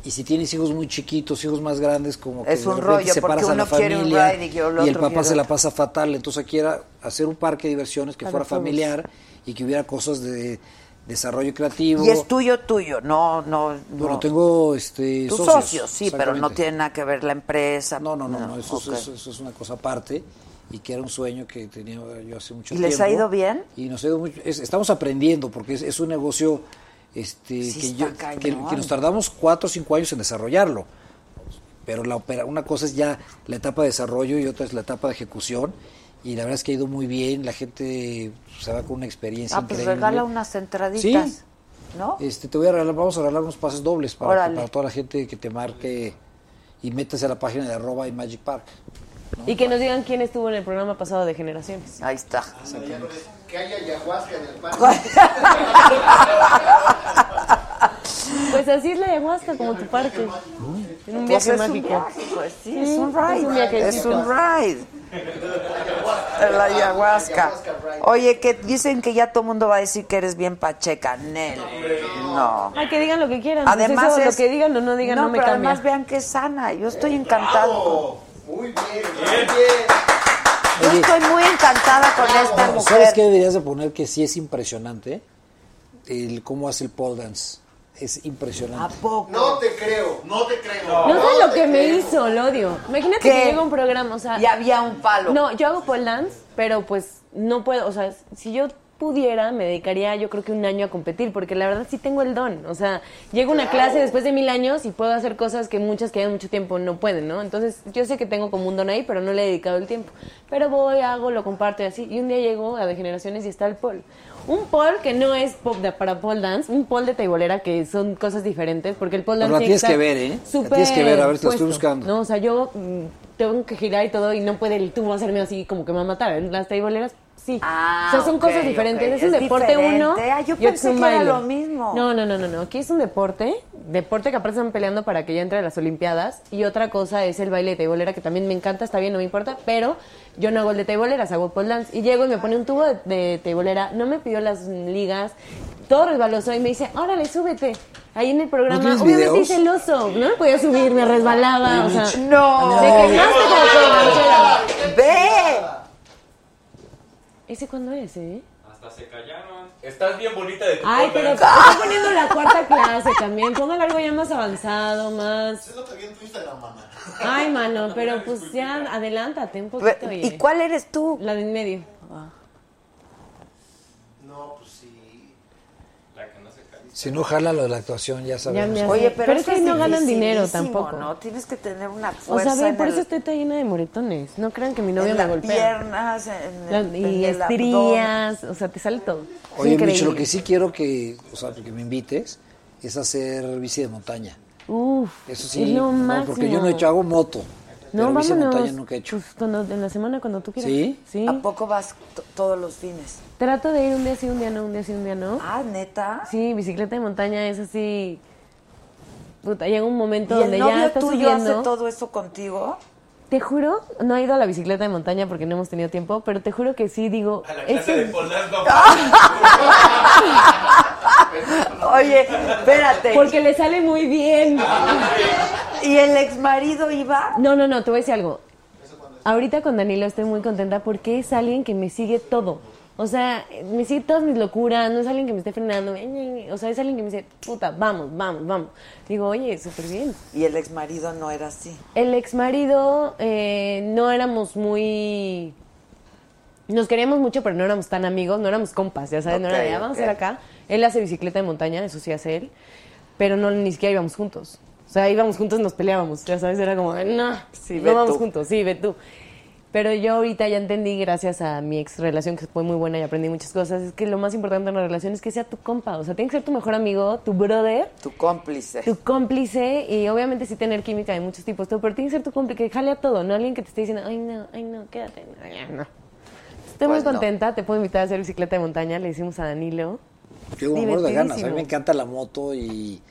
y si tienes hijos muy chiquitos, hijos más grandes, como que
Es
de
un
repente
rollo,
separas
porque
a la
uno quiere un
familia
ride y yo lo
el
otro
papá
quiere
se la
otro.
pasa fatal. Entonces aquí era hacer un parque de diversiones que
Para
fuera
todos.
familiar y que hubiera cosas de desarrollo creativo.
Y es tuyo, tuyo, no, no.
Bueno,
no.
tengo este,
Tus
socios.
socios, sí, pero no
exactamente.
tiene nada que ver la empresa.
No, no, no, no, eso, es-
Ah, ok.
eso- eso es una cosa aparte y que era un sueño que tenía yo hace mucho
¿Y
tiempo.
les ha ido bien?
Y nos ha ido mucho. es- estamos aprendiendo porque es, es un negocio este,
Sí,
que,
está
yo- que-
cañón.
que nos tardamos cuatro o cinco años en desarrollarlo. Pero la opera, una cosa es ya la etapa de desarrollo y otra es la etapa de ejecución. Y la verdad es que ha ido muy bien, la gente se va con una experiencia
Ah, pues
increíble.
regala unas entraditas,
Sí.
¿no?
Este, te voy a regalar, vamos a regalar unos pases dobles para, que-
Órale.
para toda la gente que te marque y métase a la página de arroba y Magic Park.
Y que nos digan quién estuvo en el programa pasado de Generaciones.
Ahí está.
Que haya ayahuasca en el parque.
Pues así es la ayahuasca, como tu parque. En un
Pues
viaje
es un
mágico.
viaje, pues sí, es un
Es un
ride. Es
viajecito.
un ride. La ayahuasca. Oye, que dicen que ya todo el mundo va a decir que eres bien pacheca. Nel. No.
Ay, que digan lo que quieran. Además,
Además,
lo que digan o no digan no, me
pero
cambia.
además vean que es sana. Yo estoy encantado. Yo
Oye.
estoy muy encantada con esta
Bueno,
mujer.
¿Sabes qué deberías de poner que sí es impresionante? El cómo hace el pole dance. Es
¿A
impresionante.
poco?
No te creo, no te creo.
No sé lo
te
que me
creo.
hizo, lo odio. Imagínate
¿Qué?
que llega un programa, o sea.
Y había un palo.
No, yo hago pole dance, pero pues no puedo, o sea, si yo pudiera, me dedicaría yo creo que un año a competir, porque la verdad sí tengo el don. O sea, llego a una clase después de mil años y puedo hacer cosas que muchas que hayan mucho tiempo no pueden, ¿no? Entonces yo sé que tengo como un don ahí, pero no le he dedicado el tiempo. Pero voy, hago, lo comparto y así. Y un día llego a Degeneraciones y está el Paul. Un Paul que no es pop da- para pole dance, un Paul de teibolera que son cosas diferentes, porque el pole dance
Pero la
tiene
tienes que ver,
estar
¿eh? La
súper
tienes que ver, a ver si la
puesto.
estoy buscando.
No, o sea, yo mm, tengo que girar y todo y no puede el tubo hacerme así como que me va a matar. Las teiboleras sí. o sea, son
Ah, ok,
cosas diferentes.
ok.
Es un
Es
deporte
diferente.
uno.
Ah, yo
y otro
pensé
es un
que era
baile.
lo mismo.
No, no, no, no, no. Aquí es un deporte, deporte que aparte están peleando para que ya entre a las Olimpiadas. Y otra cosa es el baile de teibolera, que también me encanta, está bien, no me importa, pero yo no hago el de teiboleras, hago pole dance. Y llego y me pone un tubo de, de teibolera, no me pidió las ligas, todo resbaloso y me dice, órale, súbete. Ahí en el programa,
tienes
obviamente
videos?
hice el oso, no me podía subir, me resbalaba, o sea.
¡No!
Me quemaste como con ganchera.
¡Ve!
¿Ese cuándo es, eh?
Hasta se callaron. Estás bien bonita de tu
Ay,
cola.
pero estoy poniendo la cuarta clase también. Póngale algo ya más avanzado, más. Es lo que vi en tu Instagram, mamá. Ay, mano, pero pues ya adelántate un poquito.
Ve-
Oye.
¿y cuál eres tú?
La de en medio.
No, pues sí. La que no se cae.
Si no jala lo de la actuación, ya sabemos.
Oye, pero,
es que ahí no ganan dinero
dificilísimo,
tampoco.
¿no? Tienes que tener una
O
fuerza
sea, ve,
en
por
el-
eso estoy toda llena de moretones. No crean que mi novio
en
me
las
golpea.
piernas, en
La-
el,
y
en el abdomen.
estrías, o sea, te sale todo. Es
Oye,
increíble.
Micho, lo que sí quiero que, o sea, que me invites es hacer bici de montaña.
Uf,
Eso sí,
es lo
no,
máximo.
porque yo no he hecho, hago moto.
No,
pero bici de
vámonos.
montaña nunca he hecho.
Pues, cuando, en la semana, cuando tú quieras.
¿Sí?
Sí.
¿A poco vas t- todos los fines?
Trato de ir un día sí, un día no, un día sí, un día no.
Ah, neta.
Sí, bicicleta de montaña es así. Puta, llega un
¿Y
momento
el
donde ya
novio
estás
tuyo
subiendo.
hace todo eso contigo?
Te juro, no he ido a la bicicleta de montaña porque no hemos tenido tiempo, pero te juro que sí digo.
La
es
clase
que-
de polas no.
Oye, espérate.
Porque le sale muy bien.
¿Y el ex marido iba?
No, no, no, te voy a decir algo. Ahorita con Danilo estoy muy contenta porque es alguien que me sigue todo. O sea, me sigue todas mis locuras, no es alguien que me esté frenando. eh, eh, eh. O sea, es alguien que me dice, puta, vamos, vamos, vamos. Digo, oye, súper bien.
Y el ex marido no era así.
El ex marido eh, no éramos muy. Nos queríamos mucho, pero no éramos tan amigos, no éramos compas, ya sabes, no era de,
Ok,
"Ah, vamos
ok.
a ir acá. Él hace bicicleta de montaña, eso sí hace él, pero no ni siquiera íbamos juntos. O sea, íbamos juntos, nos peleábamos, ya sabes, era como, no,
Sí, ve
no vamos
tú".
juntos, sí, ve tú. Pero yo ahorita ya entendí, gracias a mi ex relación, que fue muy buena y aprendí muchas cosas, es que lo más importante en una relación es que sea tu compa, o sea, tiene que ser tu mejor amigo, tu brother,
Tu cómplice.
tu cómplice y obviamente sí tener química de muchos tipos, todo, pero tiene que ser tu cómplice, que jale a todo, no alguien que te esté diciendo, ay no, ay no, quédate, no, ya no. Estoy
Pues no.
muy contenta, te puedo invitar a hacer bicicleta de montaña, le hicimos a Danilo.
Yo me muero de ganas. A mí
Divertidísimo.
me encanta la moto y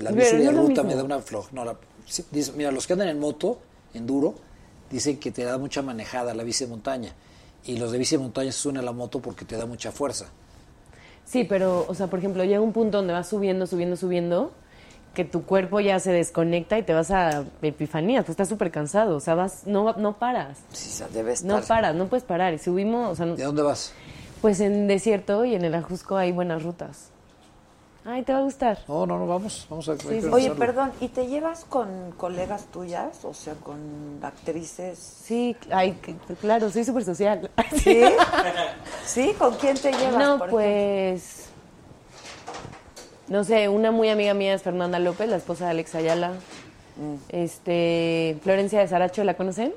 la
Pero
bici
no
de
es lo
ruta
mismo.
me da una floj. No, la- sí, dice- mira, los que andan en moto, en duro, dicen que te da mucha manejada la bici de montaña. Y los de bici de montaña se suben a la moto porque te da mucha fuerza.
Sí, pero, o sea, por ejemplo, llega un punto donde vas subiendo, subiendo, subiendo, que tu cuerpo ya se desconecta y te vas a epifanía, tú estás súper cansado, o sea, vas, no, no paras.
Sí, se debe estar.
No paras, no puedes parar. Y subimos, o sea, no-
¿De dónde vas?
pues en desierto y en el Ajusco hay buenas rutas. Ay, te va a gustar.
No, no, no, vamos, vamos a... hay que
Oye,
organizarlo.
perdón, ¿y te llevas con colegas tuyas? O sea, con actrices.
Sí, ay, que- claro, soy súper social.
¿Sí? ¿Sí? ¿Con quién te llevas?
No,
por
pues. No sé, una muy amiga mía es Fernanda López, la esposa de Alex Ayala.
Mm.
Este, Florencia de Saracho, ¿la conocen?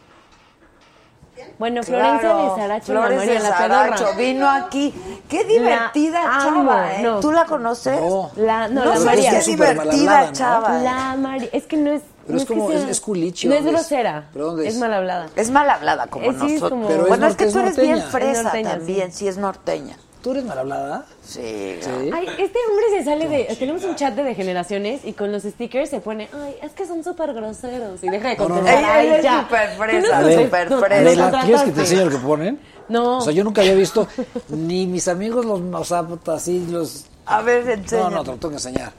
Bueno, Florencia
Claro,
de Saracho,
Flores
la María
de
la
Saracho,
pedorra.
vino aquí. Qué divertida
La amo,
chava, ¿eh?
no.
¿Tú la conoces?
No.
La, no,
No
la
sé
María.
qué
Es súper
divertida
malhablada, ¿no?
chava.
La María. Es que no es.
Pero
no
es
que
como- es-
sea-
es culichi,
No es
¿dónde es?
grosera.
¿Pero dónde
es?
es?
mal hablada.
Es mal hablada como
Eh, sí, es
nosotros.
como-
Pero es
bueno, es, que
norte-
tú eres
es norteña.
bien fresa
Es norteña,
también, sí. es norteña.
¿Tú eres mal hablada?
Ah,
Sí.
Ay, este hombre se sale de. Tenemos un chat de degeneraciones y con los stickers se pone. Ay, es que son súper groseros. Y deja de
No, no, no.
contestar. Ay,
Ella es
ya.
súper fresa,
A
Tú no
ver,
súper
no,
fresa.
de las
no
tías que te
trataste.
enseño lo que ponen.
No.
O sea, yo nunca había visto ni mis amigos los, o sea, puta, así los...
A ver, enseña.
No, no, te lo tengo que enseñar.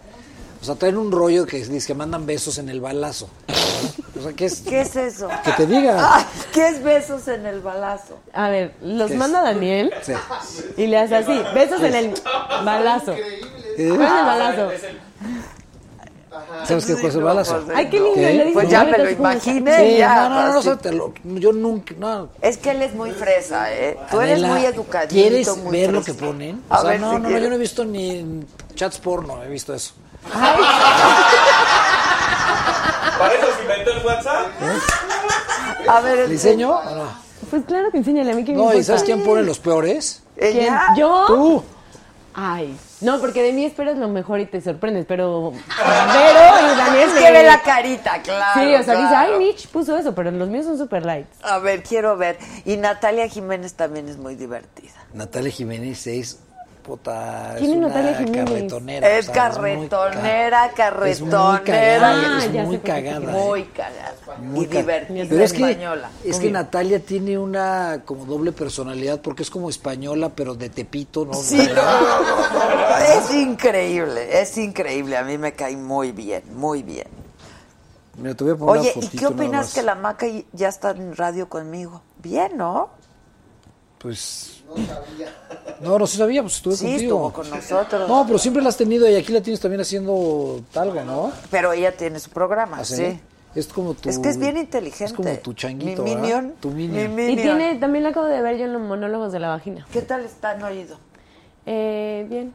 O sea, traen un rollo que dice que mandan besos en el balazo. O sea, ¿qué es?
¿Qué Ah. es eso?
Que te diga.
Ay, ¿Qué es besos en el balazo?
A ver, los
¿Qué es?
manda Daniel
Sí.
y le hace así, besos en el balazo.
¿Eh?
Besos en el balazo.
Sabes que José Balazo.
Ay, qué lindo, le dices,
Pues
"Ay,
ya me
ahorita
lo
sí como
imaginé.
estás". Sí,
ya,
no, no, no,
así.
no, te
yo nunca.
pues, Es que él es muy fresa, ¿eh? Tú eres
Adela,
muy educadito.
¿Quieres
muy
ver lo que
fresa.
ponen? O
A
sea,
ver,
no,
si
no, no,
quieres.
yo no he visto ni en chats porno, he visto eso.
¿Para eso se inventó el WhatsAp?
¿Eh?
A ver,
¿Diseño? ¿O no?
Pues claro que enséñale a mí que me
No, ¿y
importa.
sabes quién pone los peores?
eh,
¿Quién?
¿Ella?
¿Yo?
Tú.
Ay, no, porque de mí esperas lo mejor y te sorprendes, pero... Pero, y Daniel
Es
me-
que ve la carita, claro.
Sí, o sea, dice,
claro.
ay, Mitch puso eso, pero los míos son super light.
A ver, quiero ver. Y Natalia Jiménez también es muy divertida.
Natalia Jiménez es puta.
¿Quién es
una
Natalia Jiménez?
Carretonera,
Es
o sea, muy ca-
carretonera, carretonera.
Es muy cagada,
Ah,
es
ya
muy
sé por qué te
cagada,
quiero.
¿eh?
Muy cagada.
Muy
y
ca-
divertida
Pero es que,
española.
es que Natalia tiene una como doble personalidad porque es como española, pero de Tepito, ¿no?
Sí, no. Es increíble, es increíble. A mí me cae muy bien, muy bien.
Mira, te voy a poner una
Oye, ¿y
fotito
qué
nada
opinas
más.
que la Maca y- ya está en radio conmigo? Bien, ¿no?
Pues. No, no se sabía, pues estuve
Sí,
contigo.
estuvo con nosotros.
No, pero siempre la has tenido y aquí la tienes también haciendo algo, ¿no?
Pero ella tiene su programa,
Así.
sí.
Es como tu.
Es que es bien inteligente.
Es como tu changuito.
Mi
¿verdad?
minion.
Tu
Mi
minion.
Y
minion.
tiene, también la acabo de ver yo en los monólogos de la vagina.
¿Qué tal está no oído?
Eh, bien.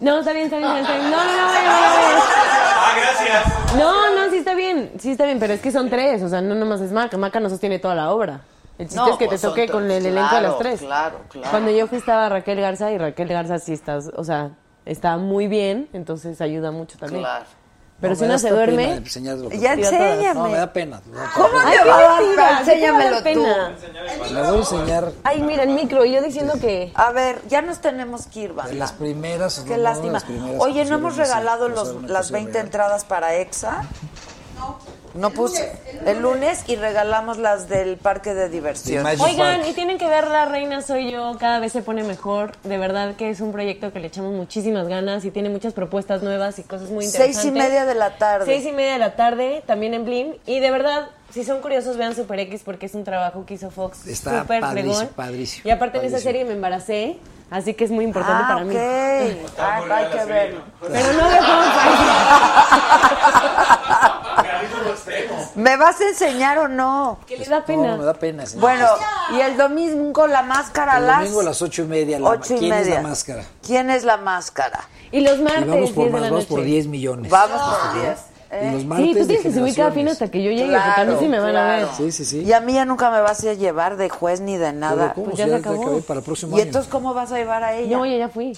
No, está bien, está bien, está bien. No, no, no, no, no, no.
Ah, gracias.
No, no, sí está bien, sí está bien, pero es que son tres, o sea, no nomás es Maca, Maca no sostiene toda la obra. El chiste
No,
es que
pues
te
son
toque
tres,
con el elenco de las
claro,
tres.
claro, claro.
Cuando yo fui estaba Raquel Garza y Raquel Garza sí está, o sea, está muy bien, entonces ayuda mucho también.
Claro.
Pero
No,
si
me da
uno se
hasta
duerme,
pena de enseñártelo.
Ya enséñame.
No, me da pena. No,
¿Cómo
tampoco.
Ay,
te
qué
va a
mentira,
dar?
¿qué te va a dar
Enséñamelo tú.
pena?
Le voy a enseñar
Ay, mira, el micro, y yo diciendo que...
A ver, ya nos tenemos que ir,
de
banda.
las primeras.
Qué
no, no, de
lástima.
las primeras
Oye,
que
¿no hemos
pusieron,
regalado
sí,
los-
pusieron,
las
sí,
20
regalar.
entradas para EXA? No. No puse. El lunes y regalamos las del parque de diversiones.
Oigan, y tienen que ver La Reina Soy Yo, cada vez se pone mejor. De verdad que es un proyecto que le echamos muchísimas ganas y tiene muchas propuestas nuevas y cosas muy interesantes.
Seis y media de la tarde.
Seis y media de la tarde, también en Blim. Y de verdad, si son curiosos, vean Super X porque es un trabajo que hizo Fox.
Está
súper
padrísimo,
fregón.
padrísimo,
Y aparte en esa
padrísimo.
serie me embaracé, así que es muy importante
ah,
para
ok.
mí.
Ah, hay que verlo.
Pero no me pongo
Ah,
¿Me vas a enseñar o no?
que le da
Pues, No,
pena.
me da pena. señor.
Bueno, y el domingo la máscara
el
las...
domingo a las ocho y media. La,
Ocho y
¿Quién es
media.
la máscara?
¿Quién es la máscara?
Y los
Y
martes,
vamos
10
por
de
más,
la
vamos
noche.
por 10 millones.
Vamos por diez.
Y los martes
Sí, tú
de
tienes que subir cada fin
generaciones.
hasta que yo llegue, porque a mí sí me van a ver.
claro.
Sí, sí, sí.
Y a mí ya nunca me vas a llevar de juez ni de nada.
Pero ¿cómo?
pues
Si
ya se
te
acabó.
acabé para el próximo
¿Y
año.
entonces cómo vas a llevar a ella?
No, yo ya fui.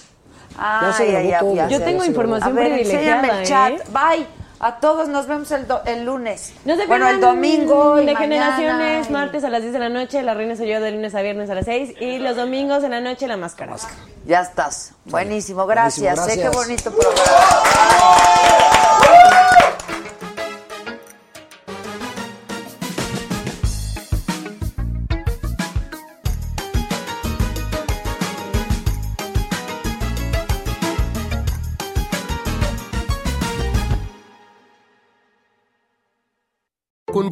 Ah,
Ya se grabó todo. Yo
tengo
sé, ya se grabó.
información
A ver,
privilegiada,
enséñame el
¿eh?
chat. Bye. A todos nos vemos el, do- el lunes.
No se
bueno, el
pierdan
domingo y
de
mañana
generaciones,
y-
martes a las 10 de la noche, la reina soy yo de lunes a viernes a las 6 y los domingos en la noche la máscara.
Ya estás. Buenísimo, gracias.
Buenísimo,
Sé qué
gracias.
bonito programa.
Con